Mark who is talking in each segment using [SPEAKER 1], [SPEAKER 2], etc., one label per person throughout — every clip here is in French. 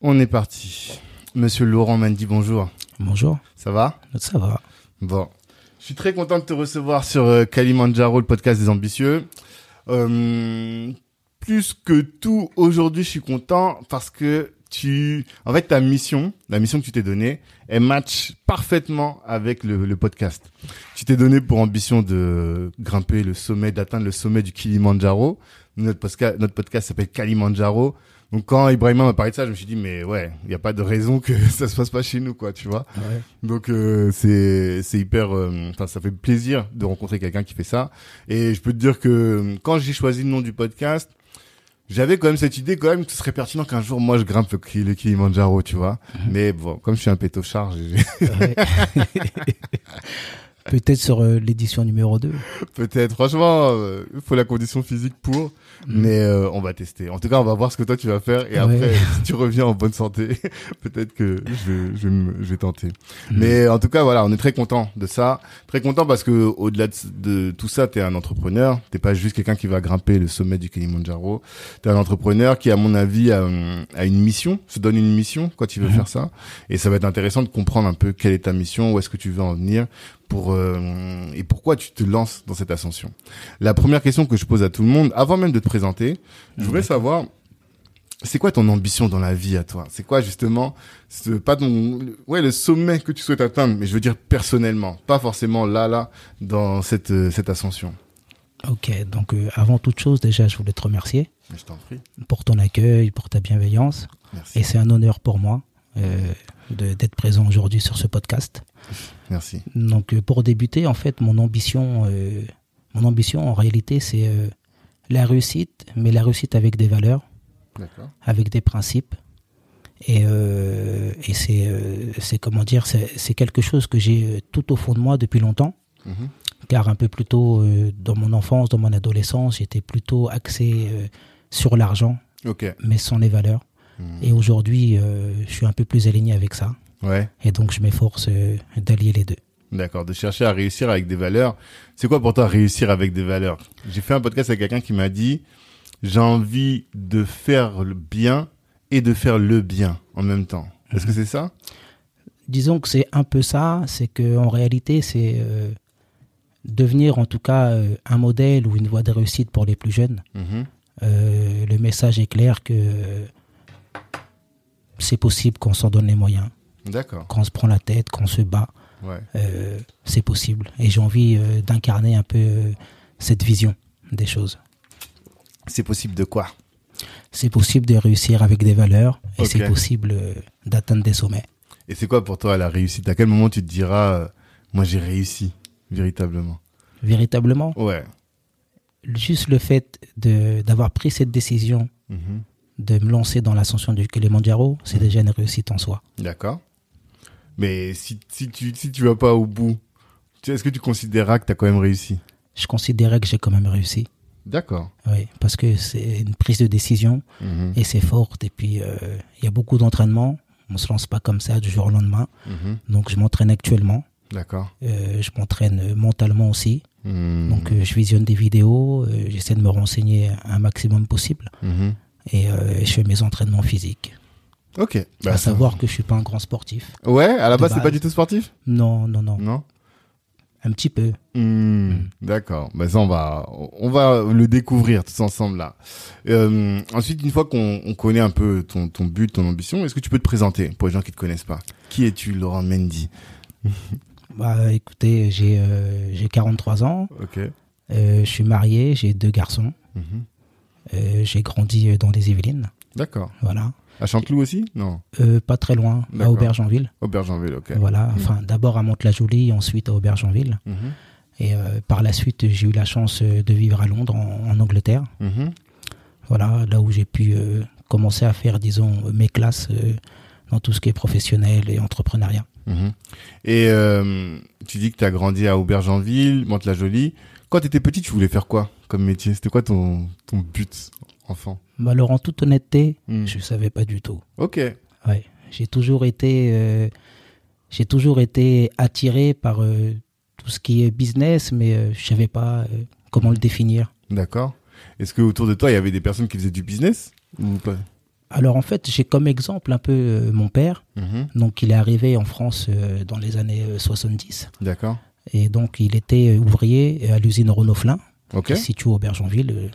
[SPEAKER 1] On est parti. Monsieur Laurent Mendy, bonjour.
[SPEAKER 2] Bonjour,
[SPEAKER 1] Ça va
[SPEAKER 2] ça va.
[SPEAKER 1] Bon. Je suis très content de te recevoir sur euh, Kalimandjaro, le podcast des ambitieux. Euh, plus que tout, aujourd'hui, je suis content parce que tu, en fait, ta mission, la mission que tu t'es donnée, elle match parfaitement avec le, le podcast. Tu t'es donné pour ambition de grimper le sommet, d'atteindre le sommet du Kilimandjaro. Notre podcast, notre podcast s'appelle Kalimandjaro. Donc quand Ibrahima m'a parlé de ça, je me suis dit mais ouais, il n'y a pas de raison que ça se passe pas chez nous quoi, tu vois. Donc euh, c'est c'est hyper euh, enfin ça fait plaisir de rencontrer quelqu'un qui fait ça et je peux te dire que euh, quand j'ai choisi le nom du podcast j'avais quand même cette idée quand même que ce serait pertinent qu'un jour moi je grimpe le, Ki- le Kilimanjaro tu vois mais bon comme je suis un pétochard j'ai-
[SPEAKER 2] Ouais. Peut-être sur euh, l'édition numéro 2.
[SPEAKER 1] peut-être franchement euh, il faut la condition physique pour mais euh, on va tester en tout cas on va voir ce que toi tu vas faire et
[SPEAKER 2] Ouais.
[SPEAKER 1] après si tu reviens en bonne santé peut-être que je vais, je vais, me- je vais tenter Mais en tout cas, voilà, on est très content de ça. Très content parce que au-delà de, de tout ça, t'es un entrepreneur. T'es pas juste quelqu'un qui va grimper le sommet du Kilimanjaro. T'es un entrepreneur qui, à mon avis, a, euh, a une mission, se donne une mission quand tu veux faire ça. Et ça va être intéressant de comprendre un peu quelle est ta mission, où est-ce que tu veux en venir, pour euh, et pourquoi tu te lances dans cette ascension. La première question que je pose à tout le monde, avant même de te présenter, je voudrais savoir. C'est quoi ton ambition dans la vie à toi C'est quoi justement ce, pas ton le- ouais le sommet que tu souhaites atteindre mais je veux dire personnellement, pas forcément là là dans cette euh, cette ascension.
[SPEAKER 2] Ok, donc euh, avant toute chose, déjà, je voulais te remercier
[SPEAKER 1] Mais Je t'en prie.
[SPEAKER 2] pour ton accueil, pour ta bienveillance.
[SPEAKER 1] Merci.
[SPEAKER 2] Et c'est un honneur pour moi euh, de- d'être présent aujourd'hui sur ce podcast.
[SPEAKER 1] Merci.
[SPEAKER 2] Donc euh, pour débuter, en fait, mon ambition, euh, mon ambition en réalité, c'est euh, la réussite, mais la réussite avec des valeurs.
[SPEAKER 1] D'accord.
[SPEAKER 2] avec des principes. Et, euh, et c'est, euh, c'est comment dire, c'est, c'est quelque chose que j'ai euh, tout au fond de moi depuis longtemps.
[SPEAKER 1] Mhm.
[SPEAKER 2] Car un peu plus tôt, euh, dans mon enfance, dans mon adolescence, j'étais plutôt axé euh, sur l'argent,
[SPEAKER 1] OK.
[SPEAKER 2] mais sans les valeurs.
[SPEAKER 1] Mhm.
[SPEAKER 2] Et aujourd'hui, euh, je suis un peu plus aligné avec ça.
[SPEAKER 1] Ouais.
[SPEAKER 2] Et donc, je m'efforce euh, d'allier les deux.
[SPEAKER 1] D'accord, de chercher à réussir avec des valeurs. C'est quoi pour toi réussir avec des valeurs J'ai fait un podcast avec quelqu'un qui m'a dit j'ai envie de faire le bien et de faire le bien en même temps. Est-ce que c'est ça
[SPEAKER 2] Disons que c'est un peu ça, c'est que en réalité, c'est euh, devenir en tout cas euh, un modèle ou une voie de réussite pour les plus jeunes.
[SPEAKER 1] Mhm.
[SPEAKER 2] Euh, le message est clair que euh, c'est possible qu'on s'en donne les moyens,
[SPEAKER 1] D'accord.
[SPEAKER 2] qu'on se prend la tête, qu'on se bat,
[SPEAKER 1] Ouais.
[SPEAKER 2] euh, c'est possible. Et j'ai envie euh, d'incarner un peu euh, cette vision des choses.
[SPEAKER 1] C'est possible de quoi
[SPEAKER 2] C'est possible de réussir avec des valeurs et
[SPEAKER 1] Ok.
[SPEAKER 2] c'est possible euh, d'atteindre des sommets.
[SPEAKER 1] Et c'est quoi pour toi la réussite À quel moment tu te diras, euh, moi j'ai réussi, véritablement
[SPEAKER 2] Véritablement,
[SPEAKER 1] Ouais.
[SPEAKER 2] juste le fait de- d'avoir pris cette décision
[SPEAKER 1] Mhm.
[SPEAKER 2] de me lancer dans l'ascension du Kilimanjaro, c'est déjà une réussite en soi.
[SPEAKER 1] D'accord. Mais si, si tu si tu vas pas au bout, tu- est-ce que tu considéreras que tu as quand même réussi
[SPEAKER 2] Je considérais que j'ai quand même réussi.
[SPEAKER 1] D'accord.
[SPEAKER 2] Oui, parce que c'est une prise de décision,
[SPEAKER 1] Mhm.
[SPEAKER 2] et c'est fort. Et puis, euh, il y a beaucoup d'entraînement. On se lance pas comme ça du jour au lendemain.
[SPEAKER 1] Mhm.
[SPEAKER 2] Donc, je m'entraîne actuellement.
[SPEAKER 1] D'accord.
[SPEAKER 2] Euh, je m'entraîne euh, mentalement aussi.
[SPEAKER 1] Mhm.
[SPEAKER 2] Donc, euh, je visionne des vidéos. euh, J'essaie de me renseigner un maximum possible.
[SPEAKER 1] Mhm.
[SPEAKER 2] Et euh, je fais mes entraînements physiques.
[SPEAKER 1] Ok. Bah,
[SPEAKER 2] à
[SPEAKER 1] ça-
[SPEAKER 2] savoir que je suis pas un grand sportif.
[SPEAKER 1] Ouais, à la
[SPEAKER 2] de
[SPEAKER 1] base, c'est pas
[SPEAKER 2] base.
[SPEAKER 1] du tout sportif
[SPEAKER 2] Non, non, non.
[SPEAKER 1] Non
[SPEAKER 2] Un petit peu.
[SPEAKER 1] Hmm, D'accord. Bah ça on va on va le découvrir tous ensemble là. Euh, ensuite une fois qu'on on connaît un peu ton ton but, ton ambition, est-ce que tu peux te présenter pour les gens qui te connaissent pas Qui es-tu Laurent Mendy
[SPEAKER 2] Bah, écoutez, j'ai euh, j'ai 43 ans.
[SPEAKER 1] OK.
[SPEAKER 2] Euh, je suis marié. J'ai deux garçons.
[SPEAKER 1] Hmm.
[SPEAKER 2] Euh, j'ai grandi euh, dans les Yvelines.
[SPEAKER 1] D'accord.
[SPEAKER 2] Voilà.
[SPEAKER 1] À Chanteloup aussi Non.
[SPEAKER 2] Euh, pas très loin, à
[SPEAKER 1] D'accord.
[SPEAKER 2] Aubergenville.
[SPEAKER 1] Aubergenville, OK.
[SPEAKER 2] Voilà, enfin d'abord à Mantes-la-Jolie, ensuite à Aubergenville.
[SPEAKER 1] Mhm.
[SPEAKER 2] Et euh, par la suite, j'ai eu la chance euh, de vivre à Londres, en, en Angleterre.
[SPEAKER 1] Mhm.
[SPEAKER 2] Voilà, là où j'ai pu euh, commencé à faire, disons, mes classes euh, dans tout ce qui est professionnel et entrepreneuriat.
[SPEAKER 1] Mhm. Et euh, tu dis que tu as grandi à Aubergenville, Mantes-la-Jolie. Quand tu étais petit, tu voulais faire quoi comme métier C'était quoi ton, ton but, enfant
[SPEAKER 2] Bah, alors, en toute honnêteté,
[SPEAKER 1] Hmm.
[SPEAKER 2] je ne savais pas du tout.
[SPEAKER 1] Ok.
[SPEAKER 2] Ouais. J'ai toujours été, euh, j'ai toujours été attiré par euh, tout ce qui est business, mais euh, je savais pas euh, comment le définir.
[SPEAKER 1] D'accord. Est-ce que autour de toi, il y avait des personnes qui faisaient du business ou pas
[SPEAKER 2] Alors en fait, j'ai comme exemple un peu euh, mon père.
[SPEAKER 1] Mhm.
[SPEAKER 2] Donc il est arrivé en France euh, dans les années euh, 70
[SPEAKER 1] D'accord.
[SPEAKER 2] et donc il était euh, ouvrier à l'usine Renault-Flin
[SPEAKER 1] Ok.
[SPEAKER 2] qui se situe au Bergenville euh,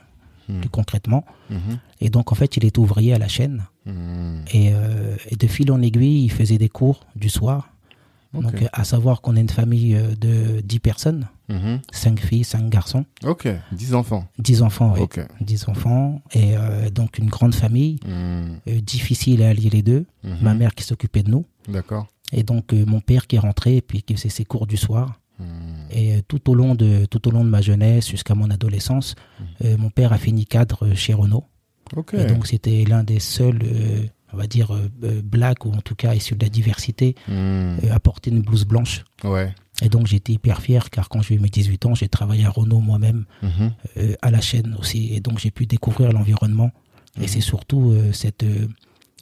[SPEAKER 1] Hmm.
[SPEAKER 2] plus concrètement.
[SPEAKER 1] Mhm.
[SPEAKER 2] Et donc en fait, il était ouvrier à la chaîne
[SPEAKER 1] Mhm.
[SPEAKER 2] Et, euh, et de fil en aiguille, il faisait des cours du soir.
[SPEAKER 1] Ok.
[SPEAKER 2] Donc, euh, à savoir qu'on est une famille euh, de 10 personnes,
[SPEAKER 1] Mhm.
[SPEAKER 2] 5 filles, 5 garçons,
[SPEAKER 1] Ok. 10 enfants.
[SPEAKER 2] 10 enfants, oui.
[SPEAKER 1] Ok.
[SPEAKER 2] 10 enfants, et euh, donc une grande famille,
[SPEAKER 1] Mhm.
[SPEAKER 2] euh, difficile à allier les deux.
[SPEAKER 1] Mhm.
[SPEAKER 2] Ma mère qui s'occupait de nous,
[SPEAKER 1] D'accord.
[SPEAKER 2] et donc euh, mon père qui est rentré et puis qui faisait ses cours du soir.
[SPEAKER 1] Mhm.
[SPEAKER 2] Et euh, tout, au long de, tout au long de ma jeunesse jusqu'à mon adolescence, euh, mon père a fini cadre euh, chez Renault.
[SPEAKER 1] Ok.
[SPEAKER 2] Et donc c'était l'un des seuls, euh, on va dire, euh, euh, blacks ou en tout cas issus de la diversité,
[SPEAKER 1] Mhm.
[SPEAKER 2] euh, à porter une blouse blanche.
[SPEAKER 1] Ouais.
[SPEAKER 2] Et donc j'étais hyper fier car quand j'ai eu mes 18 ans, j'ai travaillé à Renault moi-même,
[SPEAKER 1] Mhm.
[SPEAKER 2] euh, à la chaîne aussi. Et donc j'ai pu découvrir l'environnement. Et c'est surtout euh, cette, euh,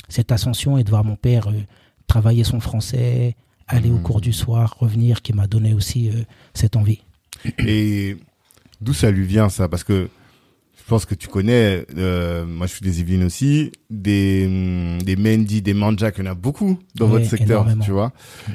[SPEAKER 2] cette ascension et de voir mon père euh, travailler son français, aller au cours du soir, revenir, qui m'a donné aussi euh, cette envie.
[SPEAKER 1] Et d'où ça lui vient ça Parce que je pense que tu connais, euh, moi je suis des Yvelines aussi, des, hum, des Mendy, des Manja, qu'il y en a beaucoup dans
[SPEAKER 2] Oui,
[SPEAKER 1] votre secteur,
[SPEAKER 2] énormément.
[SPEAKER 1] tu vois.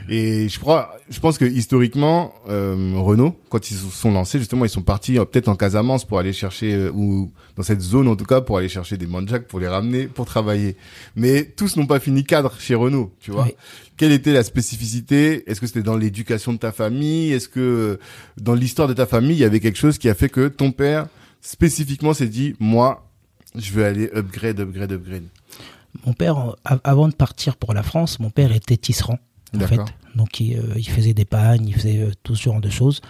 [SPEAKER 1] Et je crois, je pense que historiquement, euh, Renault, quand ils se sont lancés, justement, ils sont partis euh, peut-être en Casamance pour aller chercher, euh, ou dans cette zone en tout cas, pour aller chercher des Manjak pour les ramener, pour travailler. Mais tous n'ont pas fini cadre chez Renault, tu vois.
[SPEAKER 2] Oui.
[SPEAKER 1] Quelle était la spécificité Est-ce que c'était dans l'éducation de ta famille Est-ce que euh, dans l'histoire de ta famille, il y avait quelque chose qui a fait que ton père spécifiquement s'est dit moi je veux aller upgrade upgrade upgrade.
[SPEAKER 2] Mon père, euh, av- avant de partir pour la France, mon père était tisserand. En fait.
[SPEAKER 1] D'accord.
[SPEAKER 2] Donc il, euh, il faisait des pagnes, il faisait euh, tout ce genre de choses.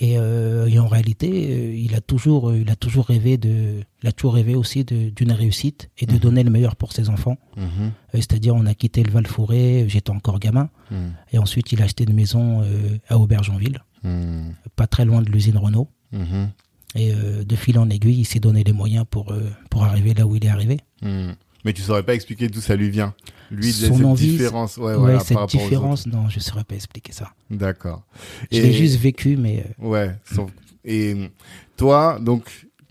[SPEAKER 2] Et, euh, et en réalité, euh, il a toujours, euh, il a toujours rêvé de, il a toujours rêvé aussi de- d'une réussite et de donner le meilleur pour ses enfants.
[SPEAKER 1] Mhm.
[SPEAKER 2] Euh, C'est-à-dire, on a quitté le Val Fouré, j'étais encore gamin,
[SPEAKER 1] Mhm.
[SPEAKER 2] et ensuite il a acheté une maison euh, à Aubergenville,
[SPEAKER 1] Mhm.
[SPEAKER 2] pas très loin de l'usine Renault.
[SPEAKER 1] Mhm.
[SPEAKER 2] Et euh, de fil en aiguille, il s'est donné les moyens pour euh, pour arriver là où il est arrivé.
[SPEAKER 1] Mhm. Mais tu saurais pas expliquer d'où ça lui vient. Lui, il a
[SPEAKER 2] Son
[SPEAKER 1] cette
[SPEAKER 2] envie,
[SPEAKER 1] différence. Ouais,
[SPEAKER 2] Ouais,
[SPEAKER 1] Euh, voilà, par
[SPEAKER 2] cette
[SPEAKER 1] rapport aux
[SPEAKER 2] différence, non, je saurais pas expliquer ça.
[SPEAKER 1] autres. D'accord.
[SPEAKER 2] Je l'ai juste vécu, mais euh,
[SPEAKER 1] Ouais. sans- Et toi, donc,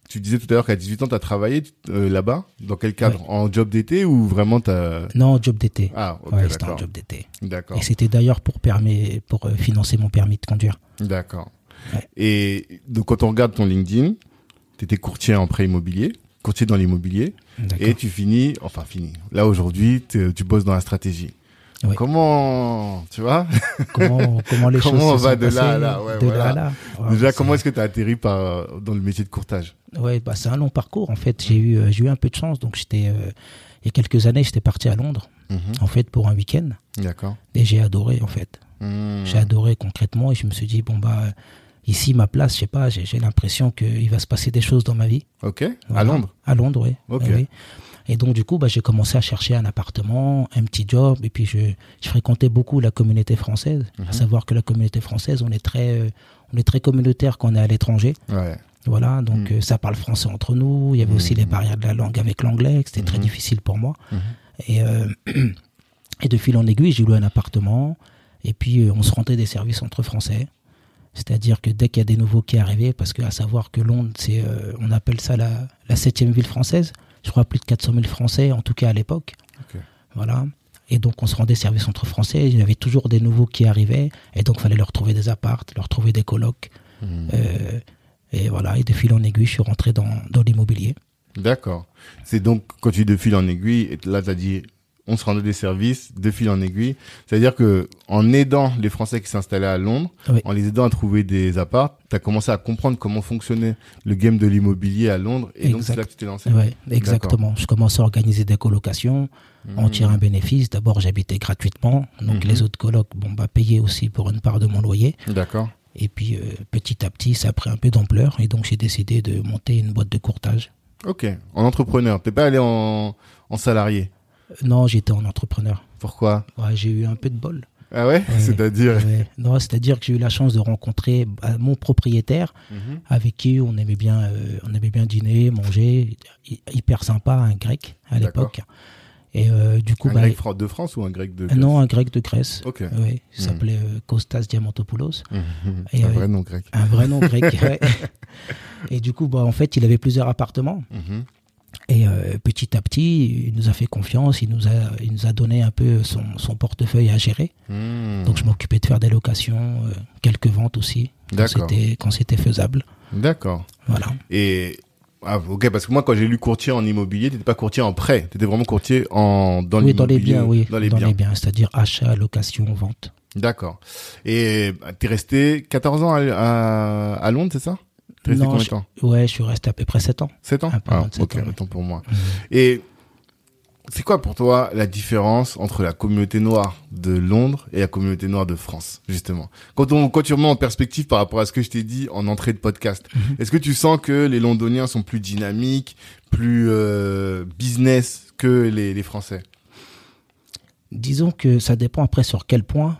[SPEAKER 1] tu disais tout à l'heure qu'à 18 ans, tu as travaillé euh, là-bas. Dans quel cadre En job d'été ou vraiment t'as...
[SPEAKER 2] non, job d'été.
[SPEAKER 1] Ah, ok,
[SPEAKER 2] ouais, c'était un
[SPEAKER 1] d'accord.
[SPEAKER 2] job d'été.
[SPEAKER 1] D'accord.
[SPEAKER 2] Et c'était d'ailleurs pour, permis- pour euh, financer mon permis de conduire.
[SPEAKER 1] D'accord.
[SPEAKER 2] Ouais.
[SPEAKER 1] Et donc, quand on regarde ton LinkedIn, tu étais courtier en prêt immobilier, courtier dans l'immobilier, et tu finis, enfin fini. Là, aujourd'hui, t'es- tu bosses dans la stratégie.
[SPEAKER 2] Ouais.
[SPEAKER 1] Comment, tu vois
[SPEAKER 2] Comment, comment les
[SPEAKER 1] Comment
[SPEAKER 2] choses
[SPEAKER 1] on
[SPEAKER 2] se
[SPEAKER 1] va
[SPEAKER 2] sont
[SPEAKER 1] de là à
[SPEAKER 2] passées,
[SPEAKER 1] là, ouais,
[SPEAKER 2] de
[SPEAKER 1] voilà.
[SPEAKER 2] là à là. Ouais,
[SPEAKER 1] Déjà,
[SPEAKER 2] c'est-
[SPEAKER 1] comment est-ce que tu as atterri par, dans le métier de courtage
[SPEAKER 2] ouais, bah, c'est un long parcours en fait. J'ai eu, euh, j'ai eu un peu de chance. Donc j'étais euh, il y a quelques années, j'étais parti à Londres
[SPEAKER 1] Mhm.
[SPEAKER 2] en fait pour un week-end
[SPEAKER 1] D'accord.
[SPEAKER 2] et j'ai adoré en fait.
[SPEAKER 1] Mhm.
[SPEAKER 2] J'ai adoré concrètement et je me suis dit bon bah euh, ici ma place, je sais pas, j'ai j'ai l'impression qu'il va se passer des choses dans ma vie.
[SPEAKER 1] Ok, à
[SPEAKER 2] Voilà.
[SPEAKER 1] Londres.
[SPEAKER 2] À Londres, oui.
[SPEAKER 1] Ok.
[SPEAKER 2] Oui, oui. Et donc, du coup, bah, j'ai commencé à chercher un appartement, un petit job, et puis je, je fréquentais beaucoup la communauté française. À
[SPEAKER 1] Mhm.
[SPEAKER 2] savoir que la communauté française, on est très, euh, on est très communautaire quand on est à l'étranger.
[SPEAKER 1] Ouais.
[SPEAKER 2] Voilà, donc
[SPEAKER 1] Mhm.
[SPEAKER 2] euh, ça parle français entre nous. Il y avait aussi les barrières de la langue avec l'anglais, que c'était très
[SPEAKER 1] Mhm.
[SPEAKER 2] difficile pour moi.
[SPEAKER 1] Hmm.
[SPEAKER 2] Et, euh, et de fil en aiguille, j'ai loué un appartement, et puis euh, on se rendait des services entre Français. C'est-à-dire que dès qu'il y a des nouveaux qui arrivaient, parce que à savoir que Londres, c'est, euh, on appelle ça la, la septième ville française. Je crois plus de 400 000 Français, en tout cas à l'époque.
[SPEAKER 1] Ok.
[SPEAKER 2] Voilà. Et donc, on se rendait service entre Français. Il y avait toujours des nouveaux qui arrivaient. Et donc, fallait leur trouver des appartes, leur trouver des colocs.
[SPEAKER 1] Hmm.
[SPEAKER 2] Euh, et voilà. Et de fil en aiguille, je suis rentré dans, dans l'immobilier.
[SPEAKER 1] D'accord. C'est donc quand tu dis de fil en aiguille, et là tu as dit on se rendait des services de fil en aiguille, c'est-à-dire que en aidant les Français qui s'installaient à Londres,
[SPEAKER 2] Oui.
[SPEAKER 1] en les aidant à trouver des apparts, tu as commencé à comprendre comment fonctionnait le game de l'immobilier à Londres et donc
[SPEAKER 2] Exact.
[SPEAKER 1] c'est là que tu t'es lancé.
[SPEAKER 2] Ouais, exactement. Je commençais à organiser des colocations, en tirer un bénéfice. D'abord, j'habitais gratuitement. Donc,
[SPEAKER 1] Mhm.
[SPEAKER 2] les autres colocs, bon, bah, payaient aussi pour une part de mon loyer.
[SPEAKER 1] D'accord.
[SPEAKER 2] Et puis, euh, petit à petit, ça a pris un peu d'ampleur. Et donc, j'ai décidé de monter une boîte de courtage.
[SPEAKER 1] Ok. En entrepreneur. T'es pas allé en, en salarié.
[SPEAKER 2] Euh, Non, j'étais en entrepreneur.
[SPEAKER 1] Pourquoi
[SPEAKER 2] Ouais, j'ai eu un peu de bol.
[SPEAKER 1] Ah ouais,
[SPEAKER 2] Ouais.
[SPEAKER 1] C'est-à-dire.
[SPEAKER 2] Ouais. Non, c'est-à-dire que j'ai eu la chance de rencontrer bah, mon propriétaire
[SPEAKER 1] Mhm.
[SPEAKER 2] avec qui on aimait bien, euh, on aimait bien dîner, manger, hy- hyper sympa, un grec à
[SPEAKER 1] D'accord.
[SPEAKER 2] l'époque. Et euh, du coup,
[SPEAKER 1] Un
[SPEAKER 2] bah,
[SPEAKER 1] grec fra- de France ou un grec de.
[SPEAKER 2] euh, non, un grec de Grèce.
[SPEAKER 1] Ok. Hmm.
[SPEAKER 2] Ouais, il s'appelait euh, Kostas Diamantopoulos,
[SPEAKER 1] Mhm.
[SPEAKER 2] Et,
[SPEAKER 1] un
[SPEAKER 2] euh,
[SPEAKER 1] vrai nom grec.
[SPEAKER 2] un vrai nom grec. ouais. Et du coup, bah, en fait, il avait plusieurs appartements.
[SPEAKER 1] Mhm.
[SPEAKER 2] Et euh, petit à petit, il nous a fait confiance, il nous a, il nous a donné un peu son, son portefeuille à gérer.
[SPEAKER 1] Mhm.
[SPEAKER 2] Donc je m'occupais de faire des locations, euh, quelques ventes aussi, quand
[SPEAKER 1] D'accord.
[SPEAKER 2] c'était, quand c'était faisable.
[SPEAKER 1] Mhm. D'accord.
[SPEAKER 2] Voilà.
[SPEAKER 1] Et ah, ok, parce que moi, quand j'ai lu courtier en immobilier, t'étais pas courtier en prêt, t'étais vraiment courtier en dans
[SPEAKER 2] oui, dans les
[SPEAKER 1] l'immobilier,
[SPEAKER 2] biens, oui.
[SPEAKER 1] dans les biens.
[SPEAKER 2] c'est-à-dire achat, location, vente.
[SPEAKER 1] D'accord. Et bah, t'es resté 14 ans à, à, à Londres, c'est ça T'es resté
[SPEAKER 2] Non,
[SPEAKER 1] combien de
[SPEAKER 2] je-
[SPEAKER 1] temps
[SPEAKER 2] Ouais, je suis resté à peu près 7 ans.
[SPEAKER 1] 7 ans Ah,
[SPEAKER 2] un peu moins de Ah, sept
[SPEAKER 1] ok,
[SPEAKER 2] ans, Mhm. oui.
[SPEAKER 1] autant pour moi. Et c'est quoi pour toi la différence entre la communauté noire de Londres et la communauté noire de France, justement Quand on quand tu remets en perspective par rapport à ce que je t'ai dit en entrée de podcast,
[SPEAKER 2] Mhm.
[SPEAKER 1] est-ce que tu sens que les Londoniens sont plus dynamiques, plus euh, business que les, les Français
[SPEAKER 2] Disons que ça dépend après sur quel point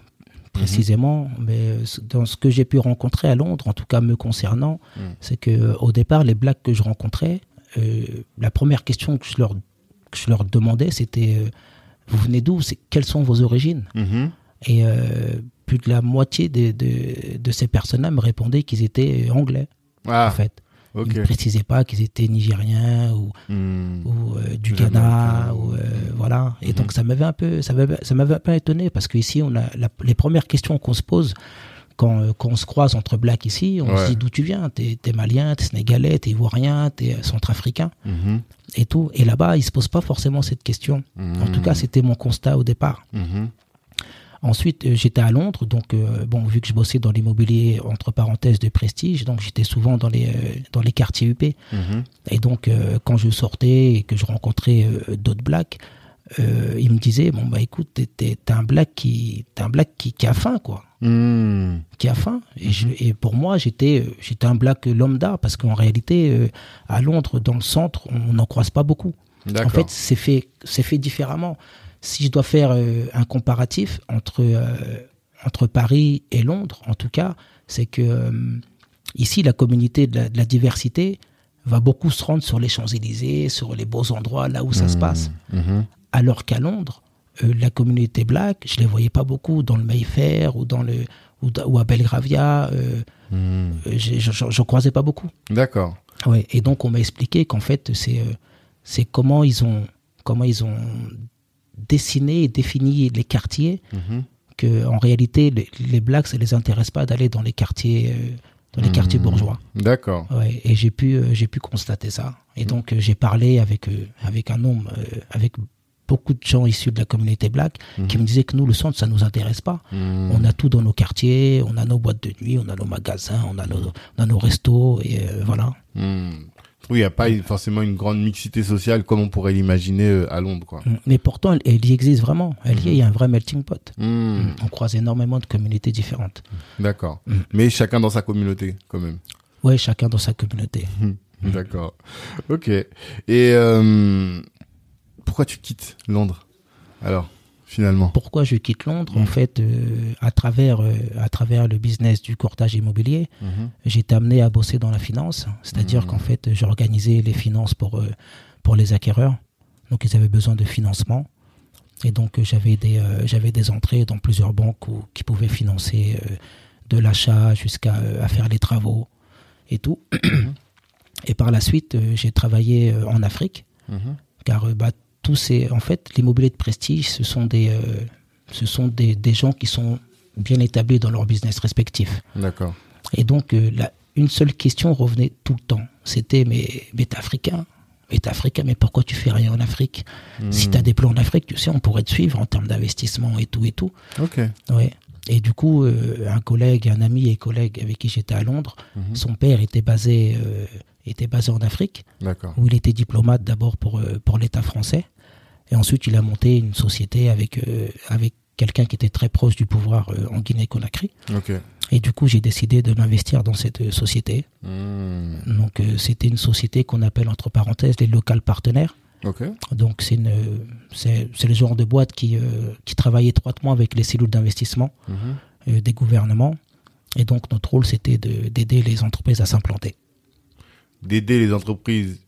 [SPEAKER 2] précisément,
[SPEAKER 1] Mhm.
[SPEAKER 2] mais euh, c- dans ce que j'ai pu rencontrer à Londres, en tout cas me concernant,
[SPEAKER 1] Mhm.
[SPEAKER 2] c'est que euh, au départ, les blacks que je rencontrais, euh, la première question que je leur, que je leur demandais, c'était euh, vous venez d'où C'est- Quelles sont vos origines
[SPEAKER 1] Mhm.
[SPEAKER 2] Et euh, plus de la moitié de, de, de ces personnes-là me répondaient qu'ils étaient euh, anglais, en
[SPEAKER 1] Ah,
[SPEAKER 2] fait.
[SPEAKER 1] ok.
[SPEAKER 2] Ils ne précisaient pas qu'ils étaient nigériens ou,
[SPEAKER 1] Hmm.
[SPEAKER 2] ou euh, du
[SPEAKER 1] Plus
[SPEAKER 2] Ghana
[SPEAKER 1] américain.
[SPEAKER 2] ou euh, voilà et donc ça m'avait un peu ça m'avait ça m'avait un peu étonné parce qu'ici on a la- les premières questions qu'on se pose quand, euh, quand on se croise entre blacks ici on
[SPEAKER 1] Ouais.
[SPEAKER 2] se dit d'où tu viens t'es es malien t'es sénégalais t'es ivoirien t'es euh, centrafricain
[SPEAKER 1] Mhm.
[SPEAKER 2] et tout et là-bas ils se posent pas forcément cette question en tout cas c'était mon constat au départ
[SPEAKER 1] Mhm.
[SPEAKER 2] ensuite euh, j'étais à Londres donc euh, bon vu que je bossais dans l'immobilier entre parenthèses de prestige donc j'étais souvent dans les euh, dans les quartiers UP
[SPEAKER 1] Mhm.
[SPEAKER 2] et donc, euh, quand je sortais et que je rencontrais euh, d'autres blacks, euh, ils me disaient Bon, bah écoute, t'es- t'es t'es un black, qui, t'es un black qui, qui a faim, quoi.
[SPEAKER 1] Hmm.
[SPEAKER 2] Qui a faim. Et, je- et pour moi, j'étais euh, j'étais un black lambda, parce qu'en réalité, euh, à Londres, dans le centre, on n'en croise pas beaucoup. En
[SPEAKER 1] D'accord.
[SPEAKER 2] fait, c'est fait, c'est fait différemment. Si je dois faire euh, un comparatif entre, euh, entre Paris et Londres, en tout cas, c'est que euh, ici, la communauté de la, de la diversité va beaucoup se rendre sur les Champs-Élysées, sur les beaux endroits, là où ça se passe.
[SPEAKER 1] Mhm.
[SPEAKER 2] Alors qu'à Londres, euh, la communauté black, je les voyais pas beaucoup dans le Mayfair ou, dans le, ou, da- ou à Belgravia. euh,
[SPEAKER 1] Hmm.
[SPEAKER 2] euh, j'ai- j'en j'en croisais pas beaucoup.
[SPEAKER 1] D'accord.
[SPEAKER 2] Ah Ouais, et donc on m'a expliqué qu'en fait c'est euh, c'est comment ils ont comment ils ont dessiné et défini les quartiers
[SPEAKER 1] Mhm.
[SPEAKER 2] que en réalité les, les blacks ça les intéresse pas d'aller dans les quartiers euh, dans les quartiers bourgeois. Ah
[SPEAKER 1] D'accord.
[SPEAKER 2] Ouais, et j'ai pu euh, j'ai pu constater ça. Et donc euh, j'ai parlé avec euh, avec un homme euh, avec beaucoup de gens issus de la communauté black qui me disaient que nous le centre ça nous intéresse pas.
[SPEAKER 1] Hmm.
[SPEAKER 2] On a tout dans nos quartiers, on a nos boîtes de nuit, on a nos magasins, on a nos on a nos restos et euh, voilà.
[SPEAKER 1] Hmm. Je trouve qu'il n'y a pas une- forcément une grande mixité sociale comme on pourrait l'imaginer euh, à Londres, quoi.
[SPEAKER 2] Mm. Mais pourtant, elle, elle y existe vraiment. Elle y est, il y a un vrai melting pot.
[SPEAKER 1] Hmm.
[SPEAKER 2] On croise énormément de communautés différentes.
[SPEAKER 1] D'accord.
[SPEAKER 2] Hmm.
[SPEAKER 1] Mais chacun dans sa communauté, quand même.
[SPEAKER 2] Ouais, chacun dans sa communauté. Hmm.
[SPEAKER 1] D'accord. Ok. Et euh, pourquoi tu quittes Londres Alors, finalement.
[SPEAKER 2] Pourquoi je quitte Londres En fait, euh, à, travers, euh, à travers le business du courtage immobilier,
[SPEAKER 1] Mhm.
[SPEAKER 2] j'étais amené à bosser dans la finance. C'est-à-dire qu'en fait, j'organisais les finances pour, euh, pour les acquéreurs. Donc, ils avaient besoin de financement. Et donc, euh, j'avais des, euh, j'avais des entrées dans plusieurs banques où- qui pouvaient financer euh, de l'achat jusqu'à euh, à faire les travaux et tout. Et par la suite, euh, j'ai travaillé euh, en Afrique,
[SPEAKER 1] Mhm.
[SPEAKER 2] car euh, bah, tous ces, en fait, l'immobilier de prestige, ce sont des, euh, ce sont des, des gens qui sont bien établis dans leur business respectif.
[SPEAKER 1] D'accord.
[SPEAKER 2] Et donc, euh, la- une seule question revenait tout le temps. C'était, mais, mais t'es africain Mais t'es africain, mais pourquoi tu fais rien en Afrique
[SPEAKER 1] Hmm.
[SPEAKER 2] Si t'as des plans en Afrique, tu sais, on pourrait te suivre en termes d'investissement et tout et tout.
[SPEAKER 1] Ok.
[SPEAKER 2] Ouais. Et du coup, euh, un collègue, un ami et collègue avec qui j'étais à Londres, son père était basé, euh, était basé en Afrique
[SPEAKER 1] D'accord.
[SPEAKER 2] où il était diplomate d'abord pour, euh, pour l'État français. Et ensuite, il a monté une société avec, euh, avec quelqu'un qui était très proche du pouvoir euh, en Guinée-Conakry.
[SPEAKER 1] Ok.
[SPEAKER 2] Et Et du coup, j'ai décidé de m'investir dans cette euh, société.
[SPEAKER 1] Hmm.
[SPEAKER 2] Donc, euh, c'était une société qu'on appelle, entre parenthèses, les locales partenaires.
[SPEAKER 1] Ok.
[SPEAKER 2] Donc, c'est une, euh, c'est c'est le genre de boîte qui, euh, qui travaille étroitement avec les cellules d'investissement
[SPEAKER 1] Mhm.
[SPEAKER 2] euh, des gouvernements. Et donc, notre rôle, c'était de- d'aider les entreprises à s'implanter.
[SPEAKER 1] D'aider les entreprises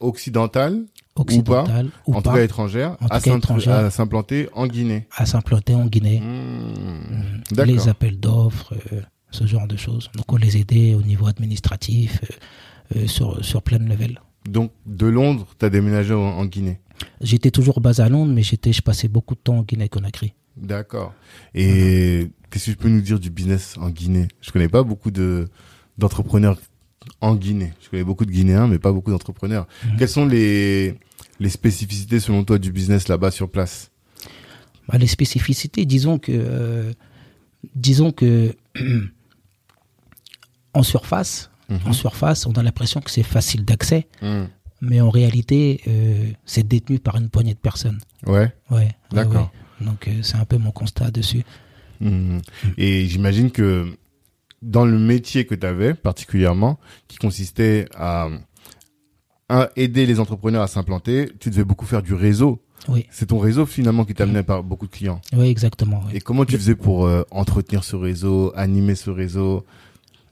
[SPEAKER 1] occidentales,
[SPEAKER 2] Occidentales ou pas,
[SPEAKER 1] en tout cas étrangères,
[SPEAKER 2] En tout
[SPEAKER 1] à
[SPEAKER 2] cas
[SPEAKER 1] s'int-
[SPEAKER 2] étrangères.
[SPEAKER 1] à s'implanter en Guinée.
[SPEAKER 2] à s'implanter en Guinée.
[SPEAKER 1] Hmm.
[SPEAKER 2] Mm.
[SPEAKER 1] D'accord.
[SPEAKER 2] les appels d'offres, euh, ce genre de choses. Donc on les aidait au niveau administratif, euh, euh, sur, sur plein de levels.
[SPEAKER 1] Donc, de Londres, tu as déménagé en, en Guinée.
[SPEAKER 2] J'étais toujours basé à Londres, mais j'étais, je passais beaucoup de temps en Guinée-Conakry.
[SPEAKER 1] D'accord.
[SPEAKER 2] Mmh.
[SPEAKER 1] Et qu'est-ce que tu peux nous dire du business en Guinée Je connais pas beaucoup de d'entrepreneurs en Guinée. Je connais beaucoup de Guinéens, mais pas beaucoup d'entrepreneurs.
[SPEAKER 2] Mhm.
[SPEAKER 1] Quelles sont les les spécificités selon toi du business là-bas sur place
[SPEAKER 2] Bah, les spécificités, disons que, euh, disons que en surface,
[SPEAKER 1] Mhm.
[SPEAKER 2] en surface, on a l'impression que c'est facile d'accès, mais en réalité, euh, c'est détenu par une poignée de personnes.
[SPEAKER 1] Ouais.
[SPEAKER 2] Ouais. Ah
[SPEAKER 1] D'accord.
[SPEAKER 2] ouais. Donc euh, c'est un peu mon constat dessus.
[SPEAKER 1] Mhm. Et j'imagine que dans le métier que tu avais particulièrement, qui consistait à, à aider les entrepreneurs à s'implanter, tu devais beaucoup faire du réseau.
[SPEAKER 2] Oui,
[SPEAKER 1] C'est ton réseau finalement qui t'amenait par beaucoup de clients.
[SPEAKER 2] oui, exactement. oui.
[SPEAKER 1] Et comment tu faisais pour euh, entretenir ce réseau, animer ce réseau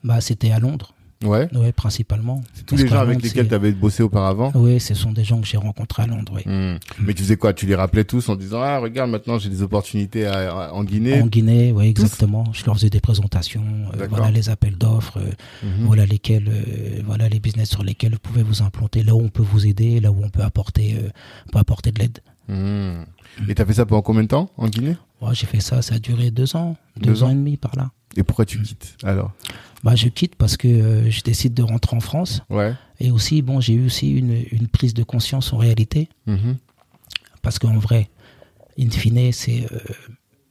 [SPEAKER 2] Bah, c'était à Londres.
[SPEAKER 1] Ouais.
[SPEAKER 2] Oui, principalement.
[SPEAKER 1] Tous les gens avec lesquels tu avais bossé auparavant
[SPEAKER 2] Oui, ce sont des gens que j'ai rencontrés à Londres, oui.
[SPEAKER 1] Hmm. Mais tu faisais quoi Tu les rappelais tous en disant Ah, regarde, maintenant j'ai des opportunités à- à- en Guinée.
[SPEAKER 2] En Guinée, oui, exactement. Je leur faisais des présentations, euh,
[SPEAKER 1] D'accord.
[SPEAKER 2] voilà les appels d'offres, euh,
[SPEAKER 1] Mhm.
[SPEAKER 2] voilà lesquels, euh, voilà les business sur lesquels vous pouvez vous implanter, là où on peut vous aider, là où on peut apporter, euh, on peut apporter de l'aide.
[SPEAKER 1] Hmm. Et tu as fait ça pendant combien de temps en Guinée
[SPEAKER 2] Ouais, j'ai fait ça, ça a duré deux ans, deux,
[SPEAKER 1] Deux
[SPEAKER 2] ans.
[SPEAKER 1] ans.
[SPEAKER 2] et demi par là.
[SPEAKER 1] Et pourquoi tu quittes alors
[SPEAKER 2] Bah, je quitte parce que euh, je décide de rentrer en France.
[SPEAKER 1] Ouais.
[SPEAKER 2] Et aussi, bon, j'ai eu aussi une, une prise de conscience en réalité,
[SPEAKER 1] Mhm.
[SPEAKER 2] parce qu'en vrai, in fine, c'est euh,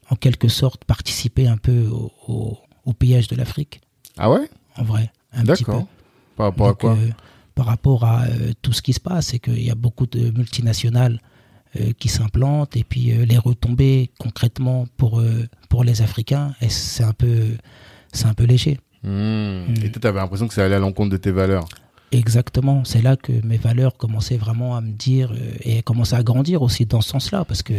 [SPEAKER 2] en quelque sorte participer un peu au, au, au pillage de l'Afrique,
[SPEAKER 1] Ah ouais
[SPEAKER 2] en vrai, un petit peu.
[SPEAKER 1] D'accord. Par rapport
[SPEAKER 2] Donc,
[SPEAKER 1] à quoi
[SPEAKER 2] euh, Par rapport à euh, tout ce qui se passe, c'est qu'il y a beaucoup de multinationales euh, qui s'implantent et puis euh, les retombées concrètement pour, euh, pour les Africains, et c'est un peu c'est un peu léger.
[SPEAKER 1] Hmm.
[SPEAKER 2] hmm.
[SPEAKER 1] Et toi, tu avais l'impression que ça allait à l'encontre de tes valeurs.
[SPEAKER 2] Exactement, c'est là que mes valeurs commençaient vraiment à me dire euh, et commençaient à grandir aussi dans ce sens-là, parce que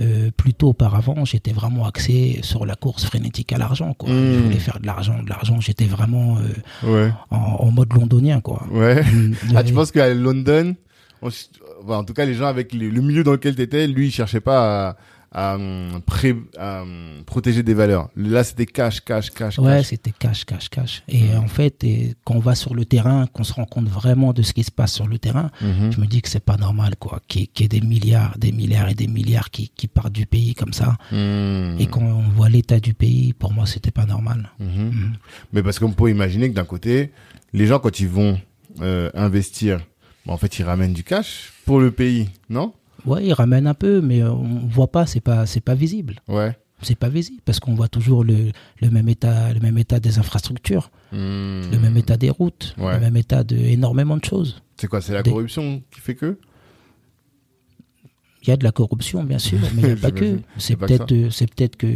[SPEAKER 2] euh, plus tôt auparavant, j'étais vraiment axé sur la course frénétique à l'argent. quoi.
[SPEAKER 1] Mm.
[SPEAKER 2] Je voulais faire de l'argent, de l'argent. J'étais vraiment euh,
[SPEAKER 1] Ouais.
[SPEAKER 2] en, en mode londonien, quoi.
[SPEAKER 1] Ouais.
[SPEAKER 2] Mm,
[SPEAKER 1] Ah,
[SPEAKER 2] ouais.
[SPEAKER 1] tu penses qu'à London, on ch- enfin, en tout cas, les gens avec les- le milieu dans lequel tu étais, lui, il cherchait pas à, à, hum, pré- à, hum, protéger des valeurs. Là, c'était cash, cash, cash,
[SPEAKER 2] Ouais,
[SPEAKER 1] cash.
[SPEAKER 2] c'était cash, cash, cash. Et euh, en fait, et quand on va sur le terrain, qu'on se rend compte vraiment de ce qui se passe sur le terrain,
[SPEAKER 1] Mhm.
[SPEAKER 2] je me dis que c'est pas normal, quoi. Qu'il y, ait- qu'il y ait des milliards, des milliards et des milliards qui, qui partent du pays comme ça.
[SPEAKER 1] Mhm.
[SPEAKER 2] Et quand on voit l'état du pays, pour moi, c'était pas normal.
[SPEAKER 1] Mhm.
[SPEAKER 2] Mhm.
[SPEAKER 1] Mais parce qu'on peut imaginer que d'un côté, les gens, quand ils vont euh, investir, bah, en fait, ils ramènent du cash pour le pays, non
[SPEAKER 2] Ouais, ils ramènent un peu, mais euh, on voit pas, c'est pas, c'est pas visible.
[SPEAKER 1] Ouais.
[SPEAKER 2] C'est pas visible parce qu'on voit toujours le, le même état, le même état des infrastructures,
[SPEAKER 1] Mhm.
[SPEAKER 2] le même état des routes,
[SPEAKER 1] Ouais.
[SPEAKER 2] le même état de énormément de choses.
[SPEAKER 1] C'est quoi C'est la
[SPEAKER 2] des-
[SPEAKER 1] corruption qui fait que
[SPEAKER 2] Il y a de la corruption, bien sûr, mais il n'y a pas que.
[SPEAKER 1] J'imagine.
[SPEAKER 2] C'est
[SPEAKER 1] Y a pas que
[SPEAKER 2] peut-être, euh, c'est peut-être que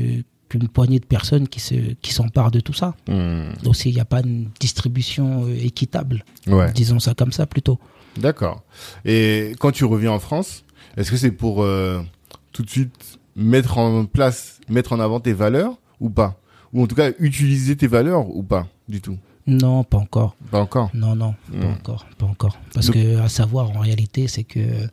[SPEAKER 2] qu'une poignée de personnes qui se qui s'emparent de tout ça.
[SPEAKER 1] Mhm.
[SPEAKER 2] Aussi, il n'y a pas une distribution euh, équitable,
[SPEAKER 1] Ouais.
[SPEAKER 2] disons ça comme ça plutôt.
[SPEAKER 1] D'accord. Et quand tu reviens en France, est-ce que c'est pour euh, tout de suite mettre en place, mettre en avant tes valeurs ou pas Ou en tout cas utiliser tes valeurs ou pas du tout
[SPEAKER 2] Non, pas encore.
[SPEAKER 1] Pas encore.
[SPEAKER 2] Non, non,
[SPEAKER 1] Mm.
[SPEAKER 2] pas encore, pas encore. Parce
[SPEAKER 1] Donc-
[SPEAKER 2] que à savoir en réalité, c'est que euh,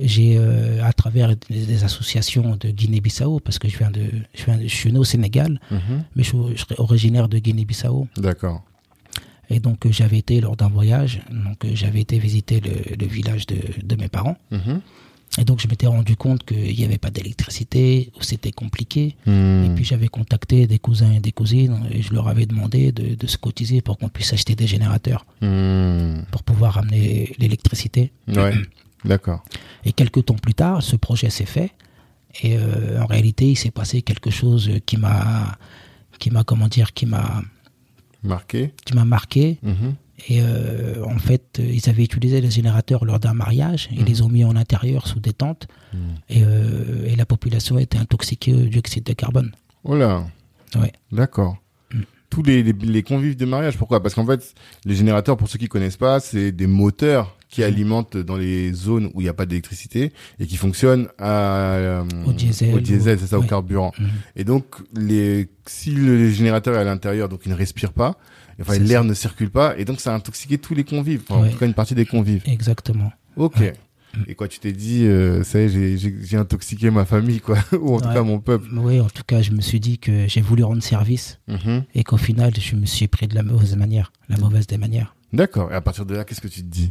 [SPEAKER 2] j'ai euh, à travers des, des associations de Guinée-Bissau, parce que je viens de, je, viens de- je suis né au Sénégal,
[SPEAKER 1] Mhm.
[SPEAKER 2] mais je, suis- je serais originaire de Guinée-Bissau.
[SPEAKER 1] D'accord.
[SPEAKER 2] Et donc euh, j'avais été lors d'un voyage, donc euh, j'avais été visiter le, le village de, de mes parents.
[SPEAKER 1] Mhm.
[SPEAKER 2] Et donc je m'étais rendu compte qu'il n'y avait pas d'électricité, où c'était compliqué.
[SPEAKER 1] Mhm.
[SPEAKER 2] Et puis j'avais contacté des cousins et des cousines et je leur avais demandé de, de se cotiser pour qu'on puisse acheter des générateurs
[SPEAKER 1] Mhm.
[SPEAKER 2] pour pouvoir amener l'électricité.
[SPEAKER 1] Ouais. D'accord.
[SPEAKER 2] Et quelques temps plus tard, ce projet s'est fait. Et euh, en réalité, il s'est passé quelque chose qui m'a, qui m'a comment dire, qui m'a,
[SPEAKER 1] Marqué.
[SPEAKER 2] qui m'a marqué.
[SPEAKER 1] Mhm.
[SPEAKER 2] Et euh, en fait, euh, ils avaient utilisé les générateurs lors d'un mariage. Ils les ont mis en intérieur sous des tentes. Et, euh, et la population était intoxiquée au dioxyde de carbone.
[SPEAKER 1] Oh là.
[SPEAKER 2] Ouais.
[SPEAKER 1] D'accord.
[SPEAKER 2] Mhm.
[SPEAKER 1] tous les, les, les convives de mariage. Pourquoi Parce qu'en fait, les générateurs, pour ceux qui connaissent pas, c'est des moteurs
[SPEAKER 2] Mm.
[SPEAKER 1] qui alimentent dans les zones où il n'y a pas d'électricité et qui fonctionnent à, euh,
[SPEAKER 2] Au diesel
[SPEAKER 1] au diesel,
[SPEAKER 2] ou-
[SPEAKER 1] c'est ça, au
[SPEAKER 2] ouais.
[SPEAKER 1] carburant.
[SPEAKER 2] Mhm.
[SPEAKER 1] Et donc, les, si le générateur est à l'intérieur, donc il ne respire pas, enfin
[SPEAKER 2] C'est
[SPEAKER 1] l'air ne circule pas, et donc ça a intoxiqué tous les convives, enfin,
[SPEAKER 2] Ouais.
[SPEAKER 1] en tout cas une partie des convives.
[SPEAKER 2] Exactement.
[SPEAKER 1] Ok. Et quoi, tu t'es dit, euh, ça y est, j'ai- j'ai j'ai intoxiqué ma famille, quoi, ou en tout
[SPEAKER 2] Ouais.
[SPEAKER 1] cas mon peuple.
[SPEAKER 2] Oui, en tout cas, je me suis dit que j'ai voulu rendre service
[SPEAKER 1] Mhm.
[SPEAKER 2] et qu'au final, je me suis pris de la mauvaise manière, la mauvaise des manières.
[SPEAKER 1] D'accord. Et à partir de là, qu'est-ce que tu te dis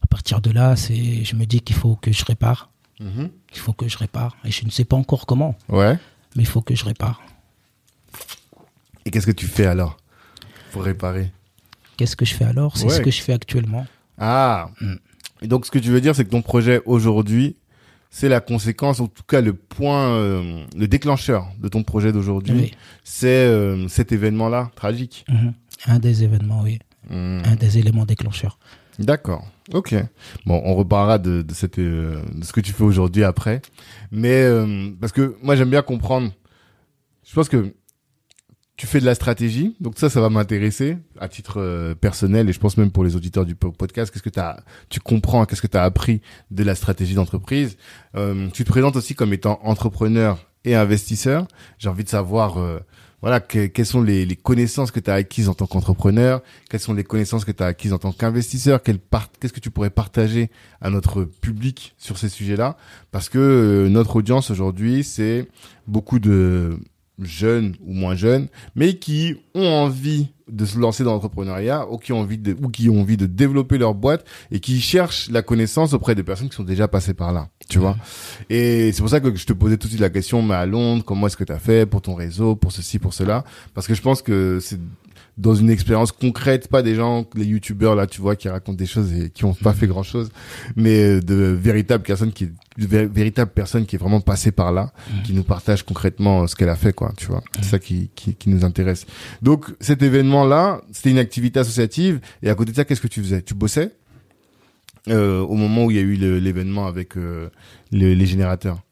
[SPEAKER 2] À partir de là, c'est, je me dis qu'il faut que je répare,
[SPEAKER 1] Mhm.
[SPEAKER 2] il faut que je répare. Et je ne sais pas encore comment,
[SPEAKER 1] Ouais.
[SPEAKER 2] mais il faut que je répare.
[SPEAKER 1] Et qu'est-ce que tu fais alors pour réparer
[SPEAKER 2] Qu'est-ce que je fais alors C'est ce
[SPEAKER 1] Ouais.
[SPEAKER 2] que je fais actuellement.
[SPEAKER 1] Ah
[SPEAKER 2] Mm.
[SPEAKER 1] Et donc, ce que tu veux dire, c'est que ton projet aujourd'hui, c'est la conséquence, en tout cas le point, euh, le déclencheur de ton projet d'aujourd'hui,
[SPEAKER 2] Oui.
[SPEAKER 1] c'est euh, cet événement-là, tragique.
[SPEAKER 2] Mhm. Un des événements, oui.
[SPEAKER 1] Mm.
[SPEAKER 2] Un des éléments déclencheurs.
[SPEAKER 1] D'accord. Ok. Bon, on reparlera de, de, cette, euh, de ce que tu fais aujourd'hui après. Mais euh, parce que moi, j'aime bien comprendre. Je pense que tu fais de la stratégie, donc ça, ça va m'intéresser à titre euh, personnel et je pense même pour les auditeurs du po- podcast. Qu'est-ce que t'as, tu comprends, qu'est-ce que tu as appris de la stratégie d'entreprise Euh, Tu te présentes aussi comme étant entrepreneur et investisseur. J'ai envie de savoir, euh, voilà, que- quelles sont les, les connaissances que tu as acquises en tant qu'entrepreneur quelles sont les connaissances que tu as acquises en tant qu'investisseur Quelle part- Qu'est-ce que tu pourrais partager à notre public sur ces sujets-là Parce que euh, notre audience aujourd'hui, c'est beaucoup de jeunes ou moins jeunes, mais qui ont envie de se lancer dans l'entrepreneuriat ou qui ont envie de, ou qui ont envie de développer leur boîte et qui cherchent la connaissance auprès des personnes qui sont déjà passées par là, tu vois. Et c'est pour ça que je te posais tout de suite la question, mais à Londres, comment est-ce que tu as fait pour ton réseau, pour ceci, pour cela Parce que je pense que c'est dans une expérience concrète, pas des gens, les youtubeurs là, tu vois, qui racontent des choses et qui ont
[SPEAKER 2] Mhm.
[SPEAKER 1] pas fait grand chose, mais euh, de véritables personnes qui, de vé- véritables personnes qui est vraiment passée par là,
[SPEAKER 2] Mhm.
[SPEAKER 1] qui nous partagent concrètement euh, ce qu'elle a fait, quoi, tu vois. C'est ça qui, qui, qui nous intéresse. Donc, cet événement là, c'était une activité associative, et à côté de ça, qu'est-ce que tu faisais? Tu bossais? Euh, au moment où il y a eu le- l'événement avec euh, le- les générateurs.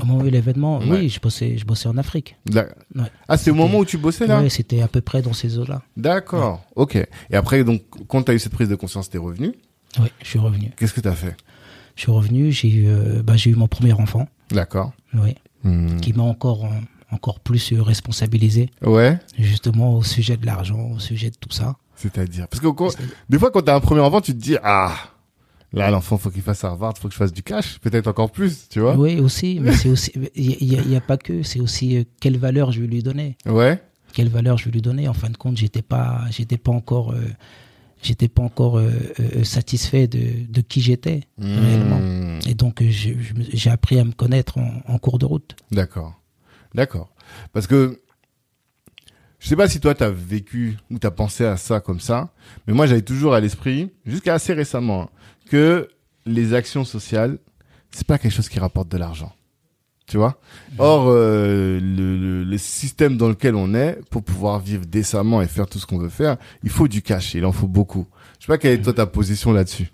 [SPEAKER 2] Au moment où l'événement,
[SPEAKER 1] Ouais.
[SPEAKER 2] oui, je bossais, je bossais en Afrique.
[SPEAKER 1] Là-
[SPEAKER 2] Ouais.
[SPEAKER 1] Ah, c'est au
[SPEAKER 2] C'était-
[SPEAKER 1] moment où tu bossais là
[SPEAKER 2] Ouais, c'était à peu près dans ces eaux-là.
[SPEAKER 1] D'accord, ok. Et après, donc, quand tu as eu cette prise de conscience, t'es revenu
[SPEAKER 2] Oui, je suis revenu.
[SPEAKER 1] Qu'est-ce que t'as fait
[SPEAKER 2] Je suis revenu, j'ai eu, euh, bah, j'ai eu mon premier enfant,
[SPEAKER 1] D'accord.
[SPEAKER 2] oui,
[SPEAKER 1] Hmm.
[SPEAKER 2] qui m'a encore, euh, encore plus euh, responsabilisé,
[SPEAKER 1] Ouais,
[SPEAKER 2] justement, au sujet de l'argent, au sujet de tout ça.
[SPEAKER 1] c'est-à-dire. Parce que quand- des fois, quand t'as un premier enfant, tu te dis Ah, là, l'enfant, faut qu'il fasse Harvard, faut que je fasse du cash, peut-être encore plus, tu vois
[SPEAKER 2] Oui, aussi, mais c'est aussi, il n'y a, y a pas que, c'est aussi euh, quelle valeur je vais lui donner.
[SPEAKER 1] Ouais.
[SPEAKER 2] Quelle valeur je vais lui donner. En fin de compte, j'étais pas, j'étais pas encore, euh, j'étais pas encore euh, euh, satisfait de, de qui j'étais réellement.
[SPEAKER 1] Hmm.
[SPEAKER 2] Et donc, euh, je- je me- j'ai appris à me connaître en, en cours de route.
[SPEAKER 1] D'accord. D'accord. Parce que je sais pas si toi t'as vécu ou t'as pensé à ça comme ça, mais moi j'avais toujours à l'esprit, jusqu'à assez récemment, hein, que les actions sociales, c'est pas quelque chose qui rapporte de l'argent. Tu vois Or, euh, le, le- le système dans lequel on est, pour pouvoir vivre décemment et faire tout ce qu'on veut faire, il faut du cash, il en faut beaucoup. Je sais pas quelle est toi ta position là-dessus,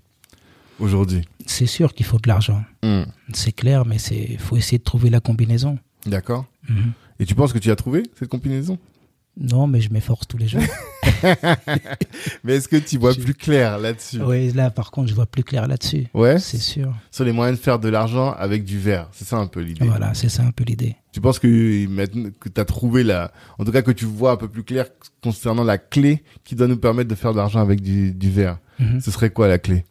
[SPEAKER 1] aujourd'hui.
[SPEAKER 2] C'est sûr qu'il faut de l'argent.
[SPEAKER 1] Hmm.
[SPEAKER 2] C'est clair, mais c'est faut essayer de trouver la combinaison.
[SPEAKER 1] D'accord
[SPEAKER 2] Mhm.
[SPEAKER 1] Et tu penses que tu as trouvé cette combinaison
[SPEAKER 2] Non, mais je m'efforce tous les jours.
[SPEAKER 1] Mais est-ce que tu vois
[SPEAKER 2] Je-
[SPEAKER 1] plus clair là-dessus
[SPEAKER 2] oui, là, par contre, je vois plus clair là-dessus.
[SPEAKER 1] Ouais.
[SPEAKER 2] C'est sûr.
[SPEAKER 1] Sur les moyens de faire de l'argent avec du verre. C'est ça un peu l'idée.
[SPEAKER 2] Voilà, c'est ça un peu l'idée.
[SPEAKER 1] Tu penses que maintenant que t'as trouvé la, en tout cas que tu vois un peu plus clair concernant la clé qui doit nous permettre de faire de l'argent avec du, du verre.
[SPEAKER 2] Mhm.
[SPEAKER 1] Ce serait quoi la clé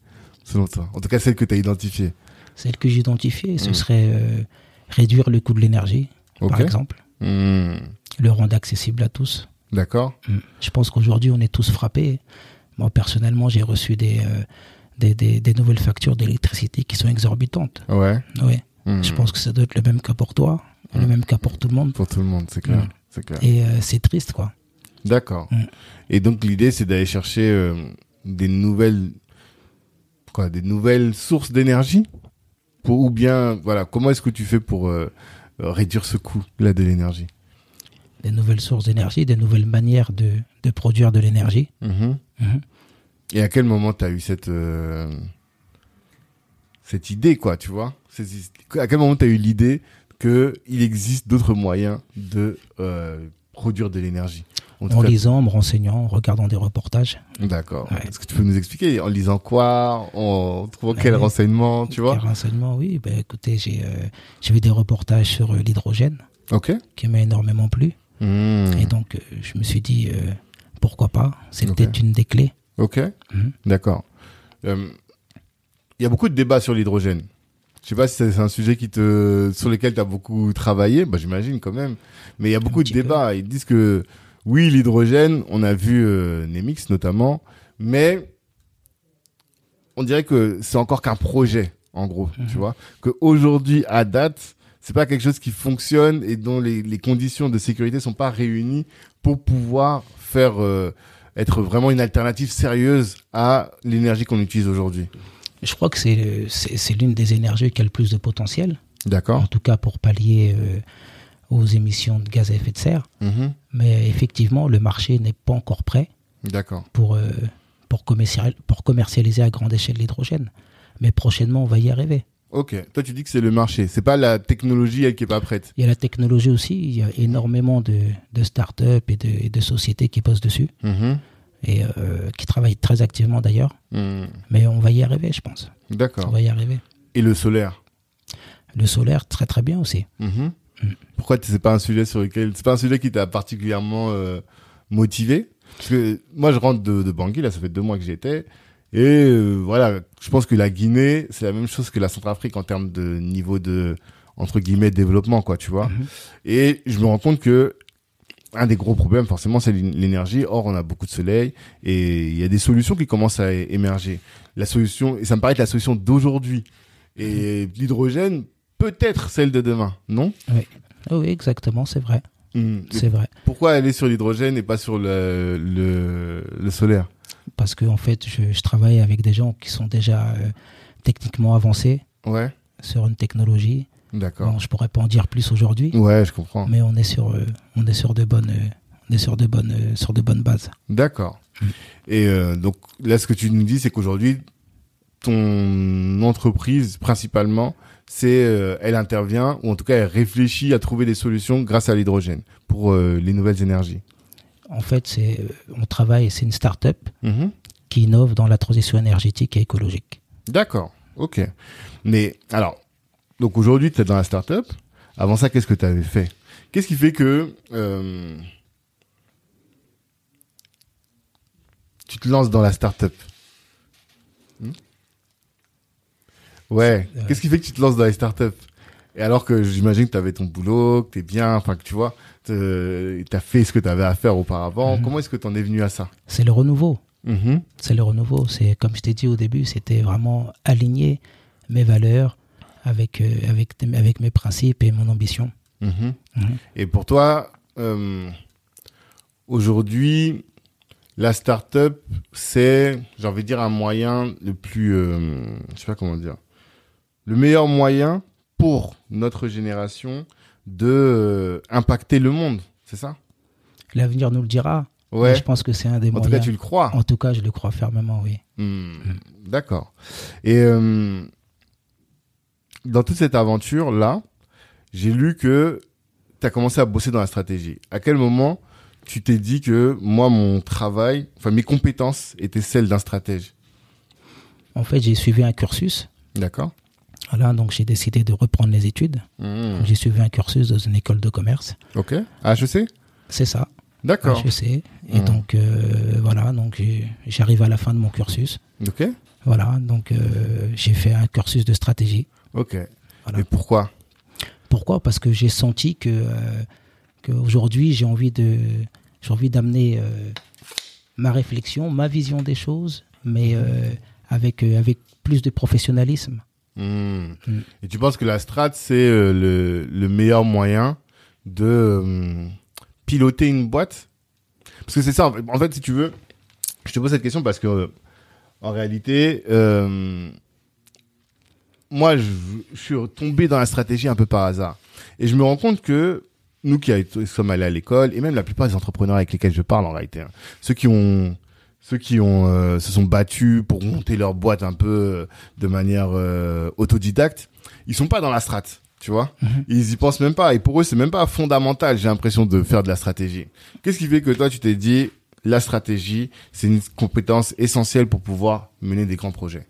[SPEAKER 1] selon toi En tout cas celle que t'as identifiée.
[SPEAKER 2] Celle que j'identifiais, ce
[SPEAKER 1] Mhm.
[SPEAKER 2] serait euh, réduire le coût de l'énergie, par
[SPEAKER 1] Ok.
[SPEAKER 2] exemple,
[SPEAKER 1] Hmm.
[SPEAKER 2] le rendre accessible à tous.
[SPEAKER 1] D'accord.
[SPEAKER 2] Mhm. Je pense qu'aujourd'hui, on est tous frappés. Moi, personnellement, j'ai reçu des, euh, des, des- des nouvelles factures d'électricité qui sont exorbitantes.
[SPEAKER 1] Ouais.
[SPEAKER 2] Ouais.
[SPEAKER 1] Hmm.
[SPEAKER 2] Je pense que ça doit être le même cas pour toi,
[SPEAKER 1] Mhm.
[SPEAKER 2] le même cas pour tout le monde.
[SPEAKER 1] Pour tout le monde, c'est clair.
[SPEAKER 2] Mm.
[SPEAKER 1] C'est clair.
[SPEAKER 2] Et euh, c'est triste, quoi.
[SPEAKER 1] D'accord.
[SPEAKER 2] Mm.
[SPEAKER 1] Et donc l'idée c'est d'aller chercher euh, des nouvelles quoi, des nouvelles sources d'énergie pour ou bien voilà, comment est-ce que tu fais pour euh, euh, réduire ce coût là de l'énergie
[SPEAKER 2] Des nouvelles sources d'énergie, des nouvelles manières de, de produire de l'énergie. Mhm.
[SPEAKER 1] Et à quel moment tu as eu cette euh, cette idée quoi, tu vois Ces- À quel moment tu as eu l'idée que il existe d'autres moyens de euh, produire de l'énergie En tout
[SPEAKER 2] En
[SPEAKER 1] cas,
[SPEAKER 2] lisant, me renseignant, en regardant des reportages.
[SPEAKER 1] D'accord.
[SPEAKER 2] Ouais.
[SPEAKER 1] Est-ce que tu peux nous expliquer en lisant quoi, en trouvant quel
[SPEAKER 2] Ouais.
[SPEAKER 1] renseignement, tu vois
[SPEAKER 2] Des renseignements, oui. Ben, écoutez, j'ai euh, j'ai vu des reportages sur euh, l'hydrogène
[SPEAKER 1] Ok.
[SPEAKER 2] qui m'a énormément plu.
[SPEAKER 1] Mmh.
[SPEAKER 2] Et donc, euh, je me suis dit, euh, pourquoi pas C'est
[SPEAKER 1] Ok.
[SPEAKER 2] peut-être une des clés.
[SPEAKER 1] Ok.
[SPEAKER 2] Mhm.
[SPEAKER 1] D'accord. Euh, Il y a beaucoup de débats sur l'hydrogène. Je sais pas si c'est c'est un sujet qui te, sur lequel tu as beaucoup travaillé, bah, j'imagine quand même. Mais il y a beaucoup de
[SPEAKER 2] petit peu.
[SPEAKER 1] débats. Ils disent que oui, l'hydrogène, on a vu euh, Nemix notamment, mais on dirait que c'est encore qu'un projet, en gros,
[SPEAKER 2] Mhm.
[SPEAKER 1] tu vois. Que aujourd'hui, à date, c'est pas quelque chose qui fonctionne et dont les, les conditions de sécurité sont pas réunies pour pouvoir faire euh, être vraiment une alternative sérieuse à l'énergie qu'on utilise aujourd'hui.
[SPEAKER 2] Je crois que c'est euh, c'est c'est l'une des énergies qui a le plus de potentiel, en
[SPEAKER 1] D'accord.
[SPEAKER 2] tout cas pour pallier euh, aux émissions de gaz à effet de serre.
[SPEAKER 1] Mhm.
[SPEAKER 2] Mais effectivement, le marché n'est pas encore prêt
[SPEAKER 1] D'accord.
[SPEAKER 2] pour, euh, pour, commercial- pour commercialiser à grande échelle l'hydrogène. Mais prochainement, on va y arriver.
[SPEAKER 1] Ok. Toi, tu dis que c'est le marché. C'est pas la technologie, elle, qui est pas prête.
[SPEAKER 2] Il y a la technologie aussi, il y a énormément de, de start-up et de, et de sociétés qui bossent dessus
[SPEAKER 1] Mhm.
[SPEAKER 2] et euh, qui travaillent très activement d'ailleurs.
[SPEAKER 1] Mhm.
[SPEAKER 2] Mais on va y arriver, je pense. On
[SPEAKER 1] D'accord.
[SPEAKER 2] va y arriver.
[SPEAKER 1] Et le solaire.
[SPEAKER 2] Le solaire, très très bien aussi.
[SPEAKER 1] Mhm. Pourquoi t- c'est pas un sujet sur lequel c'est pas un sujet qui t'a particulièrement euh, motivé Parce que moi, je rentre de, de Bangui. Là, ça fait deux mois que j'y étais. Et euh, voilà, je pense que la Guinée, c'est la même chose que la Centrafrique en termes de niveau de entre guillemets développement, quoi. Tu vois.
[SPEAKER 2] Mhm.
[SPEAKER 1] Et je me rends compte que un des gros problèmes, forcément, c'est l'é- l'énergie. Or, on a beaucoup de soleil et il y a des solutions qui commencent à é- émerger. La solution, et ça me paraît être la solution d'aujourd'hui. Et l'hydrogène, peut-être celle de demain, non
[SPEAKER 2] Ah oui, exactement, c'est vrai.
[SPEAKER 1] Hmm. Mais
[SPEAKER 2] C'est vrai.
[SPEAKER 1] Pourquoi aller sur l'hydrogène et pas sur le, le, le solaire
[SPEAKER 2] Parce que en fait, je, je travaille avec des gens qui sont déjà euh, techniquement avancés
[SPEAKER 1] Ouais,
[SPEAKER 2] sur une technologie.
[SPEAKER 1] d'accord.
[SPEAKER 2] Bon, je pourrais pas en dire plus aujourd'hui,
[SPEAKER 1] Ouais, je comprends.
[SPEAKER 2] mais on est sur, euh, on est sur de bonnes, euh, on est sur de bonnes, euh, sur de bonnes bases.
[SPEAKER 1] D'accord. Et euh, donc là, ce que tu nous dis, c'est qu'aujourd'hui, ton entreprise principalement, c'est euh, elle intervient ou en tout cas elle réfléchit à trouver des solutions grâce à l'hydrogène pour euh, les nouvelles énergies.
[SPEAKER 2] En fait, c'est, euh, on travaille, c'est une start-up
[SPEAKER 1] Mhm.
[SPEAKER 2] qui innove dans la transition énergétique et écologique.
[SPEAKER 1] D'accord. Ok. Mais alors, donc aujourd'hui, tu es dans la start-up. Avant ça, qu'est-ce que tu avais fait Qu'est-ce qui fait que euh, tu te lances dans la start-up Hmm Ouais.
[SPEAKER 2] C'est- ouais.
[SPEAKER 1] Qu'est-ce qui fait que tu te lances dans la start-up Et alors que j'imagine que tu avais ton boulot, que tu es bien, enfin que tu vois, tu as fait ce que tu avais à faire auparavant. Comment est-ce que tu en es venu à ça
[SPEAKER 2] C'est le renouveau.
[SPEAKER 1] Mhm.
[SPEAKER 2] C'est le renouveau. C'est comme je t'ai dit au début, c'était vraiment aligner mes valeurs avec, euh, avec, avec mes principes et mon ambition.
[SPEAKER 1] Mhm.
[SPEAKER 2] Mhm.
[SPEAKER 1] Et pour toi, euh, aujourd'hui, la start-up, c'est, j'ai envie de dire, un moyen le plus. euh, je sais pas comment dire. Le meilleur moyen pour notre génération de euh, impacter le monde, c'est ça
[SPEAKER 2] L'avenir nous le dira. Mais
[SPEAKER 1] Ouais.
[SPEAKER 2] Je pense que c'est un des
[SPEAKER 1] En tout cas,
[SPEAKER 2] moyens.
[SPEAKER 1] tu le crois.
[SPEAKER 2] En tout cas, je le crois fermement, oui.
[SPEAKER 1] Hmm, D'accord. Et euh, dans toute cette aventure-là, j'ai lu que tu as commencé à bosser dans la stratégie. À quel moment tu t'es dit que moi, mon travail, enfin mes compétences étaient celles d'un stratège
[SPEAKER 2] En fait, j'ai suivi un cursus.
[SPEAKER 1] D'accord
[SPEAKER 2] Voilà, donc j'ai décidé de reprendre les études.
[SPEAKER 1] Hmm,
[SPEAKER 2] Donc, J'ai suivi un cursus dans une école de commerce.
[SPEAKER 1] Ok. À HEC
[SPEAKER 2] C'est ça,
[SPEAKER 1] D'accord.
[SPEAKER 2] je sais. Et
[SPEAKER 1] Mm.
[SPEAKER 2] donc, euh, voilà, donc j'ai- j'arrive à la fin de mon cursus.
[SPEAKER 1] Ok.
[SPEAKER 2] Voilà, donc euh, j'ai fait un cursus de stratégie.
[SPEAKER 1] Ok.
[SPEAKER 2] Voilà.
[SPEAKER 1] Et pourquoi
[SPEAKER 2] Pourquoi Parce que j'ai senti que euh, qu'aujourd'hui, j'ai envie de j'ai envie d'amener euh, ma réflexion, ma vision des choses, mais euh, avec euh, avec plus de professionnalisme.
[SPEAKER 1] Hmm.
[SPEAKER 2] Mm.
[SPEAKER 1] Et tu penses que la strat, c'est euh, le, le meilleur moyen de euh, piloter une boîte Parce que c'est ça, en fait- en fait, si tu veux, je te pose cette question parce que, euh, en réalité, euh, moi, je, je suis tombé dans la stratégie un peu par hasard. Et je me rends compte que nous qui a- sommes allés à l'école, et même la plupart des entrepreneurs avec lesquels je parle en réalité, hein, ceux qui ont ceux qui ont euh, se sont battus pour monter leur boîte un peu euh, de manière euh, autodidacte, ils sont pas dans la strate. Tu vois Ils y pensent même pas. Et pour eux, c'est même pas fondamental, j'ai l'impression, de faire de la stratégie. Qu'est-ce qui fait que toi, tu t'es dit, la stratégie, c'est une compétence essentielle pour pouvoir mener des grands projets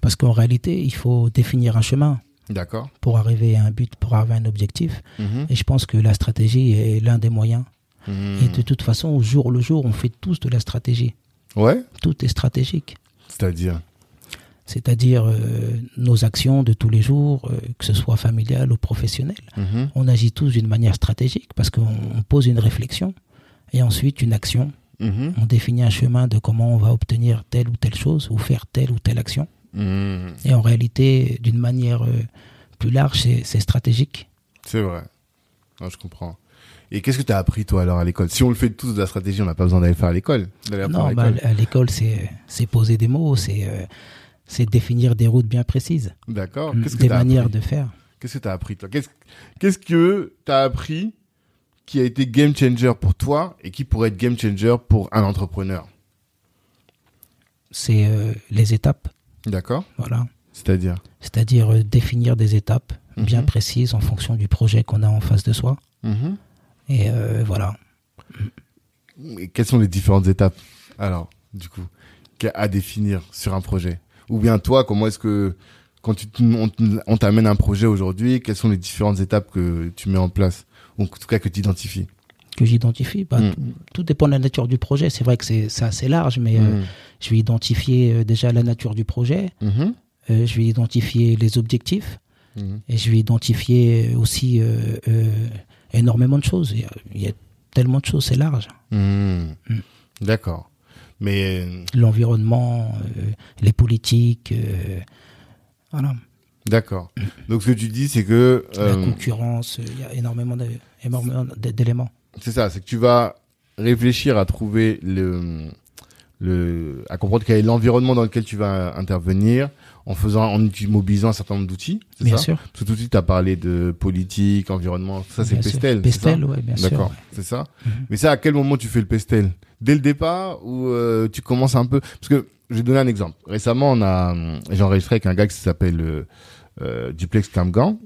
[SPEAKER 2] Parce qu'en réalité, il faut définir un chemin
[SPEAKER 1] D'accord
[SPEAKER 2] pour arriver à un but, pour arriver à un objectif.
[SPEAKER 1] Mhm.
[SPEAKER 2] Et je pense que la stratégie est l'un des moyens.
[SPEAKER 1] Mhm.
[SPEAKER 2] Et de toute façon, au jour le jour, on fait tous de la stratégie.
[SPEAKER 1] Ouais
[SPEAKER 2] Tout est stratégique.
[SPEAKER 1] C'est-à-dire
[SPEAKER 2] C'est-à-dire euh, nos actions de tous les jours, euh, que ce soit familial ou professionnel.
[SPEAKER 1] Mhm.
[SPEAKER 2] On agit tous d'une manière stratégique parce qu'on on pose une réflexion et ensuite une action.
[SPEAKER 1] Mhm.
[SPEAKER 2] On définit un chemin de comment on va obtenir telle ou telle chose ou faire telle ou telle action.
[SPEAKER 1] Mhm.
[SPEAKER 2] Et en réalité, d'une manière euh, plus large, c'est c'est stratégique.
[SPEAKER 1] C'est vrai. Non, je comprends. Et qu'est-ce que t'as appris, toi, alors, à l'école Si on le fait tous de la stratégie, on n'a pas besoin d'aller faire à l'école. d'aller apprendre à
[SPEAKER 2] Non, bah,
[SPEAKER 1] l'école.
[SPEAKER 2] à l'école, c'est c'est poser des mots, c'est euh, c'est définir des routes bien précises,
[SPEAKER 1] D'accord.
[SPEAKER 2] mm,
[SPEAKER 1] Qu'est-ce que
[SPEAKER 2] des
[SPEAKER 1] t'as
[SPEAKER 2] manières
[SPEAKER 1] appris
[SPEAKER 2] de faire.
[SPEAKER 1] Qu'est-ce que t'as appris, toi Qu'est-ce qu'est-ce que t'as appris qui a été game changer pour toi et qui pourrait être game changer pour un entrepreneur
[SPEAKER 2] C'est euh, les étapes,
[SPEAKER 1] D'accord
[SPEAKER 2] voilà.
[SPEAKER 1] C'est-à-dire
[SPEAKER 2] C'est-à-dire euh, définir des étapes bien
[SPEAKER 1] Mhm.
[SPEAKER 2] précises en fonction du projet qu'on a en face de soi.
[SPEAKER 1] Mhm.
[SPEAKER 2] Et euh, voilà.
[SPEAKER 1] Et quelles sont les différentes étapes alors du coup qu'à- à définir sur un projet ou bien toi comment est-ce que quand tu te- on te- on t'amène un projet aujourd'hui quelles sont les différentes étapes que tu mets en place ou en tout cas que tu identifies
[SPEAKER 2] Que j'identifie, bah,
[SPEAKER 1] Mm.
[SPEAKER 2] tout, tout dépend de la nature du projet. C'est vrai que c'est c'est assez large, mais euh,
[SPEAKER 1] Mhm.
[SPEAKER 2] je vais identifier euh, déjà la nature du projet,
[SPEAKER 1] Mhm.
[SPEAKER 2] euh, je vais identifier les objectifs,
[SPEAKER 1] Mhm.
[SPEAKER 2] Et je vais identifier aussi euh, euh, énormément de choses. Il y, a, il y a tellement de choses, c'est large.
[SPEAKER 1] Mhm.
[SPEAKER 2] Mm.
[SPEAKER 1] d'accord mais euh,
[SPEAKER 2] L'environnement, euh, les politiques, euh, voilà.
[SPEAKER 1] d'accord donc ce que tu dis c'est que
[SPEAKER 2] la
[SPEAKER 1] euh,
[SPEAKER 2] concurrence, euh, il y a énormément de- énormément d- d'éléments.
[SPEAKER 1] c'est ça c'est que tu vas réfléchir à trouver le le à comprendre quel est l'environnement dans lequel tu vas intervenir en faisant en mobilisant un certain nombre d'outils c'est
[SPEAKER 2] Bien
[SPEAKER 1] ça
[SPEAKER 2] sûr.
[SPEAKER 1] Parce que tout de suite, tu as parlé de politique, environnement, ça c'est
[SPEAKER 2] Bien sûr.
[SPEAKER 1] Pestel. c'est
[SPEAKER 2] Pestel,
[SPEAKER 1] ça
[SPEAKER 2] oui, bien sûr.
[SPEAKER 1] D'accord,
[SPEAKER 2] ouais. Mhm.
[SPEAKER 1] c'est ça. Mais ça, à quel moment tu fais le Pestel Dès le départ ou euh, tu commences un peu Parce que je vais donner un exemple. Récemment, on a hum, j'ai enregistré avec un gars qui s'appelle euh, euh, Duplex Kamgan.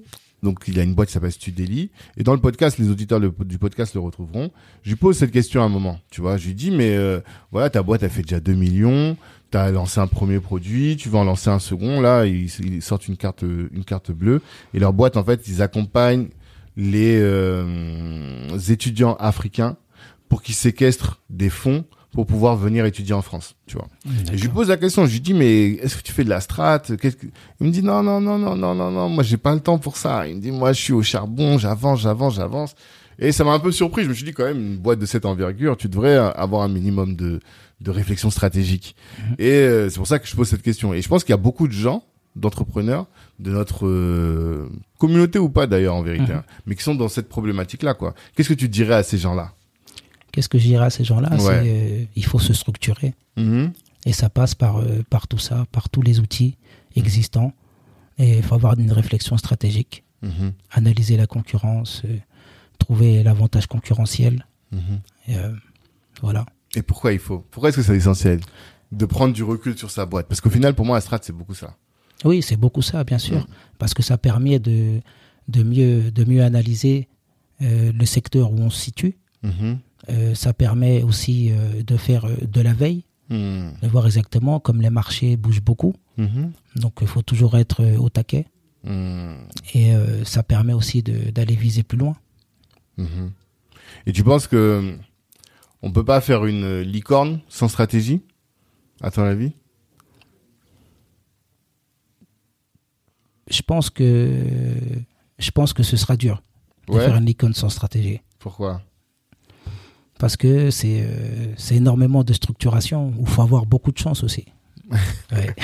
[SPEAKER 1] Donc, il a une boîte qui s'appelle Studeli. Et dans le podcast, les auditeurs le- du podcast le retrouveront. Je lui pose cette question à un moment. Tu vois, je lui dis, mais euh, voilà, ta boîte a fait déjà 2 millions. Tu as lancé un premier produit. Tu vas en lancer un second. Là, ils, ils sortent une carte, euh, une carte bleue. Et leur boîte, en fait, ils accompagnent les euh, étudiants africains pour qu'ils séquestrent des fonds pour pouvoir venir étudier en France, tu vois. Et je lui
[SPEAKER 2] D'accord.
[SPEAKER 1] pose la question, je lui dis mais est-ce que tu fais de la strat Qu'est-ce que- Il me dit non non non non non non non, moi j'ai pas le temps pour ça. Il me dit moi je suis au charbon, j'avance, j'avance, j'avance. Et ça m'a un peu surpris, je me suis dit quand même une boîte de cette envergure, tu devrais avoir un minimum de de réflexion stratégique. Et euh, c'est pour ça que je pose cette question. Et je pense qu'il y a beaucoup de gens d'entrepreneurs de notre euh, communauté ou pas d'ailleurs en vérité,
[SPEAKER 2] Mhm.
[SPEAKER 1] hein, mais qui sont dans cette problématique là quoi. Qu'est-ce que tu dirais à ces gens-là
[SPEAKER 2] Qu'est-ce que je dirais à ces gens-là
[SPEAKER 1] Ouais.
[SPEAKER 2] C'est, euh, Il faut se structurer.
[SPEAKER 1] Mhm.
[SPEAKER 2] Et ça passe par, euh, par tout ça, par tous les outils existants. Et il faut avoir une réflexion stratégique.
[SPEAKER 1] Mhm.
[SPEAKER 2] analyser la concurrence, euh, trouver l'avantage concurrentiel.
[SPEAKER 1] Mhm.
[SPEAKER 2] et, euh, voilà.
[SPEAKER 1] Et pourquoi il faut Pourquoi est-ce que c'est essentiel de prendre du recul sur sa boîte Parce qu'au final, pour moi, la strat, c'est beaucoup ça.
[SPEAKER 2] Oui, c'est beaucoup ça, bien sûr,
[SPEAKER 1] Mm.
[SPEAKER 2] parce que ça permet de, de, mieux, de mieux analyser euh, le secteur où on se situe.
[SPEAKER 1] Mhm.
[SPEAKER 2] Euh, ça permet aussi euh, de faire euh, de la veille,
[SPEAKER 1] Mhm.
[SPEAKER 2] de voir exactement comme les marchés bougent beaucoup.
[SPEAKER 1] Mhm.
[SPEAKER 2] Donc il faut toujours être euh, au taquet.
[SPEAKER 1] Mhm.
[SPEAKER 2] Et euh, ça permet aussi de- d'aller viser plus loin.
[SPEAKER 1] Mhm. Et tu penses que on peut pas faire une euh, licorne sans stratégie À ton avis
[SPEAKER 2] Je pense que, je pense que ce sera dur de
[SPEAKER 1] Ouais.
[SPEAKER 2] faire une icône sans stratégie.
[SPEAKER 1] Pourquoi
[SPEAKER 2] parce que c'est euh, c'est énormément de structuration où il faut avoir beaucoup de chance aussi. Ouais.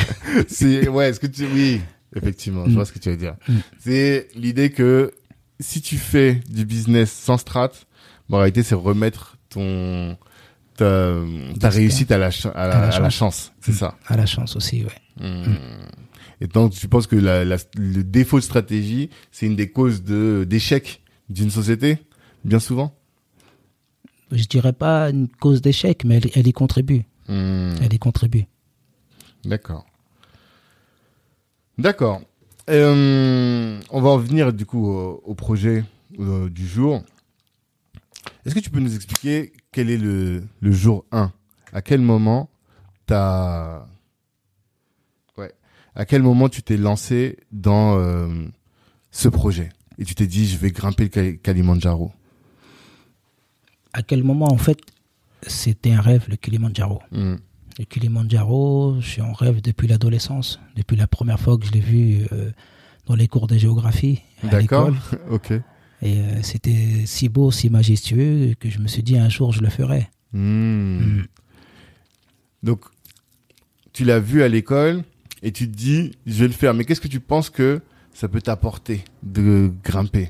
[SPEAKER 1] C'est ouais, est-ce que tu oui, effectivement, je
[SPEAKER 2] Mm.
[SPEAKER 1] vois ce que tu veux dire.
[SPEAKER 2] Mm.
[SPEAKER 1] C'est l'idée que si tu fais du business sans strat, bon, en réalité, c'est remettre ton ta, ta
[SPEAKER 2] Destin.
[SPEAKER 1] réussite à la ch- à la, à la chance, Mm. c'est ça.
[SPEAKER 2] À la chance aussi, ouais.
[SPEAKER 1] Hmm. Et donc, tu penses que la, la- le défaut de stratégie, c'est une des causes de d'échec d'une société, bien souvent.
[SPEAKER 2] Je dirais pas une cause d'échec, mais elle, elle y contribue.
[SPEAKER 1] Hmm.
[SPEAKER 2] Elle y contribue.
[SPEAKER 1] D'accord. D'accord. Euh, on va en venir du coup au, au projet euh, du jour. Est-ce que tu peux nous expliquer quel est le, le jour 1 À quel moment t'as... Ouais. À quel moment tu t'es lancé dans euh, ce projet Et tu t'es dit, je vais grimper le Kal- Kalimandjaro.
[SPEAKER 2] À quel moment, en fait, c'était un rêve, le Kilimanjaro
[SPEAKER 1] Hmm.
[SPEAKER 2] Le Kilimanjaro, je suis en rêve depuis l'adolescence, depuis la première fois que je l'ai vu euh, dans les cours de géographie à
[SPEAKER 1] D'accord
[SPEAKER 2] l'école.
[SPEAKER 1] Ok.
[SPEAKER 2] Et euh, c'était si beau, si majestueux que je me suis dit un jour je le ferai.
[SPEAKER 1] Hmm.
[SPEAKER 2] Mm.
[SPEAKER 1] Donc, tu l'as vu à l'école et tu te dis, je vais le faire. Mais qu'est-ce que tu penses que ça peut t'apporter de grimper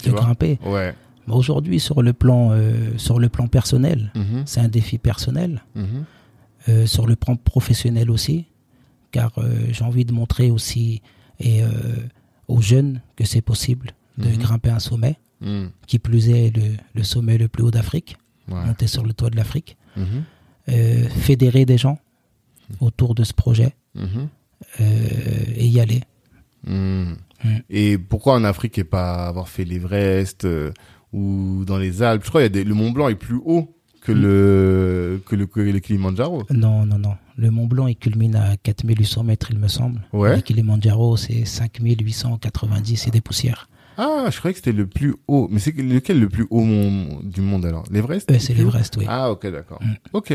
[SPEAKER 1] Tu
[SPEAKER 2] De
[SPEAKER 1] vois
[SPEAKER 2] grimper.
[SPEAKER 1] Ouais.
[SPEAKER 2] Mais aujourd'hui, sur le plan, euh, sur le plan personnel,
[SPEAKER 1] Mhm,
[SPEAKER 2] c'est un défi personnel.
[SPEAKER 1] mhm,
[SPEAKER 2] Euh, sur le plan professionnel aussi, car euh, j'ai envie de montrer aussi et, euh, aux jeunes que c'est possible de
[SPEAKER 1] Mhm.
[SPEAKER 2] grimper un sommet,
[SPEAKER 1] mhm,
[SPEAKER 2] qui plus est le, le sommet le plus haut d'Afrique,
[SPEAKER 1] ouais,
[SPEAKER 2] monter sur le toit de l'Afrique,
[SPEAKER 1] mhm,
[SPEAKER 2] Euh, fédérer des gens autour de ce projet
[SPEAKER 1] mhm,
[SPEAKER 2] euh, et y aller.
[SPEAKER 1] mhm.
[SPEAKER 2] Mm.
[SPEAKER 1] Et pourquoi en Afrique et pas avoir fait l'Everest euh, ou dans les Alpes Je crois qu'il y a des- le Mont Blanc est plus haut
[SPEAKER 2] Mm.
[SPEAKER 1] que le que le, que le Kilimanjaro.
[SPEAKER 2] Non, non, non. Le Mont Blanc, il culmine à 4800 mètres, il me semble.
[SPEAKER 1] Ouais.
[SPEAKER 2] Le Kilimanjaro, c'est 5890 et des poussières.
[SPEAKER 1] Ah, je croyais que c'était le plus haut. Mais c'est lequel le plus haut mont- du monde alors L'Everest
[SPEAKER 2] Euh, c'est l'Everest, oui.
[SPEAKER 1] Ah, ok, d'accord.
[SPEAKER 2] Mm.
[SPEAKER 1] Ok.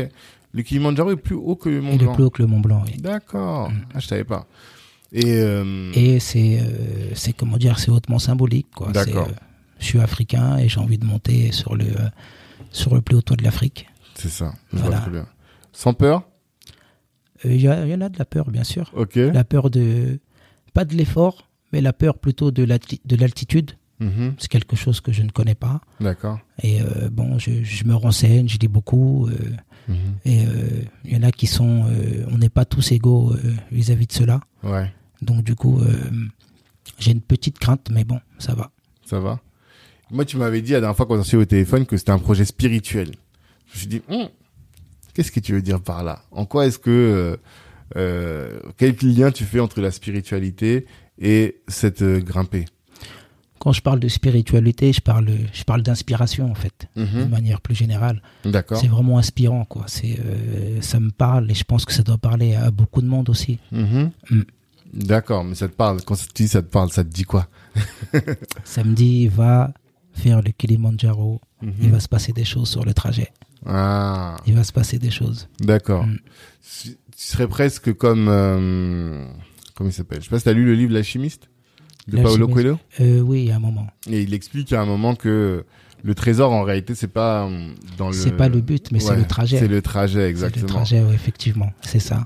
[SPEAKER 1] Le Kilimanjaro est plus haut que le Mont
[SPEAKER 2] Il est
[SPEAKER 1] Blanc.
[SPEAKER 2] plus haut que le Mont Blanc, oui.
[SPEAKER 1] D'accord. Ah, je savais pas. Et, euh,
[SPEAKER 2] Et c'est, euh, c'est comment dire, c'est hautement symbolique, quoi. C'est,
[SPEAKER 1] D'accord.
[SPEAKER 2] euh, je suis africain et j'ai envie de monter sur le, euh, sur le plus haut toit de l'Afrique.
[SPEAKER 1] c'est ça. Je
[SPEAKER 2] Voilà.
[SPEAKER 1] vois très bien. Sans peur
[SPEAKER 2] Euh, Il y, a- il y en a de la peur, bien sûr.
[SPEAKER 1] Ok.
[SPEAKER 2] La peur de, pas de l'effort, mais la peur plutôt de l'alti- de l'altitude.
[SPEAKER 1] Mhm.
[SPEAKER 2] C'est quelque chose que je ne connais pas.
[SPEAKER 1] D'accord.
[SPEAKER 2] Et euh, bon, je, je me renseigne, je lis beaucoup. euh,
[SPEAKER 1] Mhm.
[SPEAKER 2] Et euh, il y en a qui sont. euh, on n'est pas tous égaux euh, vis-à-vis de cela.
[SPEAKER 1] Ouais,
[SPEAKER 2] Donc, du coup, euh, j'ai une petite crainte, mais bon, ça va.
[SPEAKER 1] ça va. Moi, tu m'avais dit la dernière fois qu'on s'est eu au téléphone que c'était un projet spirituel. Je me suis dit, Hum, qu'est-ce que tu veux dire par là En quoi est-ce que... euh, euh, quel lien tu fais entre la spiritualité et cette euh, grimpée
[SPEAKER 2] Quand je parle de spiritualité, je parle, je parle d'inspiration, en fait, de
[SPEAKER 1] Mhm.
[SPEAKER 2] manière plus générale.
[SPEAKER 1] D'accord.
[SPEAKER 2] C'est vraiment inspirant, quoi. C'est, euh, ça me parle et je pense que ça doit parler à beaucoup de monde aussi.
[SPEAKER 1] Mhm.
[SPEAKER 2] Mm.
[SPEAKER 1] D'accord, mais ça te parle. Quand tu dis ça te parle, ça te dit quoi
[SPEAKER 2] Ça me dit, va faire le Kilimanjaro. Il
[SPEAKER 1] Mhm.
[SPEAKER 2] va se passer des choses sur le trajet.
[SPEAKER 1] Ah,
[SPEAKER 2] Il va se passer des choses.
[SPEAKER 1] d'accord.
[SPEAKER 2] Mm.
[SPEAKER 1] Tu tu serais presque comme... euh, comment il s'appelle Je sais pas si t'as lu le livre L'Alchimiste de Paolo
[SPEAKER 2] L'Alchimiste.
[SPEAKER 1] Coelho.
[SPEAKER 2] Euh, oui, à un moment.
[SPEAKER 1] Et il explique à un moment que le trésor, en réalité, c'est pas euh, dans le...
[SPEAKER 2] C'est pas le but, mais c'est
[SPEAKER 1] Ouais,
[SPEAKER 2] le trajet.
[SPEAKER 1] C'est le trajet,
[SPEAKER 2] C'est
[SPEAKER 1] exactement.
[SPEAKER 2] le trajet, oui, effectivement. C'est ça.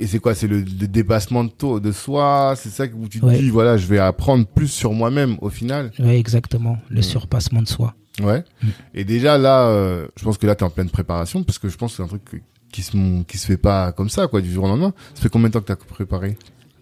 [SPEAKER 1] Et c'est quoi C'est le, le dépassement de, taux, de soi C'est ça que- où tu te
[SPEAKER 2] Ouais.
[SPEAKER 1] dis, voilà, je vais apprendre plus sur moi-même, au final
[SPEAKER 2] Oui, exactement.
[SPEAKER 1] Mm.
[SPEAKER 2] Le surpassement de soi.
[SPEAKER 1] Ouais.
[SPEAKER 2] Mm.
[SPEAKER 1] Et déjà là, euh, je pense que là t'es en pleine préparation parce que je pense que c'est un truc que- qui se mon- qui se fait pas comme ça quoi du jour au lendemain. Ça fait combien de temps que t'as préparé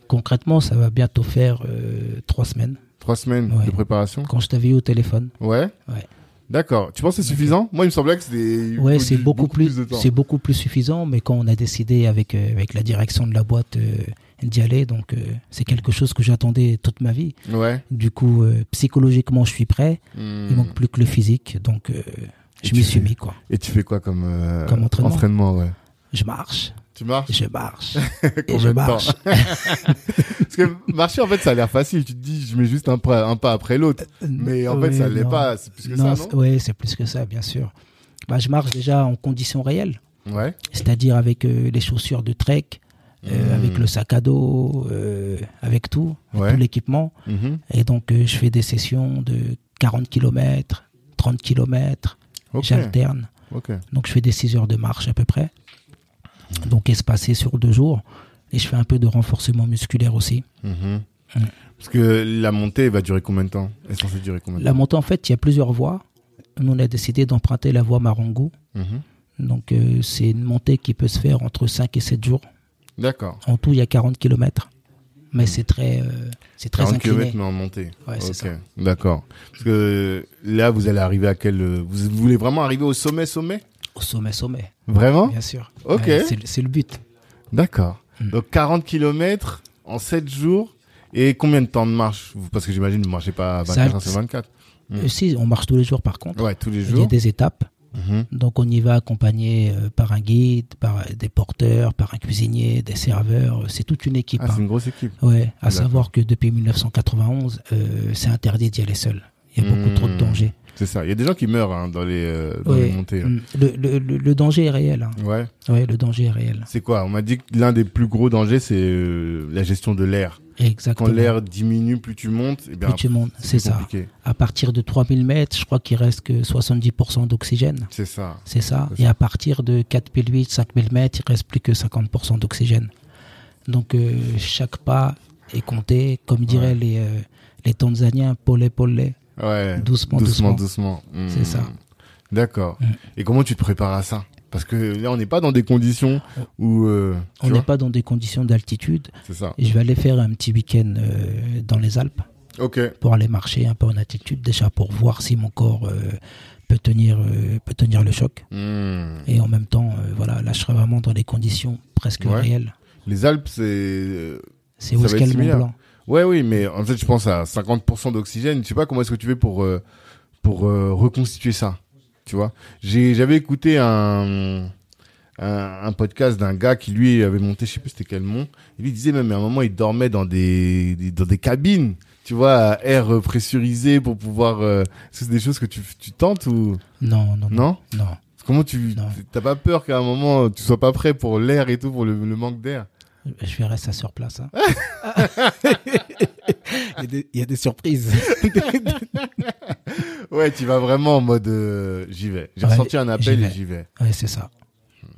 [SPEAKER 2] Concrètement, ça va bientôt faire euh, trois semaines.
[SPEAKER 1] Trois semaines
[SPEAKER 2] Ouais.
[SPEAKER 1] de préparation.
[SPEAKER 2] Quand je t'avais eu au téléphone.
[SPEAKER 1] Ouais.
[SPEAKER 2] Ouais.
[SPEAKER 1] D'accord. Tu penses que c'est suffisant Moi, il me semblait que c'était
[SPEAKER 2] Ouais,
[SPEAKER 1] il
[SPEAKER 2] c'est
[SPEAKER 1] faut
[SPEAKER 2] beaucoup, plus,
[SPEAKER 1] de temps.
[SPEAKER 2] c'est beaucoup plus suffisant. Mais quand on a décidé avec euh, avec la direction de la boîte euh, d'y aller, donc euh, c'est quelque chose que j'attendais toute ma vie.
[SPEAKER 1] Ouais.
[SPEAKER 2] Du coup, euh, psychologiquement, je suis prêt.
[SPEAKER 1] Hmm.
[SPEAKER 2] Il manque plus que le physique, donc euh,
[SPEAKER 1] Et
[SPEAKER 2] je
[SPEAKER 1] tu
[SPEAKER 2] m'y suis
[SPEAKER 1] fais-
[SPEAKER 2] mis quoi.
[SPEAKER 1] Et tu fais quoi comme euh,
[SPEAKER 2] Comme entraînement
[SPEAKER 1] ouais.
[SPEAKER 2] Je marche,
[SPEAKER 1] Tu marches
[SPEAKER 2] je marche et je
[SPEAKER 1] Combien de temps
[SPEAKER 2] marche.
[SPEAKER 1] Parce que marcher en fait ça a l'air facile. Tu te dis je mets juste un, pas- un pas après l'autre. Mais en fait
[SPEAKER 2] Ouais,
[SPEAKER 1] ça l'est
[SPEAKER 2] non.
[SPEAKER 1] pas. C'est plus que
[SPEAKER 2] Non,
[SPEAKER 1] ça
[SPEAKER 2] c'est- ouais, c'est plus que ça, bien sûr. Bah, je marche déjà en conditions réelles.
[SPEAKER 1] non Ouais.
[SPEAKER 2] c'est-à-dire avec euh, les chaussures de trek, euh,
[SPEAKER 1] Mm.
[SPEAKER 2] avec le sac à dos, euh, avec tout, avec
[SPEAKER 1] Ouais.
[SPEAKER 2] tout l'équipement.
[SPEAKER 1] Mhm.
[SPEAKER 2] Et donc, euh, je fais des sessions de 40 km, 30 km,
[SPEAKER 1] Ok.
[SPEAKER 2] j'alterne.
[SPEAKER 1] Ok.
[SPEAKER 2] Donc, je fais des 6 heures de marche à peu près, donc espacées sur deux jours. Et je fais un peu de renforcement musculaire aussi.
[SPEAKER 1] Mhm.
[SPEAKER 2] Mm.
[SPEAKER 1] Parce que la montée va durer combien de temps Elle est censée durer combien de
[SPEAKER 2] La montée, en fait, il y a plusieurs voies. Nous, on a décidé d'emprunter la voie Marangou.
[SPEAKER 1] temps Mhm.
[SPEAKER 2] Donc, euh, c'est une montée qui peut se faire entre 5 et 7 jours.
[SPEAKER 1] D'accord.
[SPEAKER 2] En tout, il y a 40 km. Mais c'est très, euh, c'est très
[SPEAKER 1] 40
[SPEAKER 2] incliné.
[SPEAKER 1] km mais en montée.
[SPEAKER 2] Ouais, c'est
[SPEAKER 1] Ok.
[SPEAKER 2] ça.
[SPEAKER 1] D'accord. Parce que là, vous allez arriver à quel euh, Vous voulez vraiment arriver au sommet, sommet
[SPEAKER 2] Au sommet, sommet,
[SPEAKER 1] Vraiment
[SPEAKER 2] bien sûr.
[SPEAKER 1] Ah,
[SPEAKER 2] Euh,
[SPEAKER 1] Ok.
[SPEAKER 2] Ouais, c'est le- c'est le but.
[SPEAKER 1] D'accord.
[SPEAKER 2] Mm.
[SPEAKER 1] Donc 40 km en 7 jours Et combien de temps de marche Vous- Parce que j'imagine, vous ne marchez pas
[SPEAKER 2] Ça-
[SPEAKER 1] 24 heures sur 24. Mm.
[SPEAKER 2] Euh, Si, on marche tous les jours par contre.
[SPEAKER 1] Ouais, tous les
[SPEAKER 2] Il y a
[SPEAKER 1] jours.
[SPEAKER 2] des étapes.
[SPEAKER 1] Mhm.
[SPEAKER 2] Donc on y va accompagné euh, par un guide, par euh, des porteurs, par un cuisinier, des serveurs. euh, C'est toute une équipe.
[SPEAKER 1] Ah,
[SPEAKER 2] hein.
[SPEAKER 1] c'est une grosse équipe.
[SPEAKER 2] Ouais, à
[SPEAKER 1] D'accord.
[SPEAKER 2] savoir que depuis 1991, euh, c'est interdit d'y aller seul. Il y a beaucoup
[SPEAKER 1] Mm.
[SPEAKER 2] trop de dangers.
[SPEAKER 1] C'est ça. Il y a des gens qui meurent hein, dans, les, euh, dans
[SPEAKER 2] Ouais.
[SPEAKER 1] les montées. là.
[SPEAKER 2] Mm. Le, le- le- le danger est réel. hein.
[SPEAKER 1] Ouais.
[SPEAKER 2] Ouais, le danger est réel.
[SPEAKER 1] C'est quoi On m'a dit que l'un des plus gros dangers, c'est euh, la gestion de l'air. Quand
[SPEAKER 2] Exactement.
[SPEAKER 1] l'air diminue, plus tu montes, et bien,
[SPEAKER 2] Plus tu montes, c'est
[SPEAKER 1] plus
[SPEAKER 2] ça.
[SPEAKER 1] compliqué.
[SPEAKER 2] À partir de 3000 mètres, je crois qu'il reste que 70% d'oxygène.
[SPEAKER 1] C'est ça.
[SPEAKER 2] C'est ça.
[SPEAKER 1] C'est
[SPEAKER 2] Et à partir de 4008, 5000 mètres, il reste plus que 50% d'oxygène. Donc euh, chaque pas est compté, comme diraient les, euh, les Tanzaniens, polé polé.
[SPEAKER 1] Ouais.
[SPEAKER 2] Doucement,
[SPEAKER 1] doucement.
[SPEAKER 2] doucement.
[SPEAKER 1] doucement. Hmm.
[SPEAKER 2] C'est ça. Hmm.
[SPEAKER 1] D'accord. Et comment tu te prépares à ça Parce que là, on n'est pas dans des conditions où. euh, tu
[SPEAKER 2] On n'est
[SPEAKER 1] vois
[SPEAKER 2] pas dans des conditions d'altitude.
[SPEAKER 1] C'est ça.
[SPEAKER 2] Je vais aller faire un petit week-end euh, dans les Alpes
[SPEAKER 1] Ok.
[SPEAKER 2] pour aller marcher un peu en altitude, déjà pour voir si mon corps euh, peut, tenir, euh, peut tenir le choc.
[SPEAKER 1] Hmm.
[SPEAKER 2] Et en même temps, euh, voilà, là je serai vraiment dans des conditions presque
[SPEAKER 1] Ouais.
[SPEAKER 2] réelles.
[SPEAKER 1] Les Alpes, c'est. euh,
[SPEAKER 2] C'est
[SPEAKER 1] Ça
[SPEAKER 2] où
[SPEAKER 1] va
[SPEAKER 2] est-ce
[SPEAKER 1] être
[SPEAKER 2] qu'est le Mont
[SPEAKER 1] similaire.
[SPEAKER 2] Blanc
[SPEAKER 1] Ouais, oui, mais en fait, je pense à 50% d'oxygène. Je sais pas comment est-ce que tu fais pour euh, pour euh, reconstituer ça. Tu vois, j'ai j'avais écouté un, un un podcast d'un gars qui lui avait monté, je sais plus c'était quel mont. Il lui disait même à un moment, il dormait dans des des- dans des cabines. Tu vois, à air euh, pressurisé pour pouvoir. euh, Est-ce que c'est des choses que tu tu tentes ou
[SPEAKER 2] Non, non, non.
[SPEAKER 1] non
[SPEAKER 2] non.
[SPEAKER 1] Comment tu
[SPEAKER 2] Non.
[SPEAKER 1] t'as pas peur qu'à un moment tu sois pas prêt pour l'air et tout pour le, le manque d'air
[SPEAKER 2] Je verrai ça sur place. hein. il, y a des, il y a des surprises.
[SPEAKER 1] Ouais, tu vas vraiment en mode euh, j'y vais. J'ai
[SPEAKER 2] Ouais,
[SPEAKER 1] ressenti un
[SPEAKER 2] j'y
[SPEAKER 1] appel et
[SPEAKER 2] vais.
[SPEAKER 1] j'y vais.
[SPEAKER 2] Ouais, c'est ça.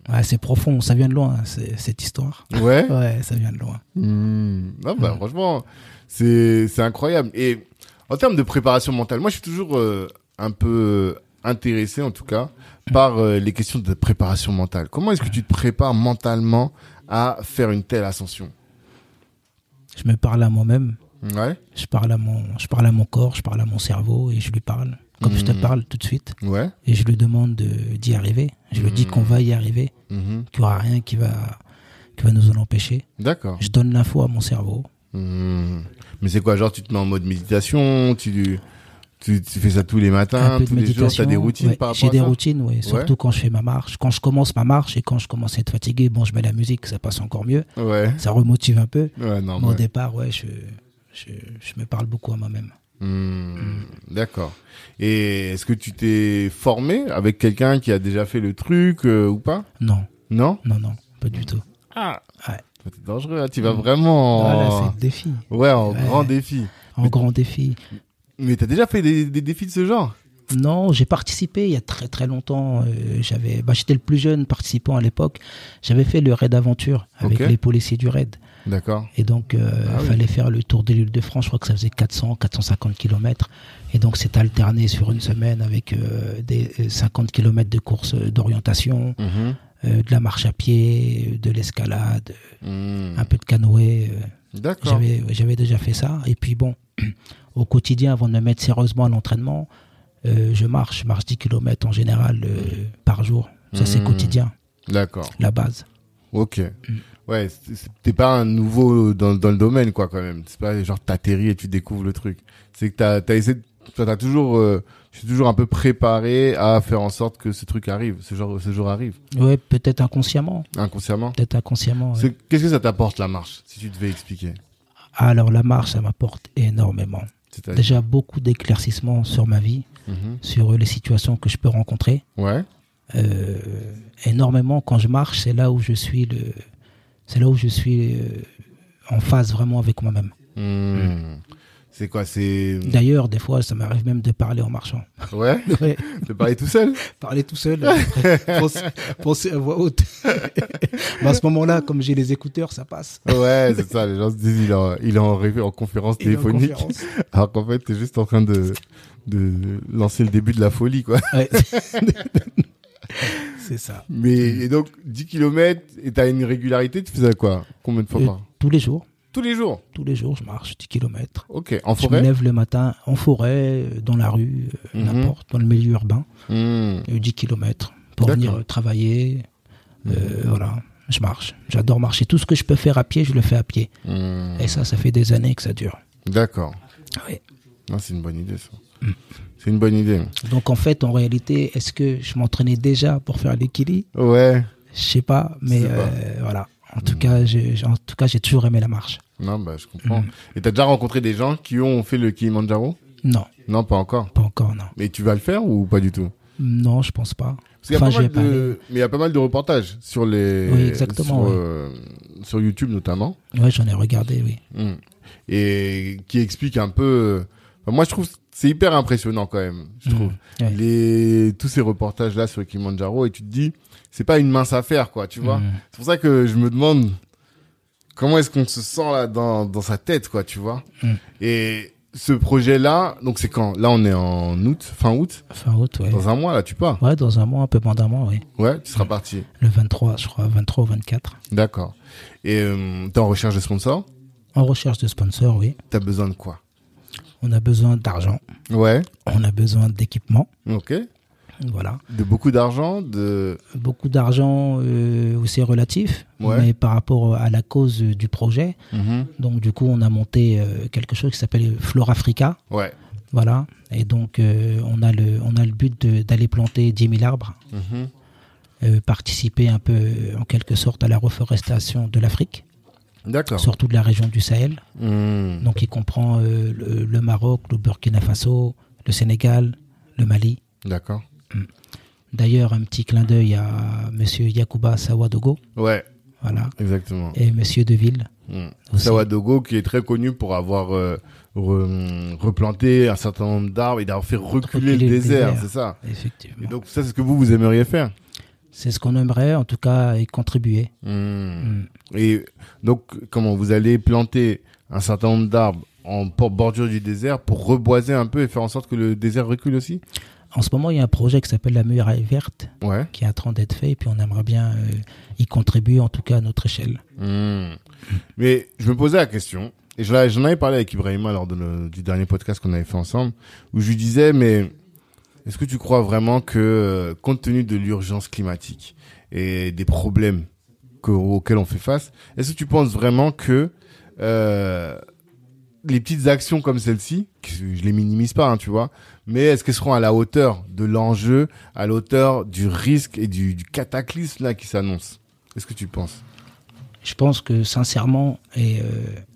[SPEAKER 2] Ouais, c'est profond, ça vient de loin, hein, c'est- cette histoire.
[SPEAKER 1] Ouais.
[SPEAKER 2] Ouais, ça vient de loin. Hmm.
[SPEAKER 1] Mmh. Non, bah, franchement, c'est, c'est incroyable. Et en termes de préparation mentale, moi, je suis toujours euh, un peu euh, intéressé, en tout cas, par euh, les questions de préparation mentale. Comment est-ce que tu te prépares mentalement à faire une telle ascension
[SPEAKER 2] Je me parle à moi-même,
[SPEAKER 1] Ouais,
[SPEAKER 2] je parle à mon, je parle à mon corps, je parle à mon cerveau et je lui parle. Comme je te
[SPEAKER 1] Mhm.
[SPEAKER 2] parle tout de suite
[SPEAKER 1] ouais.
[SPEAKER 2] et je lui demande de- d'y arriver. Je lui
[SPEAKER 1] Hmm.
[SPEAKER 2] dis qu'on va y arriver,
[SPEAKER 1] Mhm.
[SPEAKER 2] qu'il n'y aura rien qui va, qui va nous en empêcher.
[SPEAKER 1] D'accord.
[SPEAKER 2] Je donne l'info à mon cerveau.
[SPEAKER 1] Mmh. Mais c'est quoi, genre, tu te mets en mode méditation, tu, tu, tu fais ça tous les matins, tous les jours, t'as des routines
[SPEAKER 2] ouais.
[SPEAKER 1] par rapport
[SPEAKER 2] J'ai
[SPEAKER 1] à
[SPEAKER 2] des
[SPEAKER 1] ça
[SPEAKER 2] routines, oui. Surtout quand je fais ma marche. Quand je commence ma marche et quand je commence à être fatigué, bon, je mets la musique, ça passe encore mieux.
[SPEAKER 1] Ouais.
[SPEAKER 2] Ça remotive un peu.
[SPEAKER 1] Ouais, non,
[SPEAKER 2] Mais au
[SPEAKER 1] ouais.
[SPEAKER 2] départ, ouais, je, je, je me parle beaucoup à moi-même.
[SPEAKER 1] Hmm, D'accord. Et est-ce que tu t'es formé avec quelqu'un qui a déjà fait le truc euh, ou pas
[SPEAKER 2] Non,
[SPEAKER 1] Non
[SPEAKER 2] non, non, pas du tout.
[SPEAKER 1] Ah
[SPEAKER 2] Ouais.
[SPEAKER 1] C'est dangereux, là. tu vas vraiment
[SPEAKER 2] Ah, là,
[SPEAKER 1] en...
[SPEAKER 2] c'est le défi.
[SPEAKER 1] ouais, en
[SPEAKER 2] Ouais.
[SPEAKER 1] grand défi.
[SPEAKER 2] En grand défi.
[SPEAKER 1] Mais t'as déjà fait des, des défis de ce genre
[SPEAKER 2] Non, j'ai participé il y a très très longtemps. euh, j'avais, bah, j'étais le plus jeune participant à l'époque. J'avais fait le raid aventure avec
[SPEAKER 1] Ok.
[SPEAKER 2] les policiers du raid.
[SPEAKER 1] D'accord.
[SPEAKER 2] Et donc, euh,
[SPEAKER 1] Ah oui.
[SPEAKER 2] fallait faire le tour de l'île de France. Je crois que ça faisait 400, 450 km. Et donc, c'est alterné sur une semaine avec euh, des euh, 50 km de course euh, d'orientation,
[SPEAKER 1] Mhm.
[SPEAKER 2] euh, de la marche à pied, euh, de l'escalade, euh,
[SPEAKER 1] Hmm,
[SPEAKER 2] un peu de canoë. euh.
[SPEAKER 1] D'accord.
[SPEAKER 2] J'avais, j'avais déjà fait ça. Et puis, bon, au quotidien, avant de me mettre sérieusement à l'entraînement, euh, je marche. Je marche 10 km en général euh, par jour. Ça, c'est
[SPEAKER 1] Mhm.
[SPEAKER 2] quotidien,
[SPEAKER 1] D'accord.
[SPEAKER 2] la base.
[SPEAKER 1] Ok. Ouais, c'est- c'est- t'es pas un nouveau dans, dans le domaine, quoi, quand même. C'est pas genre t'atterris et tu découvres le truc. C'est que t'as as essayé, de- toi, t'as toujours, euh, je suis toujours un peu préparé à faire en sorte que ce truc arrive, ce genre, ce jour arrive,
[SPEAKER 2] Ouais, peut-être inconsciemment.
[SPEAKER 1] inconsciemment.
[SPEAKER 2] Peut-être inconsciemment. ouais.
[SPEAKER 1] C'est- Qu'est-ce que ça t'apporte la marche, si tu devais expliquer
[SPEAKER 2] Ah, Alors la marche, ça m'apporte énormément.
[SPEAKER 1] C'est-à-dire-
[SPEAKER 2] Déjà beaucoup d'éclaircissements sur ma vie,
[SPEAKER 1] Mhm.
[SPEAKER 2] sur les situations que je peux rencontrer.
[SPEAKER 1] Ouais.
[SPEAKER 2] Euh, énormément quand je marche, c'est là où je suis le, c'est là où je suis euh, en phase vraiment avec moi-même.
[SPEAKER 1] Hmm. C'est quoi C'est
[SPEAKER 2] D'ailleurs, des fois, ça m'arrive même de parler en marchant.
[SPEAKER 1] ouais. De parler tout seul.
[SPEAKER 2] Parler tout seul, penser, à voix haute. à ce moment-là, comme j'ai les écouteurs, ça passe.
[SPEAKER 1] Ouais, c'est ça. Les gens se disent il est en, il est en, ré- en conférence téléphonique, alors qu'en fait t'es juste en train de de lancer le début de la folie, quoi.
[SPEAKER 2] c'est ça.
[SPEAKER 1] Mais et donc 10 km et t'as une régularité, tu faisais quoi Combien de fois
[SPEAKER 2] Euh,
[SPEAKER 1] par
[SPEAKER 2] tous les jours,
[SPEAKER 1] Tous les jours.
[SPEAKER 2] tous les jours, je marche 10 kilomètres.
[SPEAKER 1] Ok. En
[SPEAKER 2] Je me
[SPEAKER 1] forêt.
[SPEAKER 2] lève le matin en forêt, euh, dans la rue, euh,
[SPEAKER 1] Mhm.
[SPEAKER 2] n'importe, dans le milieu urbain,
[SPEAKER 1] Hmm.
[SPEAKER 2] euh, 10 km pour
[SPEAKER 1] D'accord. Mhm.
[SPEAKER 2] venir euh, travailler. euh, voilà. je marche. J'adore marcher. Tout ce que je peux faire à pied, je le fais à pied.
[SPEAKER 1] Hmm.
[SPEAKER 2] Et ça, ça fait des années que ça dure.
[SPEAKER 1] D'accord.
[SPEAKER 2] Ouais.
[SPEAKER 1] Non, c'est une bonne idée, ça.
[SPEAKER 2] Mmh.
[SPEAKER 1] C'est une bonne idée.
[SPEAKER 2] Donc en fait, en réalité, est-ce que je m'entraînais déjà pour faire l'équilibre
[SPEAKER 1] Ouais.
[SPEAKER 2] Je sais pas, mais
[SPEAKER 1] Je sais pas. Mhm.
[SPEAKER 2] euh, voilà. En tout cas, j'ai j'ai- en tout cas, j'ai toujours aimé la marche.
[SPEAKER 1] Non, bah, je comprends.
[SPEAKER 2] Mmh.
[SPEAKER 1] Et t'as déjà rencontré des gens qui ont fait le Kilimanjaro
[SPEAKER 2] Non,
[SPEAKER 1] Non, pas encore.
[SPEAKER 2] pas encore, non.
[SPEAKER 1] Mais tu vas le faire ou pas du tout
[SPEAKER 2] Non, je pense pas.
[SPEAKER 1] Parce qu'il y a
[SPEAKER 2] Enfin,
[SPEAKER 1] pas mal
[SPEAKER 2] j'y ai
[SPEAKER 1] de... Mais il y a pas mal de reportages sur les...
[SPEAKER 2] Oui, exactement,
[SPEAKER 1] Sur,
[SPEAKER 2] oui.
[SPEAKER 1] euh, sur YouTube, notamment.
[SPEAKER 2] Ouais, j'en ai regardé, oui.
[SPEAKER 1] Hmm. Et qui explique un peu... Enfin, moi, je trouve... C'est hyper impressionnant, quand même, je trouve.
[SPEAKER 2] Ouais.
[SPEAKER 1] les tous ces reportages là sur le Kilimanjaro et tu te dis c'est pas une mince affaire quoi tu vois
[SPEAKER 2] Mhm.
[SPEAKER 1] c'est pour ça que je me demande comment est-ce qu'on se sent là dans dans sa tête quoi tu vois
[SPEAKER 2] Mhm.
[SPEAKER 1] et ce projet là donc c'est quand là on est en août fin août
[SPEAKER 2] Fin août, ouais.
[SPEAKER 1] dans un mois là tu pars
[SPEAKER 2] Ouais, dans un mois, un peu moins d'un mois, oui.
[SPEAKER 1] ouais tu seras parti
[SPEAKER 2] Le 23, je crois, 23 ou 24.
[SPEAKER 1] d'accord et euh, t'es en recherche de sponsors
[SPEAKER 2] En recherche de sponsors, oui.
[SPEAKER 1] t'as besoin de quoi
[SPEAKER 2] On a besoin d'argent,
[SPEAKER 1] ouais
[SPEAKER 2] on a besoin d'équipement,
[SPEAKER 1] ok
[SPEAKER 2] voilà.
[SPEAKER 1] de beaucoup d'argent de
[SPEAKER 2] Beaucoup d'argent, euh, c'est relatif,
[SPEAKER 1] Ouais.
[SPEAKER 2] mais par rapport à la cause euh, du projet.
[SPEAKER 1] Mhm.
[SPEAKER 2] Donc du coup, on a monté euh, quelque chose qui s'appelle Flora Africa,
[SPEAKER 1] ouais
[SPEAKER 2] voilà. Et donc, euh, on, a le, on a le but de- d'aller planter 10 000 arbres,
[SPEAKER 1] Mhm.
[SPEAKER 2] euh, participer un peu, euh, en quelque sorte, à la reforestation de l'Afrique,
[SPEAKER 1] d'accord
[SPEAKER 2] surtout de la région du Sahel.
[SPEAKER 1] Mhm.
[SPEAKER 2] Donc, il comprend euh, le, le Maroc, le Burkina Faso, le Sénégal, le Mali.
[SPEAKER 1] d'accord
[SPEAKER 2] D'ailleurs, un petit clin d'œil à Monsieur Yakuba Sawadogo,
[SPEAKER 1] ouais
[SPEAKER 2] voilà,
[SPEAKER 1] exactement
[SPEAKER 2] et Monsieur Deville.
[SPEAKER 1] Mm.
[SPEAKER 2] Aussi.
[SPEAKER 1] Sawadogo qui est très connu pour avoir euh, re- replanté un certain nombre d'arbres et d'avoir fait reculer,
[SPEAKER 2] Reculer
[SPEAKER 1] le
[SPEAKER 2] le
[SPEAKER 1] désert,
[SPEAKER 2] désert.
[SPEAKER 1] c'est ça. Et
[SPEAKER 2] Effectivement.
[SPEAKER 1] donc ça c'est ce que vous vous aimeriez faire.
[SPEAKER 2] C'est ce qu'on aimerait, en tout cas, y contribuer.
[SPEAKER 1] Mm.
[SPEAKER 2] Mm.
[SPEAKER 1] Et donc comment vous allez planter un certain nombre d'arbres en por- bordure du désert pour reboiser un peu et faire en sorte que le désert recule aussi
[SPEAKER 2] En ce moment, il y a un projet qui s'appelle la Muraille Verte,
[SPEAKER 1] Ouais.
[SPEAKER 2] qui est en train d'être fait et puis on aimerait bien euh, y contribuer en tout cas à notre échelle.
[SPEAKER 1] Mm. Mais je me posais la question, et je l'avais- j'en avais parlé avec Ibrahima lors de le- du dernier podcast qu'on avait fait ensemble, où je lui disais, mais est-ce que tu crois vraiment que, euh, compte tenu de l'urgence climatique et des problèmes que- auxquels on fait face, est-ce que tu penses vraiment que euh, les petites actions comme celle-ci, que je les minimise pas, hein, tu vois, mais est-ce qu'elles seront à la hauteur de l'enjeu, à la hauteur du risque et du, du cataclysme là qui s'annonce Est-ce que tu penses
[SPEAKER 2] Je pense que sincèrement, et euh,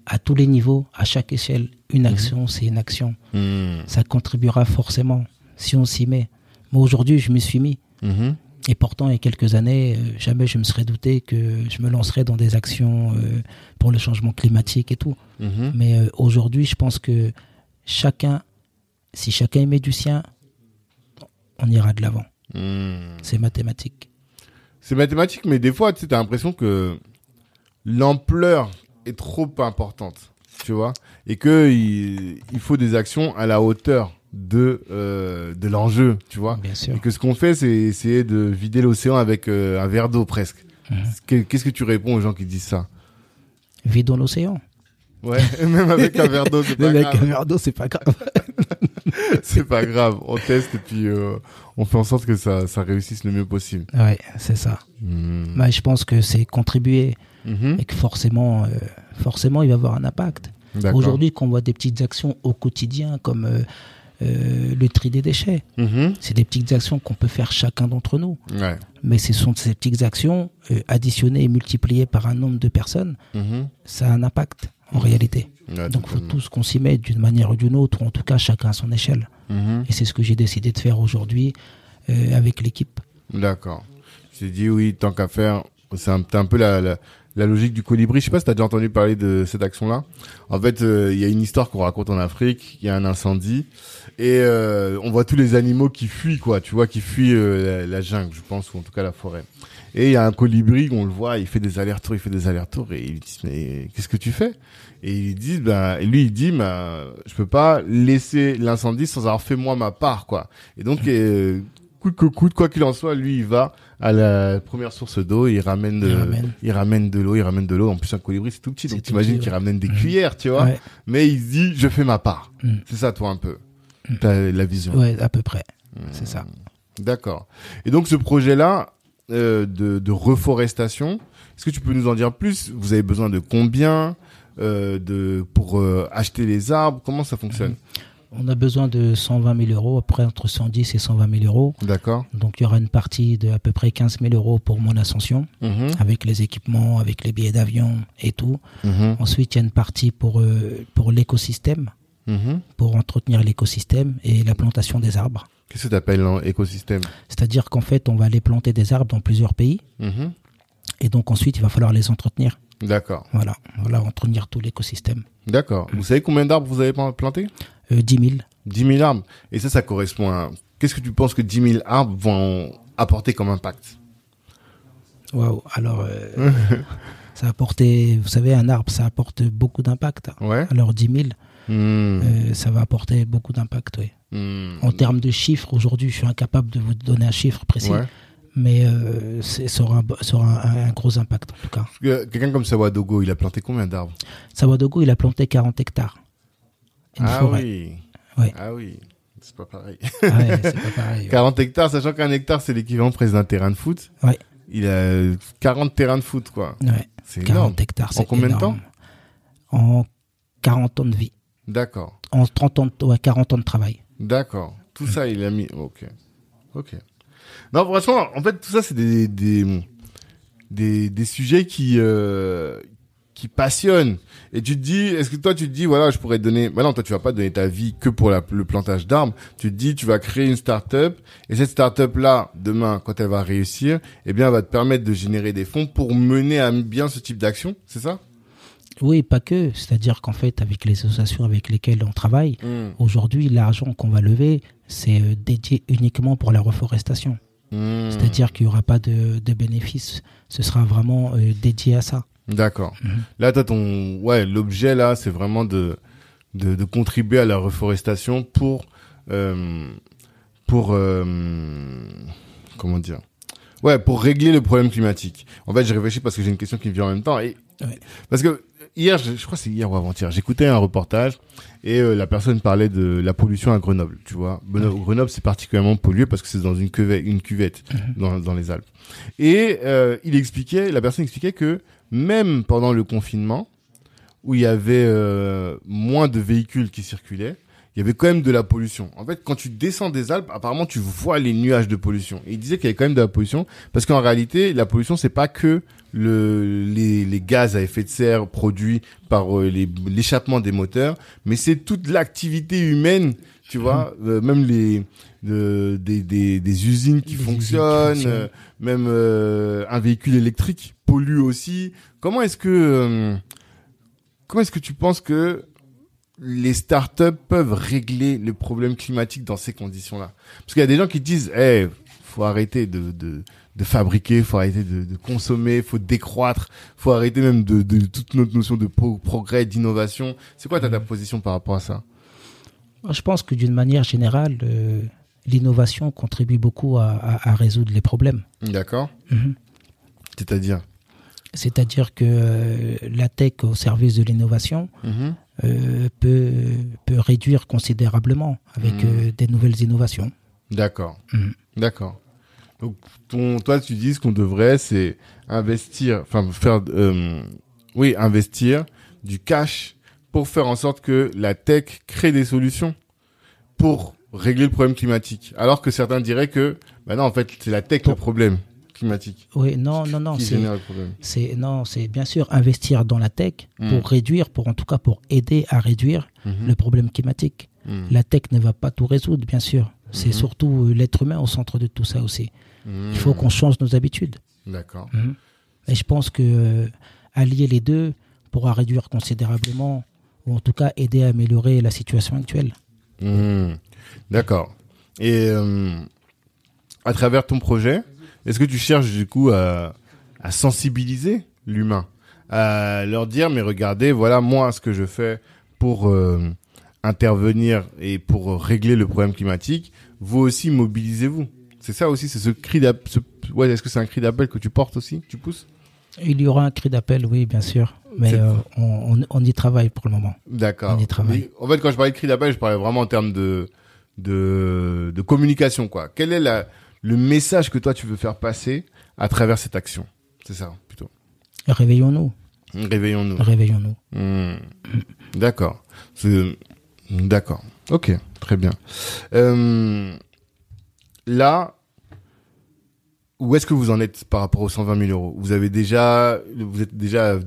[SPEAKER 2] à tous les niveaux, à chaque échelle, une
[SPEAKER 1] Mhm.
[SPEAKER 2] action, c'est une action.
[SPEAKER 1] Hmm.
[SPEAKER 2] Ça contribuera forcément si on s'y met. Moi aujourd'hui, je m'y suis mis.
[SPEAKER 1] Mhm.
[SPEAKER 2] Et pourtant, il y a quelques années, euh, jamais je me serais douté que je me lancerais dans des actions euh, pour le changement climatique et tout.
[SPEAKER 1] Mhm.
[SPEAKER 2] Mais euh, aujourd'hui, je pense que chacun, si chacun y met du sien, on ira de l'avant.
[SPEAKER 1] Mhm.
[SPEAKER 2] C'est mathématique.
[SPEAKER 1] C'est mathématique, mais des fois, tu as l'impression que l'ampleur est trop importante, tu vois, et que il, il faut des actions à la hauteur de euh, de l'enjeu, tu vois,
[SPEAKER 2] Bien
[SPEAKER 1] et
[SPEAKER 2] sûr.
[SPEAKER 1] que ce qu'on fait, c'est essayer de vider l'océan avec euh, un verre d'eau presque.
[SPEAKER 2] Mhm.
[SPEAKER 1] Que- Qu'est-ce que tu réponds aux gens qui disent ça
[SPEAKER 2] Vide dans l'océan.
[SPEAKER 1] Ouais, même avec un verre d'eau, c'est pas
[SPEAKER 2] Avec
[SPEAKER 1] grave.
[SPEAKER 2] un verre d'eau, c'est pas grave.
[SPEAKER 1] C'est pas grave. On teste et puis euh, on fait en sorte que ça ça réussisse le mieux possible.
[SPEAKER 2] Ouais, c'est ça.
[SPEAKER 1] Mhm.
[SPEAKER 2] Bah, je pense que c'est contribuer
[SPEAKER 1] Mhm.
[SPEAKER 2] et que forcément, euh, forcément, il va y avoir un impact.
[SPEAKER 1] D'accord.
[SPEAKER 2] Aujourd'hui, qu'on voit des petites actions au quotidien comme euh, euh, le tri des déchets,
[SPEAKER 1] Mhm.
[SPEAKER 2] c'est des petites actions qu'on peut faire chacun d'entre nous.
[SPEAKER 1] Ouais.
[SPEAKER 2] Mais ce sont ces petites actions euh, additionnées et multipliées par un nombre de personnes,
[SPEAKER 1] Mhm.
[SPEAKER 2] ça a un impact en réalité.
[SPEAKER 1] Ouais,
[SPEAKER 2] Donc, faut
[SPEAKER 1] totalement.
[SPEAKER 2] tous qu'on s'y mette d'une manière ou d'une autre, ou en tout cas chacun à son échelle.
[SPEAKER 1] Mhm.
[SPEAKER 2] Et c'est ce que j'ai décidé de faire aujourd'hui euh, avec l'équipe.
[SPEAKER 1] D'accord. J'ai dit oui, tant qu'à faire, c'est un, t'as un peu la, la, la logique du colibri. Je sais pas si t'as déjà entendu parler de cette action-là. En fait, euh, il y a une histoire qu'on raconte en Afrique. Il y a un incendie et euh, on voit tous les animaux qui fuient, quoi. Tu vois, qui fuient euh, la, la jungle, je pense, ou en tout cas la forêt. Et il y a un colibri, on le voit, il fait des allers-retours, il fait des allers-retours et il dit mais qu'est-ce que tu fais Et il dit ben lui il dit ben je peux pas laisser l'incendie sans avoir fait moi ma part, quoi. Et donc euh, coûte que coûte, quoi qu'il en soit, lui, il va à la première source d'eau, il ramène, de,
[SPEAKER 2] Il ramène.
[SPEAKER 1] il ramène de l'eau, il ramène de l'eau. En plus, un colibri, c'est tout petit, donc
[SPEAKER 2] C'est tout
[SPEAKER 1] t'imagines
[SPEAKER 2] petit,
[SPEAKER 1] qu'il ramène des cuillères, tu vois.
[SPEAKER 2] Ouais.
[SPEAKER 1] Mais il se dit, je fais ma part.
[SPEAKER 2] Mm.
[SPEAKER 1] C'est ça, toi, un peu. T'as la vision.
[SPEAKER 2] Ouais, à peu près. C'est ça.
[SPEAKER 1] D'accord. Et donc, ce projet-là, euh, de, de reforestation. Est-ce que tu peux nous en dire plus Vous avez besoin de combien euh, de pour euh, acheter les arbres Comment ça fonctionne
[SPEAKER 2] On a besoin de 120 000 euros, après entre 110 et 120 000 euros.
[SPEAKER 1] D'accord.
[SPEAKER 2] Donc il y aura une partie de à peu près 15 000 euros pour mon ascension,
[SPEAKER 1] Mhm.
[SPEAKER 2] avec les équipements, avec les billets d'avion et tout.
[SPEAKER 1] Mhm.
[SPEAKER 2] Ensuite, il y a une partie pour, euh, pour l'écosystème,
[SPEAKER 1] Mhm.
[SPEAKER 2] pour entretenir l'écosystème et la plantation des arbres.
[SPEAKER 1] Qu'est-ce que tu appelles écosystème
[SPEAKER 2] C'est-à-dire qu'en fait, on va aller planter des arbres dans plusieurs pays,
[SPEAKER 1] Mhm.
[SPEAKER 2] et donc ensuite, il va falloir les entretenir.
[SPEAKER 1] D'accord.
[SPEAKER 2] Voilà, voilà entretenir tout l'écosystème.
[SPEAKER 1] D'accord. Vous savez combien d'arbres vous avez plan- planté
[SPEAKER 2] Euh, 10 000.
[SPEAKER 1] 10 000 arbres. Et ça, ça correspond à... Qu'est-ce que tu penses que 10 000 arbres vont apporter comme impact
[SPEAKER 2] Waouh, alors euh, ça a apporté, vous savez, un arbre, ça apporte beaucoup d'impact.
[SPEAKER 1] Ouais.
[SPEAKER 2] Alors 10 000,
[SPEAKER 1] Hmm.
[SPEAKER 2] euh, ça va apporter beaucoup d'impact, oui.
[SPEAKER 1] Hmm.
[SPEAKER 2] En termes de chiffres, aujourd'hui, je suis incapable de vous donner un chiffre précis,
[SPEAKER 1] Ouais.
[SPEAKER 2] mais euh, c'est- ça aura, un, ça aura un- un gros impact, en tout cas.
[SPEAKER 1] Parce que Quelqu'un comme Sawadogo, il a planté combien d'arbres
[SPEAKER 2] Sawadogo, il a planté 40 hectares. Une
[SPEAKER 1] Ah
[SPEAKER 2] forêt.
[SPEAKER 1] oui.
[SPEAKER 2] Ouais.
[SPEAKER 1] Ah oui. C'est pas pareil.
[SPEAKER 2] Ah ouais, c'est pas pareil.
[SPEAKER 1] 40 hectares, sachant qu'un hectare, c'est l'équivalent presque d'un terrain de foot.
[SPEAKER 2] Ouais.
[SPEAKER 1] Il a 40 terrains de foot, quoi.
[SPEAKER 2] Ouais,
[SPEAKER 1] C'est
[SPEAKER 2] 40
[SPEAKER 1] énorme.
[SPEAKER 2] hectares, c'est
[SPEAKER 1] combien de
[SPEAKER 2] énorme. En 40 ans de vie.
[SPEAKER 1] D'accord.
[SPEAKER 2] En 30 ans de, ouais, 40 ans de travail.
[SPEAKER 1] D'accord. Tout ça, il a mis. Ok. Ok. Non, franchement, en fait, tout ça, c'est des, des, des, des sujets qui, euh, qui passionnent. Et tu te dis, est-ce que toi, tu te dis, voilà, je pourrais te donner. Bah non, toi, tu vas pas donner ta vie que pour la- le plantage d'arbres. Tu te dis, tu vas créer une start-up. Et cette start-up-là, demain, quand elle va réussir, eh bien, elle va te permettre de générer des fonds pour mener à bien ce type d'action. C'est ça?
[SPEAKER 2] Oui, pas que. C'est-à-dire qu'en fait, avec les associations avec lesquelles on travaille,
[SPEAKER 1] Mmh.
[SPEAKER 2] Aujourd'hui, l'argent qu'on va lever, c'est euh, dédié uniquement pour la reforestation.
[SPEAKER 1] Mmh.
[SPEAKER 2] C'est-à-dire qu'il n'y aura pas de, de bénéfices. Ce sera vraiment euh, dédié à ça.
[SPEAKER 1] D'accord. Là, toi, ton ouais, l'objet là, c'est vraiment de, de de contribuer à la reforestation pour euh, pour euh, comment dire. Ouais, pour régler le problème climatique. En fait, je réfléchis parce que j'ai une question qui me vient en même temps. Et
[SPEAKER 2] Ouais.
[SPEAKER 1] parce que hier, je, je crois que c'est hier ou avant-hier, j'écoutais un reportage et euh, la personne parlait de la pollution à Grenoble. Tu vois, Beno- Grenoble, c'est particulièrement pollué parce que c'est dans une cuvette, une cuvette dans, dans les Alpes. Et euh, il expliquait, la personne expliquait que même pendant le confinement, où il y avait euh, moins de véhicules qui circulaient, il y avait quand même de la pollution. En fait, quand tu descends des Alpes, apparemment, tu vois les nuages de pollution. Et il disait qu'il y avait quand même de la pollution, parce qu'en réalité, la pollution, c'est pas que le, les, les gaz à effet de serre produits par euh, les- l'échappement des moteurs, mais c'est toute l'activité humaine, tu vois, euh, même les de- des, des, des usines qui
[SPEAKER 2] Des usines qui
[SPEAKER 1] fonctionnent,
[SPEAKER 2] fonctionnent.
[SPEAKER 1] euh, même euh, un véhicule électrique pollue aussi. Comment est-ce que euh, comment est-ce que tu penses que les startups peuvent régler le problème climatique dans ces conditions-là Parce qu'il y a des gens qui disent, eh, faut arrêter de, de, de fabriquer, faut arrêter de, de consommer, faut décroître, faut arrêter même de, de toute notre notion de pro- progrès, d'innovation. C'est quoi ta, ta position par rapport à ça
[SPEAKER 2] Moi, Je pense que d'une manière générale, euh, l'innovation contribue beaucoup à, à- à résoudre les problèmes.
[SPEAKER 1] D'accord
[SPEAKER 2] Mhm.
[SPEAKER 1] C'est-à-dire
[SPEAKER 2] C'est-à-dire que euh, la tech au service de l'innovation
[SPEAKER 1] Mhm.
[SPEAKER 2] euh, peut, peut réduire considérablement avec
[SPEAKER 1] Mhm.
[SPEAKER 2] euh, des nouvelles innovations.
[SPEAKER 1] D'accord.
[SPEAKER 2] Mhm.
[SPEAKER 1] D'accord. Donc, ton, toi, tu dis ce qu'on devrait, c'est investir, enfin, faire, euh, oui, investir du cash pour faire en sorte que la tech crée des solutions pour régler le problème climatique. Alors que certains diraient que, bah non, en fait, c'est la tech le
[SPEAKER 2] Pour-
[SPEAKER 1] problème climatique
[SPEAKER 2] Oui, non, non, non.
[SPEAKER 1] qui
[SPEAKER 2] c'est-
[SPEAKER 1] génère le problème.
[SPEAKER 2] C'est non, c'est bien sûr investir dans la tech
[SPEAKER 1] Mm.
[SPEAKER 2] pour réduire, pour en tout cas pour aider à réduire
[SPEAKER 1] Mhm.
[SPEAKER 2] le problème climatique.
[SPEAKER 1] Mhm.
[SPEAKER 2] La tech ne va pas tout résoudre, bien sûr. C'est
[SPEAKER 1] Hmm.
[SPEAKER 2] surtout euh, l'être humain au centre de tout ça aussi.
[SPEAKER 1] Mhm.
[SPEAKER 2] Il faut qu'on change nos habitudes.
[SPEAKER 1] D'accord.
[SPEAKER 2] Mhm. Et je pense que euh, allier les deux pourra réduire considérablement, ou en tout cas aider à améliorer la situation actuelle.
[SPEAKER 1] Hmm, D'accord. Et euh, à travers ton projet, est-ce que tu cherches du coup à, à sensibiliser l'humain, à leur dire mais regardez, voilà moi ce que je fais pour euh, intervenir et pour euh, régler le problème climatique. Vous aussi mobilisez-vous. C'est ça aussi, c'est ce cri d'appel. Ouais, est-ce que c'est un cri d'appel que tu portes aussi, tu pousses
[SPEAKER 2] Il y aura un cri d'appel, oui, bien sûr, mais
[SPEAKER 1] C'est-
[SPEAKER 2] euh, on, on- on y travaille pour le moment.
[SPEAKER 1] D'accord.
[SPEAKER 2] On y travaille.
[SPEAKER 1] Mais En fait, quand je parlais de cri d'appel, je parlais vraiment en termes de, de, de communication, quoi. Quel est la, le message que toi tu veux faire passer à travers cette action. C'est ça, plutôt.
[SPEAKER 2] Réveillons-nous.
[SPEAKER 1] Réveillons-nous.
[SPEAKER 2] Réveillons-nous.
[SPEAKER 1] Hmm. D'accord. C'est- D'accord. Ok, très bien. Euh, là, où est-ce que vous en êtes par rapport aux 120 000 euros Vous avez déjà, vous êtes déjà à 10%,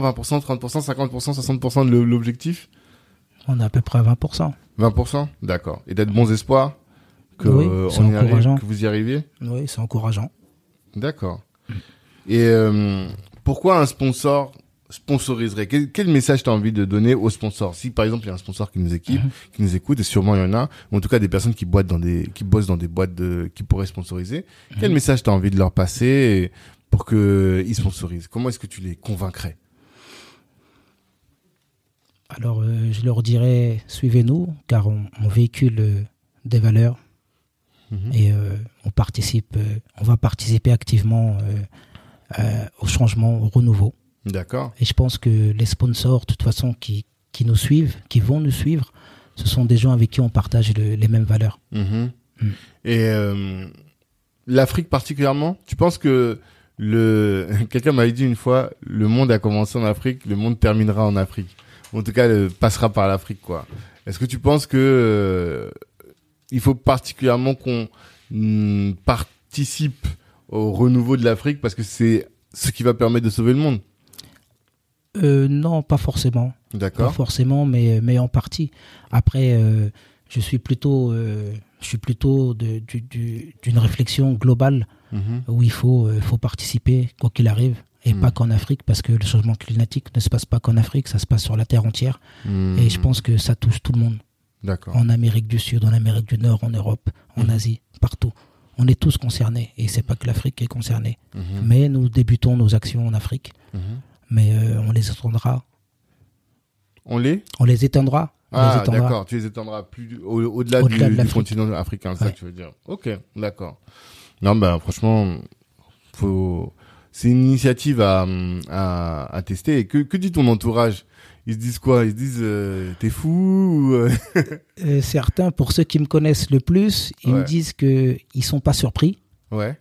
[SPEAKER 1] 20%, 30%, 50%, 60% de le- l'objectif
[SPEAKER 2] On est à peu près à 20%.
[SPEAKER 1] 20% D'accord. Et d'être bons espoirs que,
[SPEAKER 2] Oui,
[SPEAKER 1] euh,
[SPEAKER 2] c'est
[SPEAKER 1] on y arrive,
[SPEAKER 2] encourageant.
[SPEAKER 1] que vous y arriviez
[SPEAKER 2] Oui, c'est encourageant.
[SPEAKER 1] D'accord. Et euh, pourquoi un sponsor sponsoriserait quel, quel message tu as envie de donner aux sponsors Si par exemple il y a un sponsor qui nous équipe,
[SPEAKER 2] Uh-huh.
[SPEAKER 1] qui nous écoute, et sûrement il y en a, ou en tout cas des personnes qui, boitent dans des, qui bossent dans des boîtes de, qui pourraient sponsoriser,
[SPEAKER 2] Uh-huh.
[SPEAKER 1] quel message tu as envie de leur passer pour que ils sponsorisent Comment est-ce que tu les convaincrais
[SPEAKER 2] Alors, euh, je leur dirais, suivez-nous, car on, on véhicule euh, des valeurs
[SPEAKER 1] Mhm.
[SPEAKER 2] et euh, on participe, euh, on va participer activement euh, euh, au changement, au renouveau.
[SPEAKER 1] D'accord.
[SPEAKER 2] Et je pense que les sponsors, de toute façon, qui, qui nous suivent, qui vont nous suivre, ce sont des gens avec qui on partage le- les mêmes valeurs.
[SPEAKER 1] Mhm.
[SPEAKER 2] Mm.
[SPEAKER 1] Et euh, l'Afrique particulièrement, tu penses que le quelqu'un m'avait dit une fois, le monde a commencé en Afrique, le monde terminera en Afrique. En tout cas, le- passera par l'Afrique, quoi. Est-ce que tu penses que euh, il faut particulièrement qu'on mm, participe au renouveau de l'Afrique parce que c'est ce qui va permettre de sauver le monde,
[SPEAKER 2] Euh, non, pas forcément. Pas
[SPEAKER 1] d'accord
[SPEAKER 2] forcément, mais, mais en partie. Après, euh, je suis plutôt, euh, je suis plutôt de- du- du- d'une réflexion globale
[SPEAKER 1] Mhm.
[SPEAKER 2] où il faut, euh, faut participer, quoi qu'il arrive, et
[SPEAKER 1] Mm.
[SPEAKER 2] pas qu'en Afrique, parce que le changement climatique ne se passe pas qu'en Afrique, ça se passe sur la Terre entière.
[SPEAKER 1] Mhm.
[SPEAKER 2] Et je pense que ça touche tout le monde,
[SPEAKER 1] Mm-hmm. D'accord.
[SPEAKER 2] en Amérique du Sud, en Amérique du Nord, en Europe,
[SPEAKER 1] Mm.
[SPEAKER 2] en Asie, partout. On est tous concernés, et c'est pas que l'Afrique qui est concernée.
[SPEAKER 1] Mhm.
[SPEAKER 2] Mais nous débutons nos actions en Afrique,
[SPEAKER 1] Mhm.
[SPEAKER 2] mais euh, on les étendra.
[SPEAKER 1] On l'est
[SPEAKER 2] On les étendra. On les
[SPEAKER 1] Ah,
[SPEAKER 2] étendra.
[SPEAKER 1] d'accord, tu les étendras plus au- au-delà
[SPEAKER 2] Au-delà de
[SPEAKER 1] du, du
[SPEAKER 2] l'Afrique.
[SPEAKER 1] continent africain, c'est ça
[SPEAKER 2] Ouais.
[SPEAKER 1] que tu veux dire. Ok, d'accord. Non, bah franchement, faut... c'est une initiative à, à, à tester. Et que, que dit ton entourage Ils se disent quoi Ils se disent euh, t'es fou ou, euh,
[SPEAKER 2] Euh, certains, pour ceux qui me connaissent le plus, ils
[SPEAKER 1] Ouais.
[SPEAKER 2] me disent qu'ils ne sont pas surpris.
[SPEAKER 1] Ouais.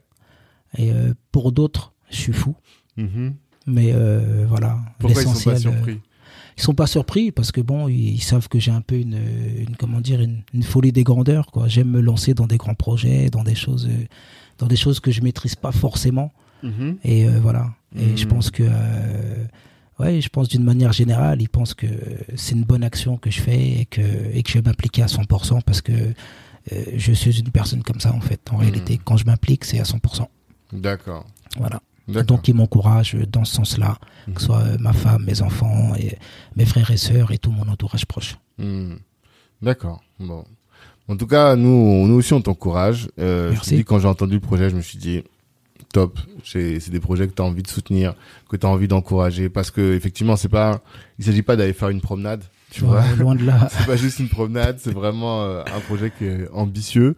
[SPEAKER 2] Et euh, pour d'autres, je suis fou.
[SPEAKER 1] Mhm.
[SPEAKER 2] Mais euh, voilà,
[SPEAKER 1] Pourquoi ils sont pas
[SPEAKER 2] l'essentiel, euh,
[SPEAKER 1] surpris
[SPEAKER 2] ils sont pas surpris parce que bon, ils, ils savent que j'ai un peu une, une- comment dire, une, une folie des grandeurs. Quoi. J'aime me lancer dans des grands projets, dans des choses, euh, dans des choses que je maîtrise pas forcément.
[SPEAKER 1] Mhm.
[SPEAKER 2] Et euh, voilà. Et je
[SPEAKER 1] Mm.
[SPEAKER 2] pense que, euh, ouais, je pense d'une manière générale, ils pensent que c'est une bonne action que je fais et que, et que je vais m'appliquer à 100% parce que euh, je suis une personne comme ça en fait. En réalité, quand je m'applique, c'est à 100%.
[SPEAKER 1] D'accord.
[SPEAKER 2] Voilà.
[SPEAKER 1] D'accord. Mhm.
[SPEAKER 2] Donc ils m'encouragent dans ce sens-là, que ce soit euh, ma femme, mes enfants, et mes frères et sœurs et tout mon entourage proche.
[SPEAKER 1] Hmm. D'accord. Bon. En tout cas, nous, nous aussi, on t'encourage. Euh, je te
[SPEAKER 2] Merci.
[SPEAKER 1] dis, quand j'ai entendu le projet, je me suis dit, top. C'est c'est des projets que tu as envie de soutenir, que tu as envie d'encourager. Parce que, effectivement, c'est pas, il s'agit pas d'aller faire une promenade. Tu vois?
[SPEAKER 2] Ouais, loin de là.
[SPEAKER 1] c'est pas juste une promenade, c'est vraiment euh, un projet qui est ambitieux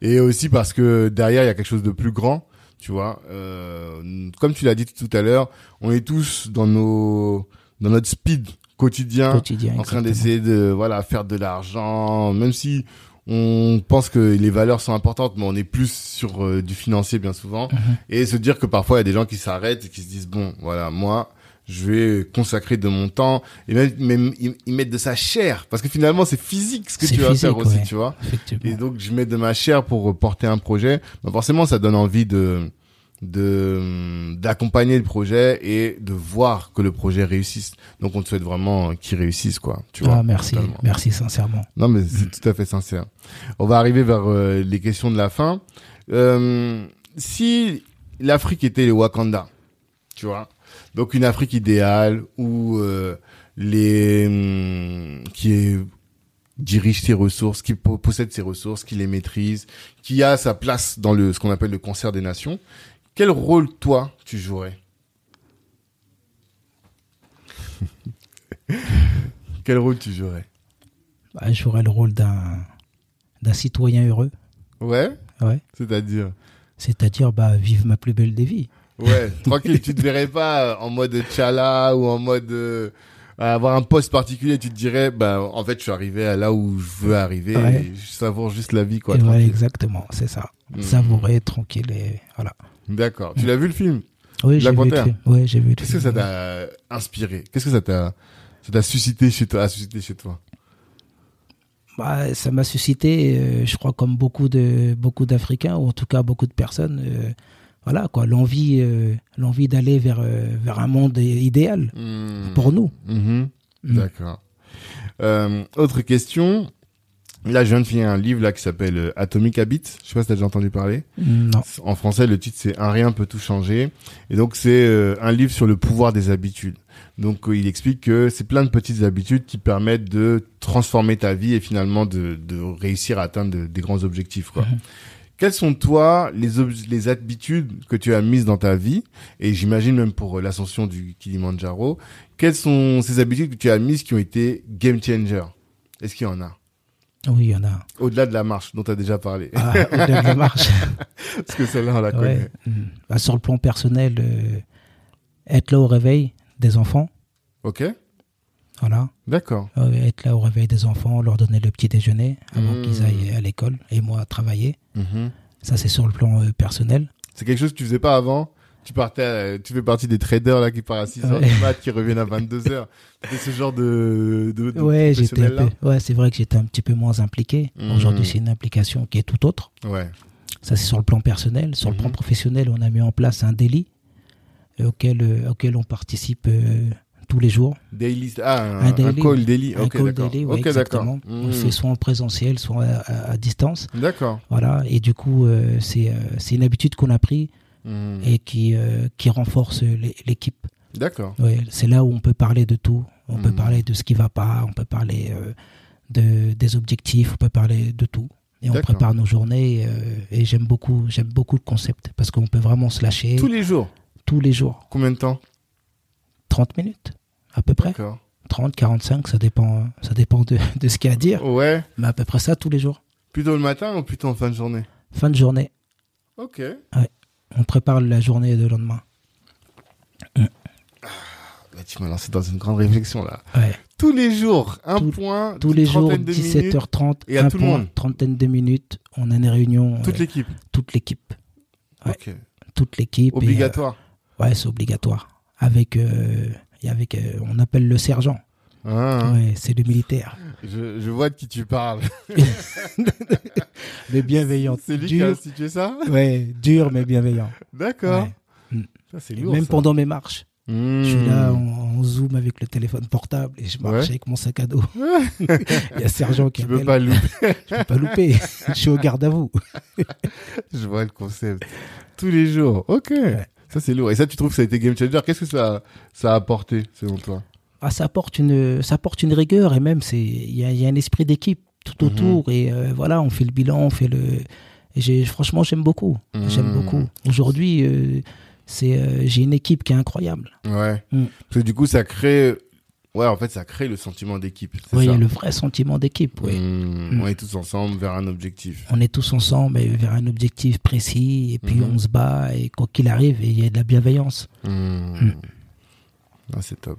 [SPEAKER 1] et aussi parce que derrière il y a quelque chose de plus grand, tu vois. Euh, comme tu l'as dit tout à l'heure, on est tous dans nos dans notre speed quotidien,
[SPEAKER 2] Quotidien,
[SPEAKER 1] en train
[SPEAKER 2] exactement.
[SPEAKER 1] d'essayer de voilà faire de l'argent, même si on pense que les valeurs sont importantes, mais on est plus sur euh, du financier bien souvent
[SPEAKER 2] Mhm,
[SPEAKER 1] et se dire que parfois il y a des gens qui s'arrêtent et qui se disent bon voilà moi je vais consacrer de mon temps et même, même ils ils mettent de sa chair parce que finalement c'est physique ce que
[SPEAKER 2] C'est
[SPEAKER 1] tu vas
[SPEAKER 2] physique,
[SPEAKER 1] faire aussi
[SPEAKER 2] ouais.
[SPEAKER 1] tu vois et
[SPEAKER 2] Effectivement.
[SPEAKER 1] donc je mets de ma chair pour euh, porter un projet Bah, forcément ça donne envie de de d'accompagner le projet et de voir que le projet réussisse donc on te souhaite vraiment qu'il réussisse quoi tu vois
[SPEAKER 2] Ah, merci,
[SPEAKER 1] totalement.
[SPEAKER 2] merci sincèrement.
[SPEAKER 1] non, mais c'est tout à fait sincère. On va arriver vers euh, les questions de la fin. Euh, si l'Afrique était les Wakanda, tu vois, donc une Afrique idéale où euh, les hum, qui est- dirige ses ressources, qui po- possède ses ressources, qui les maîtrise, qui a sa place dans le ce qu'on appelle le concert des nations, quel rôle toi tu jouerais Quel rôle tu jouerais
[SPEAKER 2] Bah, J'aurai le rôle d'un d'un citoyen heureux.
[SPEAKER 1] Ouais.
[SPEAKER 2] Ouais.
[SPEAKER 1] C'est-à-dire
[SPEAKER 2] C'est-à-dire, bah, vive ma plus belle des vies.
[SPEAKER 1] Ouais, tranquille, tu te verrais pas euh, en mode tchala ou en mode euh, avoir un poste particulier, tu te dirais bah en fait je suis arrivé à là où je veux arriver
[SPEAKER 2] Ouais.
[SPEAKER 1] et je savoure juste la vie quoi.
[SPEAKER 2] Et ouais,
[SPEAKER 1] tranquille.
[SPEAKER 2] exactement, c'est ça.
[SPEAKER 1] Mm.
[SPEAKER 2] Savourer, tranquille et voilà.
[SPEAKER 1] D'accord. Tu l'as vu le film
[SPEAKER 2] Oui,
[SPEAKER 1] La
[SPEAKER 2] j'ai vu. le
[SPEAKER 1] Panthère.
[SPEAKER 2] film. Ouais, j'ai vu. le
[SPEAKER 1] Qu'est-ce que
[SPEAKER 2] film.
[SPEAKER 1] ça t'a inspiré Qu'est-ce que ça t'a ça t'a suscité chez toi, a suscité chez toi
[SPEAKER 2] Bah, ça m'a suscité, euh, je crois, comme beaucoup de beaucoup d'Africains ou en tout cas beaucoup de personnes, euh, voilà quoi, l'envie, euh, l'envie d'aller vers euh, vers un monde idéal pour nous.
[SPEAKER 1] Mhm.
[SPEAKER 2] Mm.
[SPEAKER 1] D'accord. Euh, autre question. Là, je viens de finir un livre là qui s'appelle euh, Atomic Habits. Je sais pas si t'as déjà entendu parler.
[SPEAKER 2] Non.
[SPEAKER 1] En français, le titre c'est Un rien peut tout changer. Et donc c'est euh, un livre sur le pouvoir des habitudes. Donc euh, il explique que c'est plein de petites habitudes qui permettent de transformer ta vie et finalement de, de réussir à atteindre de- des grands objectifs. Quoi.
[SPEAKER 2] Mhm.
[SPEAKER 1] Quelles sont toi les, obs- les habitudes que tu as mises dans ta vie et j'imagine même pour euh, l'ascension du Kilimanjaro, quelles sont ces habitudes que tu as mises qui ont été game changer Est-ce qu'il y en a
[SPEAKER 2] Oui, il y en a.
[SPEAKER 1] au-delà de la marche dont tu as déjà parlé
[SPEAKER 2] Ah, au-delà de la marche.
[SPEAKER 1] Parce que celle-là, on la
[SPEAKER 2] Ouais.
[SPEAKER 1] connaît.
[SPEAKER 2] Mm. Bah, sur le plan personnel, euh, être là au réveil des enfants,
[SPEAKER 1] Ok
[SPEAKER 2] voilà.
[SPEAKER 1] D'accord.
[SPEAKER 2] Euh, être là au réveil des enfants, leur donner le petit déjeuner avant
[SPEAKER 1] Mm.
[SPEAKER 2] qu'ils aillent à l'école et moi travailler.
[SPEAKER 1] Mhm.
[SPEAKER 2] Ça, c'est sur le plan euh, personnel.
[SPEAKER 1] C'est quelque chose que tu faisais pas avant. Tu partais, à- tu fais partie des traders là qui partent à 6 heures
[SPEAKER 2] Ouais.
[SPEAKER 1] du mat, qui reviennent à 22 heures. C'était ce genre de, de, de
[SPEAKER 2] ouais, j'étais un
[SPEAKER 1] professionnel-là.
[SPEAKER 2] peu, ouais, c'est vrai que j'étais un petit peu moins impliqué.
[SPEAKER 1] Mm.
[SPEAKER 2] Aujourd'hui, c'est une implication qui est tout autre.
[SPEAKER 1] Ouais.
[SPEAKER 2] Ça, c'est sur le plan personnel. Sur le plan
[SPEAKER 1] Mhm.
[SPEAKER 2] professionnel, on a mis en place un délit euh, auquel, euh, auquel on participe euh, tous les jours.
[SPEAKER 1] Daily, ah, un,
[SPEAKER 2] Un
[SPEAKER 1] un
[SPEAKER 2] daily.
[SPEAKER 1] call daily.
[SPEAKER 2] un
[SPEAKER 1] ok,
[SPEAKER 2] call
[SPEAKER 1] d'accord.
[SPEAKER 2] daily, ouais,
[SPEAKER 1] ok, d'accord.
[SPEAKER 2] exactement. On le
[SPEAKER 1] Mhm.
[SPEAKER 2] fait soit en présentiel, soit à, à- à distance.
[SPEAKER 1] D'accord.
[SPEAKER 2] Voilà. Et du coup, euh, c'est euh, c'est une habitude qu'on a pris
[SPEAKER 1] Mhm.
[SPEAKER 2] et qui, euh, qui renforce euh, l'é- l'équipe.
[SPEAKER 1] D'accord.
[SPEAKER 2] Ouais, c'est là où on peut parler de tout. On peut
[SPEAKER 1] Mhm.
[SPEAKER 2] parler de ce qui va pas, on peut parler euh, de, des objectifs, on peut parler de tout. Et on
[SPEAKER 1] D'accord.
[SPEAKER 2] prépare nos journées. euh, et j'aime beaucoup, j'aime beaucoup le concept parce qu'on peut vraiment se lâcher
[SPEAKER 1] Tous les jours.
[SPEAKER 2] tous les jours.
[SPEAKER 1] Combien de temps
[SPEAKER 2] 30 minutes à peu près.
[SPEAKER 1] D'accord.
[SPEAKER 2] 30, 45, ça dépend, ça dépend de, de ce qu'il y a à dire.
[SPEAKER 1] Ouais.
[SPEAKER 2] Mais à peu près ça tous les jours.
[SPEAKER 1] Plutôt le matin ou plutôt en fin de journée
[SPEAKER 2] Fin de journée,
[SPEAKER 1] Ok.
[SPEAKER 2] on prépare la journée de lendemain.
[SPEAKER 1] Là, Bah, tu m'as lancé dans une grande réflexion là.
[SPEAKER 2] Ouais.
[SPEAKER 1] Tous les jours, un
[SPEAKER 2] Tous-
[SPEAKER 1] point.
[SPEAKER 2] Tous les jours,
[SPEAKER 1] trentaine de minutes,
[SPEAKER 2] 17h30,
[SPEAKER 1] et à
[SPEAKER 2] un
[SPEAKER 1] tout le
[SPEAKER 2] point,
[SPEAKER 1] monde.
[SPEAKER 2] trentaine de minutes, on a une réunion,
[SPEAKER 1] Toute
[SPEAKER 2] euh,
[SPEAKER 1] l'équipe.
[SPEAKER 2] toute l'équipe. Ouais.
[SPEAKER 1] Ok.
[SPEAKER 2] Toute l'équipe. et,
[SPEAKER 1] Obligatoire.
[SPEAKER 2] euh, ouais, c'est obligatoire. Avec, euh, et avec euh, on appelle le sergent.
[SPEAKER 1] Ah,
[SPEAKER 2] Ouais, c'est le militaire.
[SPEAKER 1] je, je vois de qui tu parles.
[SPEAKER 2] Mais bienveillant.
[SPEAKER 1] C'est lui qui a
[SPEAKER 2] dur,
[SPEAKER 1] institué ça
[SPEAKER 2] ouais, dur, mais bienveillant.
[SPEAKER 1] D'accord.
[SPEAKER 2] Ouais.
[SPEAKER 1] Ça, C'est
[SPEAKER 2] Et
[SPEAKER 1] lourd.
[SPEAKER 2] Même
[SPEAKER 1] ça.
[SPEAKER 2] pendant mes marches.
[SPEAKER 1] Mmh.
[SPEAKER 2] Je suis là en, en zoom avec le téléphone portable et je marche
[SPEAKER 1] Ouais.
[SPEAKER 2] avec mon sac à dos. Il y a sergent qui
[SPEAKER 1] Tu peux
[SPEAKER 2] appelle.
[SPEAKER 1] pas louper.
[SPEAKER 2] Je peux pas louper. je suis au garde à vous.
[SPEAKER 1] Je vois le concept. Tous les jours. Ok. Ça, c'est lourd. Et ça, tu trouves que ça a été game changer Qu'est-ce que ça, ça a apporté, selon toi
[SPEAKER 2] Ah, ça apporte une, ça apporte une rigueur et même c'est, il y a, il y a un esprit d'équipe tout
[SPEAKER 1] Mhm.
[SPEAKER 2] autour et euh, voilà, on fait le bilan, on fait le. et j'ai- franchement, j'aime beaucoup. J'aime
[SPEAKER 1] Mmh.
[SPEAKER 2] beaucoup. Aujourd'hui, euh, c'est, euh, j'ai une équipe qui est incroyable.
[SPEAKER 1] Ouais.
[SPEAKER 2] Mmh.
[SPEAKER 1] Parce que du coup, ça crée. Ouais, en fait, ça crée le sentiment d'équipe. c'est
[SPEAKER 2] Oui,
[SPEAKER 1] ça
[SPEAKER 2] le vrai sentiment d'équipe. Oui.
[SPEAKER 1] Mmh.
[SPEAKER 2] Mmh.
[SPEAKER 1] On est tous ensemble vers un objectif.
[SPEAKER 2] On est tous ensemble et vers un objectif précis et puis
[SPEAKER 1] Mhm.
[SPEAKER 2] on se bat et quoi qu'il arrive, et il y a de la bienveillance.
[SPEAKER 1] Mmh. Non, c'est top.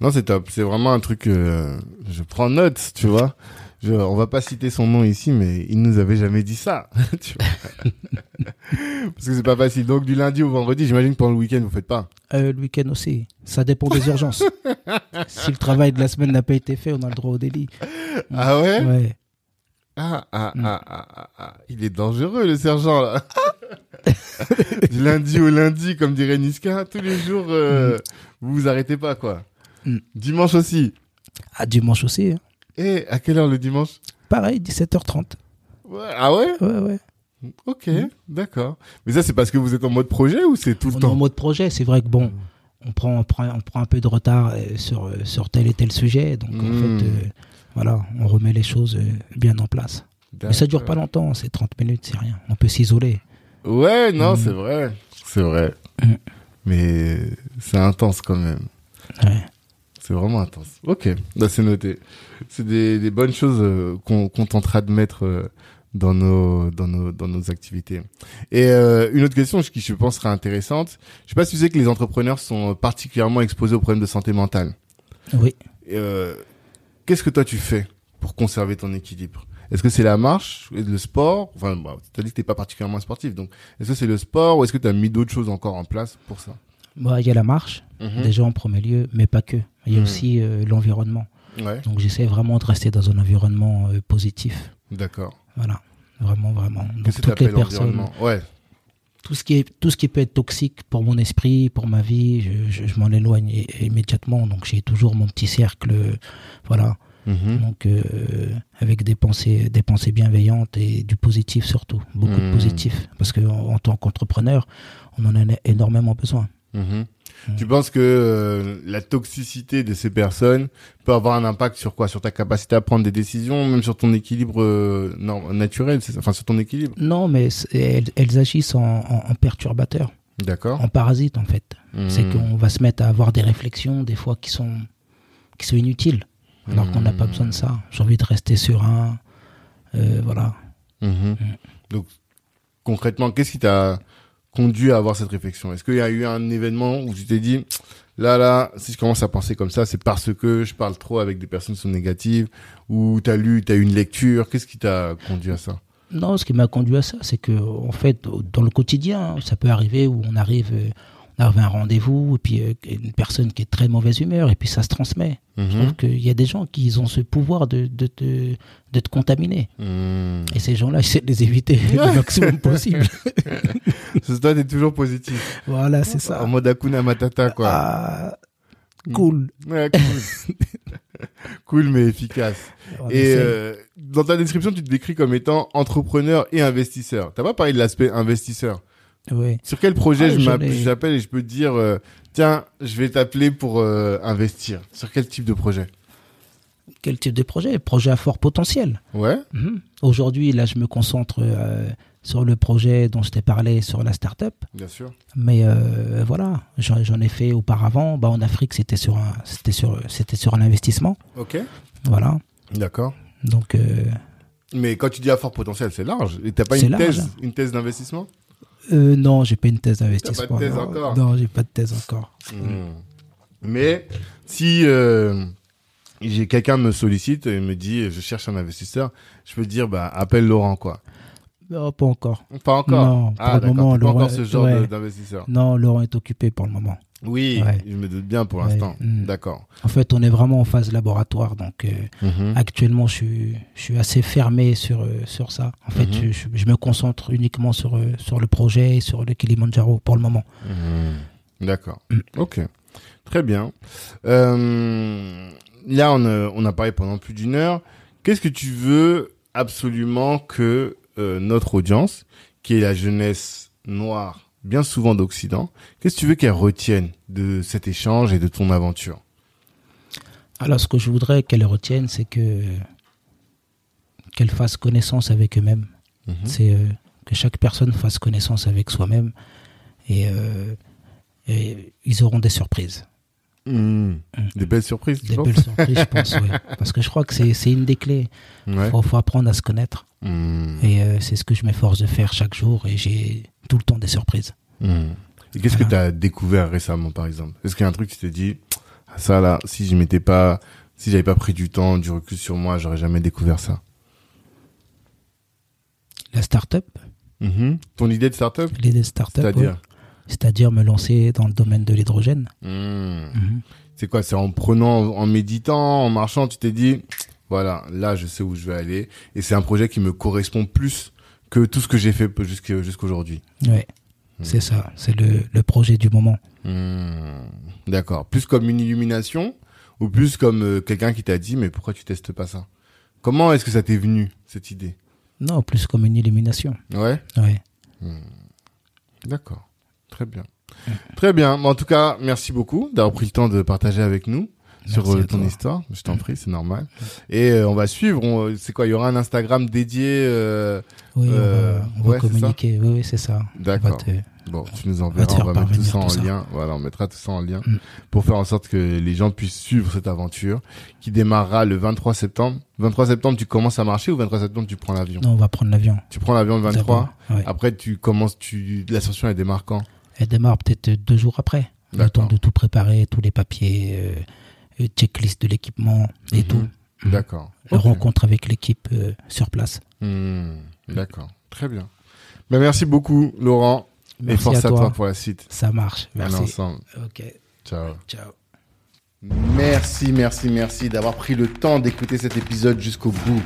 [SPEAKER 1] Non, c'est top. C'est vraiment un truc. euh, je prends note, tu vois. Je, on va pas citer son nom ici, mais il nous avait jamais dit ça. tu vois. Parce que c'est pas facile. Donc du lundi au vendredi, j'imagine que pendant le week-end vous faites pas.
[SPEAKER 2] Euh, le week-end aussi, ça dépend des urgences. si le travail de la semaine n'a pas été fait, on a le droit au délit.
[SPEAKER 1] Ah ouais,
[SPEAKER 2] Ouais.
[SPEAKER 1] ah, ah,
[SPEAKER 2] Mm.
[SPEAKER 1] ah, ah, ah, ah. il est dangereux le sergent là. du lundi au lundi, comme dirait Niska, tous les jours euh, vous vous arrêtez pas quoi.
[SPEAKER 2] Mm.
[SPEAKER 1] Dimanche aussi.
[SPEAKER 2] Ah, dimanche aussi, hein.
[SPEAKER 1] Et à quelle heure le dimanche
[SPEAKER 2] pareil, 17h30.
[SPEAKER 1] Ouais, Ah ouais.
[SPEAKER 2] Ouais, ouais.
[SPEAKER 1] Ok, d'accord. Mais ça, c'est parce que vous êtes en mode projet ou c'est tout le
[SPEAKER 2] Mm. On est en
[SPEAKER 1] temps
[SPEAKER 2] mode projet, c'est vrai que bon, on prend, on prend, on prend un peu de retard euh, sur, euh, sur tel et tel sujet, donc en
[SPEAKER 1] Mm.
[SPEAKER 2] fait, euh, voilà, on remet les choses euh, bien en place. Mais ça dure pas longtemps, c'est 30 minutes, c'est rien. On peut s'isoler.
[SPEAKER 1] Ouais, non, c'est vrai. C'est vrai.
[SPEAKER 2] Mm.
[SPEAKER 1] Mais c'est intense quand même.
[SPEAKER 2] Ouais.
[SPEAKER 1] C'est vraiment intense. Ok, bah, c'est noté. C'est des, des bonnes choses euh, qu'on qu'on tentera de mettre euh, dans nos dans nos dans nos activités. Et euh, une autre question qui je pense sera intéressante. Je sais pas si tu sais que les entrepreneurs sont particulièrement exposés aux problèmes de santé mentale.
[SPEAKER 2] Oui.
[SPEAKER 1] Et, euh, qu'est-ce que toi tu fais pour conserver ton équilibre Est-ce que c'est la marche, le sport Enfin, bah, tu as dit que t'es pas particulièrement sportif, donc est-ce que c'est le sport ou est-ce que tu as mis d'autres choses encore en place pour ça
[SPEAKER 2] Bah, il y a la marche,
[SPEAKER 1] Mhm.
[SPEAKER 2] déjà en premier lieu, mais pas que. Il y a
[SPEAKER 1] Mhm.
[SPEAKER 2] aussi euh, l'environnement.
[SPEAKER 1] Ouais,
[SPEAKER 2] Donc j'essaie vraiment de rester dans un environnement euh, positif.
[SPEAKER 1] d'accord.
[SPEAKER 2] Voilà, vraiment, vraiment. Donc
[SPEAKER 1] Qu'est-ce que
[SPEAKER 2] toutes les
[SPEAKER 1] t'appelles
[SPEAKER 2] personnes,
[SPEAKER 1] environnement Ouais,
[SPEAKER 2] tout ce qui est, tout ce qui peut être toxique pour mon esprit, pour ma vie, je, je, je m'en éloigne i- immédiatement. Donc j'ai toujours mon petit cercle, euh, voilà.
[SPEAKER 1] Mhm.
[SPEAKER 2] Donc euh, avec des pensées, des pensées bienveillantes et du positif surtout, beaucoup
[SPEAKER 1] Mhm.
[SPEAKER 2] de positif, parce que en, en tant qu'entrepreneur, on en a énormément besoin.
[SPEAKER 1] Mhm. Tu penses que euh, la toxicité de ces personnes peut avoir un impact sur quoi Sur ta capacité à prendre des décisions, même sur ton équilibre euh, non, naturel, c'est ça enfin sur ton équilibre.
[SPEAKER 2] Non, mais c'est- elles, elles agissent en, en, en perturbateur,
[SPEAKER 1] D'accord.
[SPEAKER 2] en parasite en fait. C'est
[SPEAKER 1] Mhm.
[SPEAKER 2] qu'on va se mettre à avoir des réflexions des fois qui sont qui sont inutiles, alors qu'on n'a pas besoin de
[SPEAKER 1] Hmm.
[SPEAKER 2] ça. J'ai envie de rester serein, euh, voilà.
[SPEAKER 1] Mhm. Donc concrètement, qu'est-ce qui t'a conduit à avoir cette réflexion Est-ce qu'il y a eu un événement où tu t'es dit là là, si je commence à penser comme ça, c'est parce que je parle trop avec des personnes qui sont négatives ou t'as lu, t'as eu une lecture, qu'est-ce qui t'a conduit à ça
[SPEAKER 2] Non, ce qui m'a conduit à ça, c'est que en fait, au- dans le quotidien, hein, ça peut arriver où on arrive, euh, on arrive à un rendez-vous et puis euh, une personne qui est de très mauvaise humeur et puis ça se transmet. Je
[SPEAKER 1] Mhm.
[SPEAKER 2] trouve qu'il y a des gens qui ont ce pouvoir de de te de te contaminer.
[SPEAKER 1] Mhm.
[SPEAKER 2] Et ces gens-là, j'essaie de les éviter le maximum possible.
[SPEAKER 1] Parce que toi, t'es toujours positif.
[SPEAKER 2] voilà, c'est
[SPEAKER 1] En
[SPEAKER 2] ça.
[SPEAKER 1] mode Hakuna Matata, quoi.
[SPEAKER 2] Ah, cool.
[SPEAKER 1] Ouais, cool. cool, mais efficace.
[SPEAKER 2] On
[SPEAKER 1] Et
[SPEAKER 2] essaie.
[SPEAKER 1] euh, dans ta description, tu te décris comme étant entrepreneur et investisseur. T'as pas parlé de l'aspect investisseur.
[SPEAKER 2] Ouais.
[SPEAKER 1] Sur quel projet
[SPEAKER 2] Ah,
[SPEAKER 1] je
[SPEAKER 2] j'en
[SPEAKER 1] m'app-
[SPEAKER 2] ai-
[SPEAKER 1] je t'appelle et je peux te dire, euh, tiens, je vais t'appeler pour euh, investir. Sur quel type de projet
[SPEAKER 2] Quel type de projet Projet à fort potentiel.
[SPEAKER 1] Ouais
[SPEAKER 2] Mhm. Aujourd'hui, là, je me concentre euh, sur le projet dont je t'ai parlé sur la start-up.
[SPEAKER 1] Bien sûr.
[SPEAKER 2] Mais euh, voilà, j'en j'en ai fait auparavant. Bah, en Afrique, c'était sur un, c'était sur, c'était sur un investissement.
[SPEAKER 1] Ok.
[SPEAKER 2] Voilà.
[SPEAKER 1] D'accord.
[SPEAKER 2] Donc, euh,
[SPEAKER 1] Mais quand tu dis à fort potentiel, c'est large. Et t'as pas
[SPEAKER 2] C'est
[SPEAKER 1] une
[SPEAKER 2] large.
[SPEAKER 1] thèse, une thèse d'investissement
[SPEAKER 2] euh, non, j'ai pas une thèse
[SPEAKER 1] T'as
[SPEAKER 2] d'investissement.
[SPEAKER 1] pas de thèse
[SPEAKER 2] non.
[SPEAKER 1] encore
[SPEAKER 2] Non, j'ai pas de thèse encore.
[SPEAKER 1] Mm. Mais si euh, j'ai quelqu'un me sollicite et me dit je cherche un investisseur, je peux dire bah appelle Laurent quoi.
[SPEAKER 2] Non, pas encore.
[SPEAKER 1] Pas encore.
[SPEAKER 2] Non, pour
[SPEAKER 1] ah
[SPEAKER 2] le
[SPEAKER 1] d'accord.
[SPEAKER 2] moment,
[SPEAKER 1] t'es pas
[SPEAKER 2] Laurent,
[SPEAKER 1] encore ce genre
[SPEAKER 2] ouais.
[SPEAKER 1] de- d'investisseur.
[SPEAKER 2] Non, Laurent est occupé pour le moment.
[SPEAKER 1] Oui,
[SPEAKER 2] Ouais.
[SPEAKER 1] je me doute bien pour
[SPEAKER 2] Ouais.
[SPEAKER 1] l'instant.
[SPEAKER 2] Mm.
[SPEAKER 1] D'accord.
[SPEAKER 2] En fait, on est vraiment en phase laboratoire, donc. euh,
[SPEAKER 1] Mhm.
[SPEAKER 2] Actuellement, je suis, je suis assez fermé sur, euh, sur ça. En fait,
[SPEAKER 1] Mhm.
[SPEAKER 2] je, je- je me concentre uniquement sur, euh, sur le projet et sur le Kilimanjaro pour le moment.
[SPEAKER 1] Mhm. D'accord.
[SPEAKER 2] Mm.
[SPEAKER 1] Ok. Très bien. Euh, là, on, euh, on a parlé pendant plus d'une heure. Qu'est-ce que tu veux absolument que euh, notre audience, qui est la jeunesse noire, bien souvent d'Occident, qu'est-ce que tu veux qu'elle retienne de cet échange et de ton aventure
[SPEAKER 2] Alors, ce que je voudrais qu'elles retiennent, c'est que qu'elles fassent connaissance avec eux-mêmes.
[SPEAKER 1] Mhm.
[SPEAKER 2] C'est euh, que chaque personne fasse connaissance avec soi-même et, euh, et ils auront des surprises.
[SPEAKER 1] Mhm. Des belles surprises, tu
[SPEAKER 2] Des
[SPEAKER 1] penses
[SPEAKER 2] belles surprises, je pense, oui. Parce que je crois que c'est c'est une des clés. Il
[SPEAKER 1] Ouais.
[SPEAKER 2] faut, faut apprendre à se connaître.
[SPEAKER 1] Mhm.
[SPEAKER 2] Et euh, c'est ce que je m'efforce de faire chaque jour et j'ai tout le temps des surprises.
[SPEAKER 1] Mhm. Et qu'est-ce que tu as découvert récemment, par exemple Est-ce qu'il y a un truc qui t'es dit, Ah, ça là, si je m'étais pas, si j'avais pas pris du temps, du recul sur moi, j'aurais jamais découvert ça.
[SPEAKER 2] La start-up,
[SPEAKER 1] Mhm. Ton idée de startup,
[SPEAKER 2] les des startups, ouais.
[SPEAKER 1] c'est-à-dire
[SPEAKER 2] c'est-à-dire me lancer dans le domaine de l'hydrogène.
[SPEAKER 1] Mhm.
[SPEAKER 2] Mhm.
[SPEAKER 1] C'est quoi C'est en prenant, en méditant, en marchant, tu t'es dit, voilà, là, je sais où je vais aller, et c'est un projet qui me correspond plus que tout ce que j'ai fait jusqu'à- jusqu'aujourd'hui.
[SPEAKER 2] Ouais, c'est ça, c'est le, le projet du moment.
[SPEAKER 1] Hmm, D'accord. Plus comme une illumination ou plus comme euh, quelqu'un qui t'a dit mais pourquoi tu testes pas ça Comment est-ce que ça t'est venu cette idée
[SPEAKER 2] Non, plus comme une illumination.
[SPEAKER 1] Ouais.
[SPEAKER 2] Ouais.
[SPEAKER 1] D'accord. Très bien. Très bien. Mais en tout cas, merci beaucoup d'avoir pris le temps de partager avec nous sur
[SPEAKER 2] Merci
[SPEAKER 1] euh,
[SPEAKER 2] à
[SPEAKER 1] ton
[SPEAKER 2] toi.
[SPEAKER 1] histoire. Je t'en prie, c'est normal. Et euh, on va suivre. On, euh, c'est quoi Il y aura un Instagram dédié. euh,
[SPEAKER 2] Oui, on va-
[SPEAKER 1] Euh,
[SPEAKER 2] on va,
[SPEAKER 1] ouais, c'est
[SPEAKER 2] communiquer. Oui, oui, c'est ça. On va
[SPEAKER 1] D'accord.
[SPEAKER 2] te-
[SPEAKER 1] Bon, tu nous
[SPEAKER 2] va
[SPEAKER 1] enverras,
[SPEAKER 2] te
[SPEAKER 1] on
[SPEAKER 2] faire
[SPEAKER 1] va mettre tout
[SPEAKER 2] parvenir
[SPEAKER 1] ça en
[SPEAKER 2] tout ça.
[SPEAKER 1] lien. Voilà, on mettra tout ça en lien
[SPEAKER 2] Mm.
[SPEAKER 1] pour faire en sorte que les gens puissent suivre cette aventure qui démarrera le 23 septembre. 23 septembre, tu commences à marcher ou 23 septembre, tu prends l'avion
[SPEAKER 2] Non, on va prendre l'avion.
[SPEAKER 1] Tu prends l'avion le 23.
[SPEAKER 2] D'abord, ouais.
[SPEAKER 1] Après, tu commences, tu l'ascension elle démarre quand
[SPEAKER 2] Elle démarre peut-être deux jours après. Le
[SPEAKER 1] D'accord.
[SPEAKER 2] temps de tout préparer, tous les papiers, euh, euh, checklist de l'équipement et tout.
[SPEAKER 1] D'accord.
[SPEAKER 2] La
[SPEAKER 1] Mhm. Ok.
[SPEAKER 2] rencontre avec l'équipe euh, sur place.
[SPEAKER 1] Hmm, D'accord. Très bien. Ben, merci beaucoup, Laurent. et
[SPEAKER 2] Merci
[SPEAKER 1] force
[SPEAKER 2] à
[SPEAKER 1] à
[SPEAKER 2] toi.
[SPEAKER 1] toi Ah pour la suite.
[SPEAKER 2] Ça marche.
[SPEAKER 1] On est
[SPEAKER 2] Merci.
[SPEAKER 1] ensemble.
[SPEAKER 2] Ok.
[SPEAKER 1] Ciao.
[SPEAKER 2] Ciao.
[SPEAKER 1] Merci, merci, merci d'avoir pris le temps d'écouter cet épisode jusqu'au bout.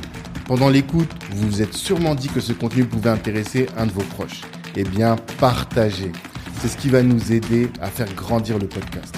[SPEAKER 1] Pendant l'écoute, vous vous êtes sûrement dit que ce contenu pouvait intéresser un de vos proches. Eh bien, partagez. C'est ce qui va nous aider à faire grandir le podcast.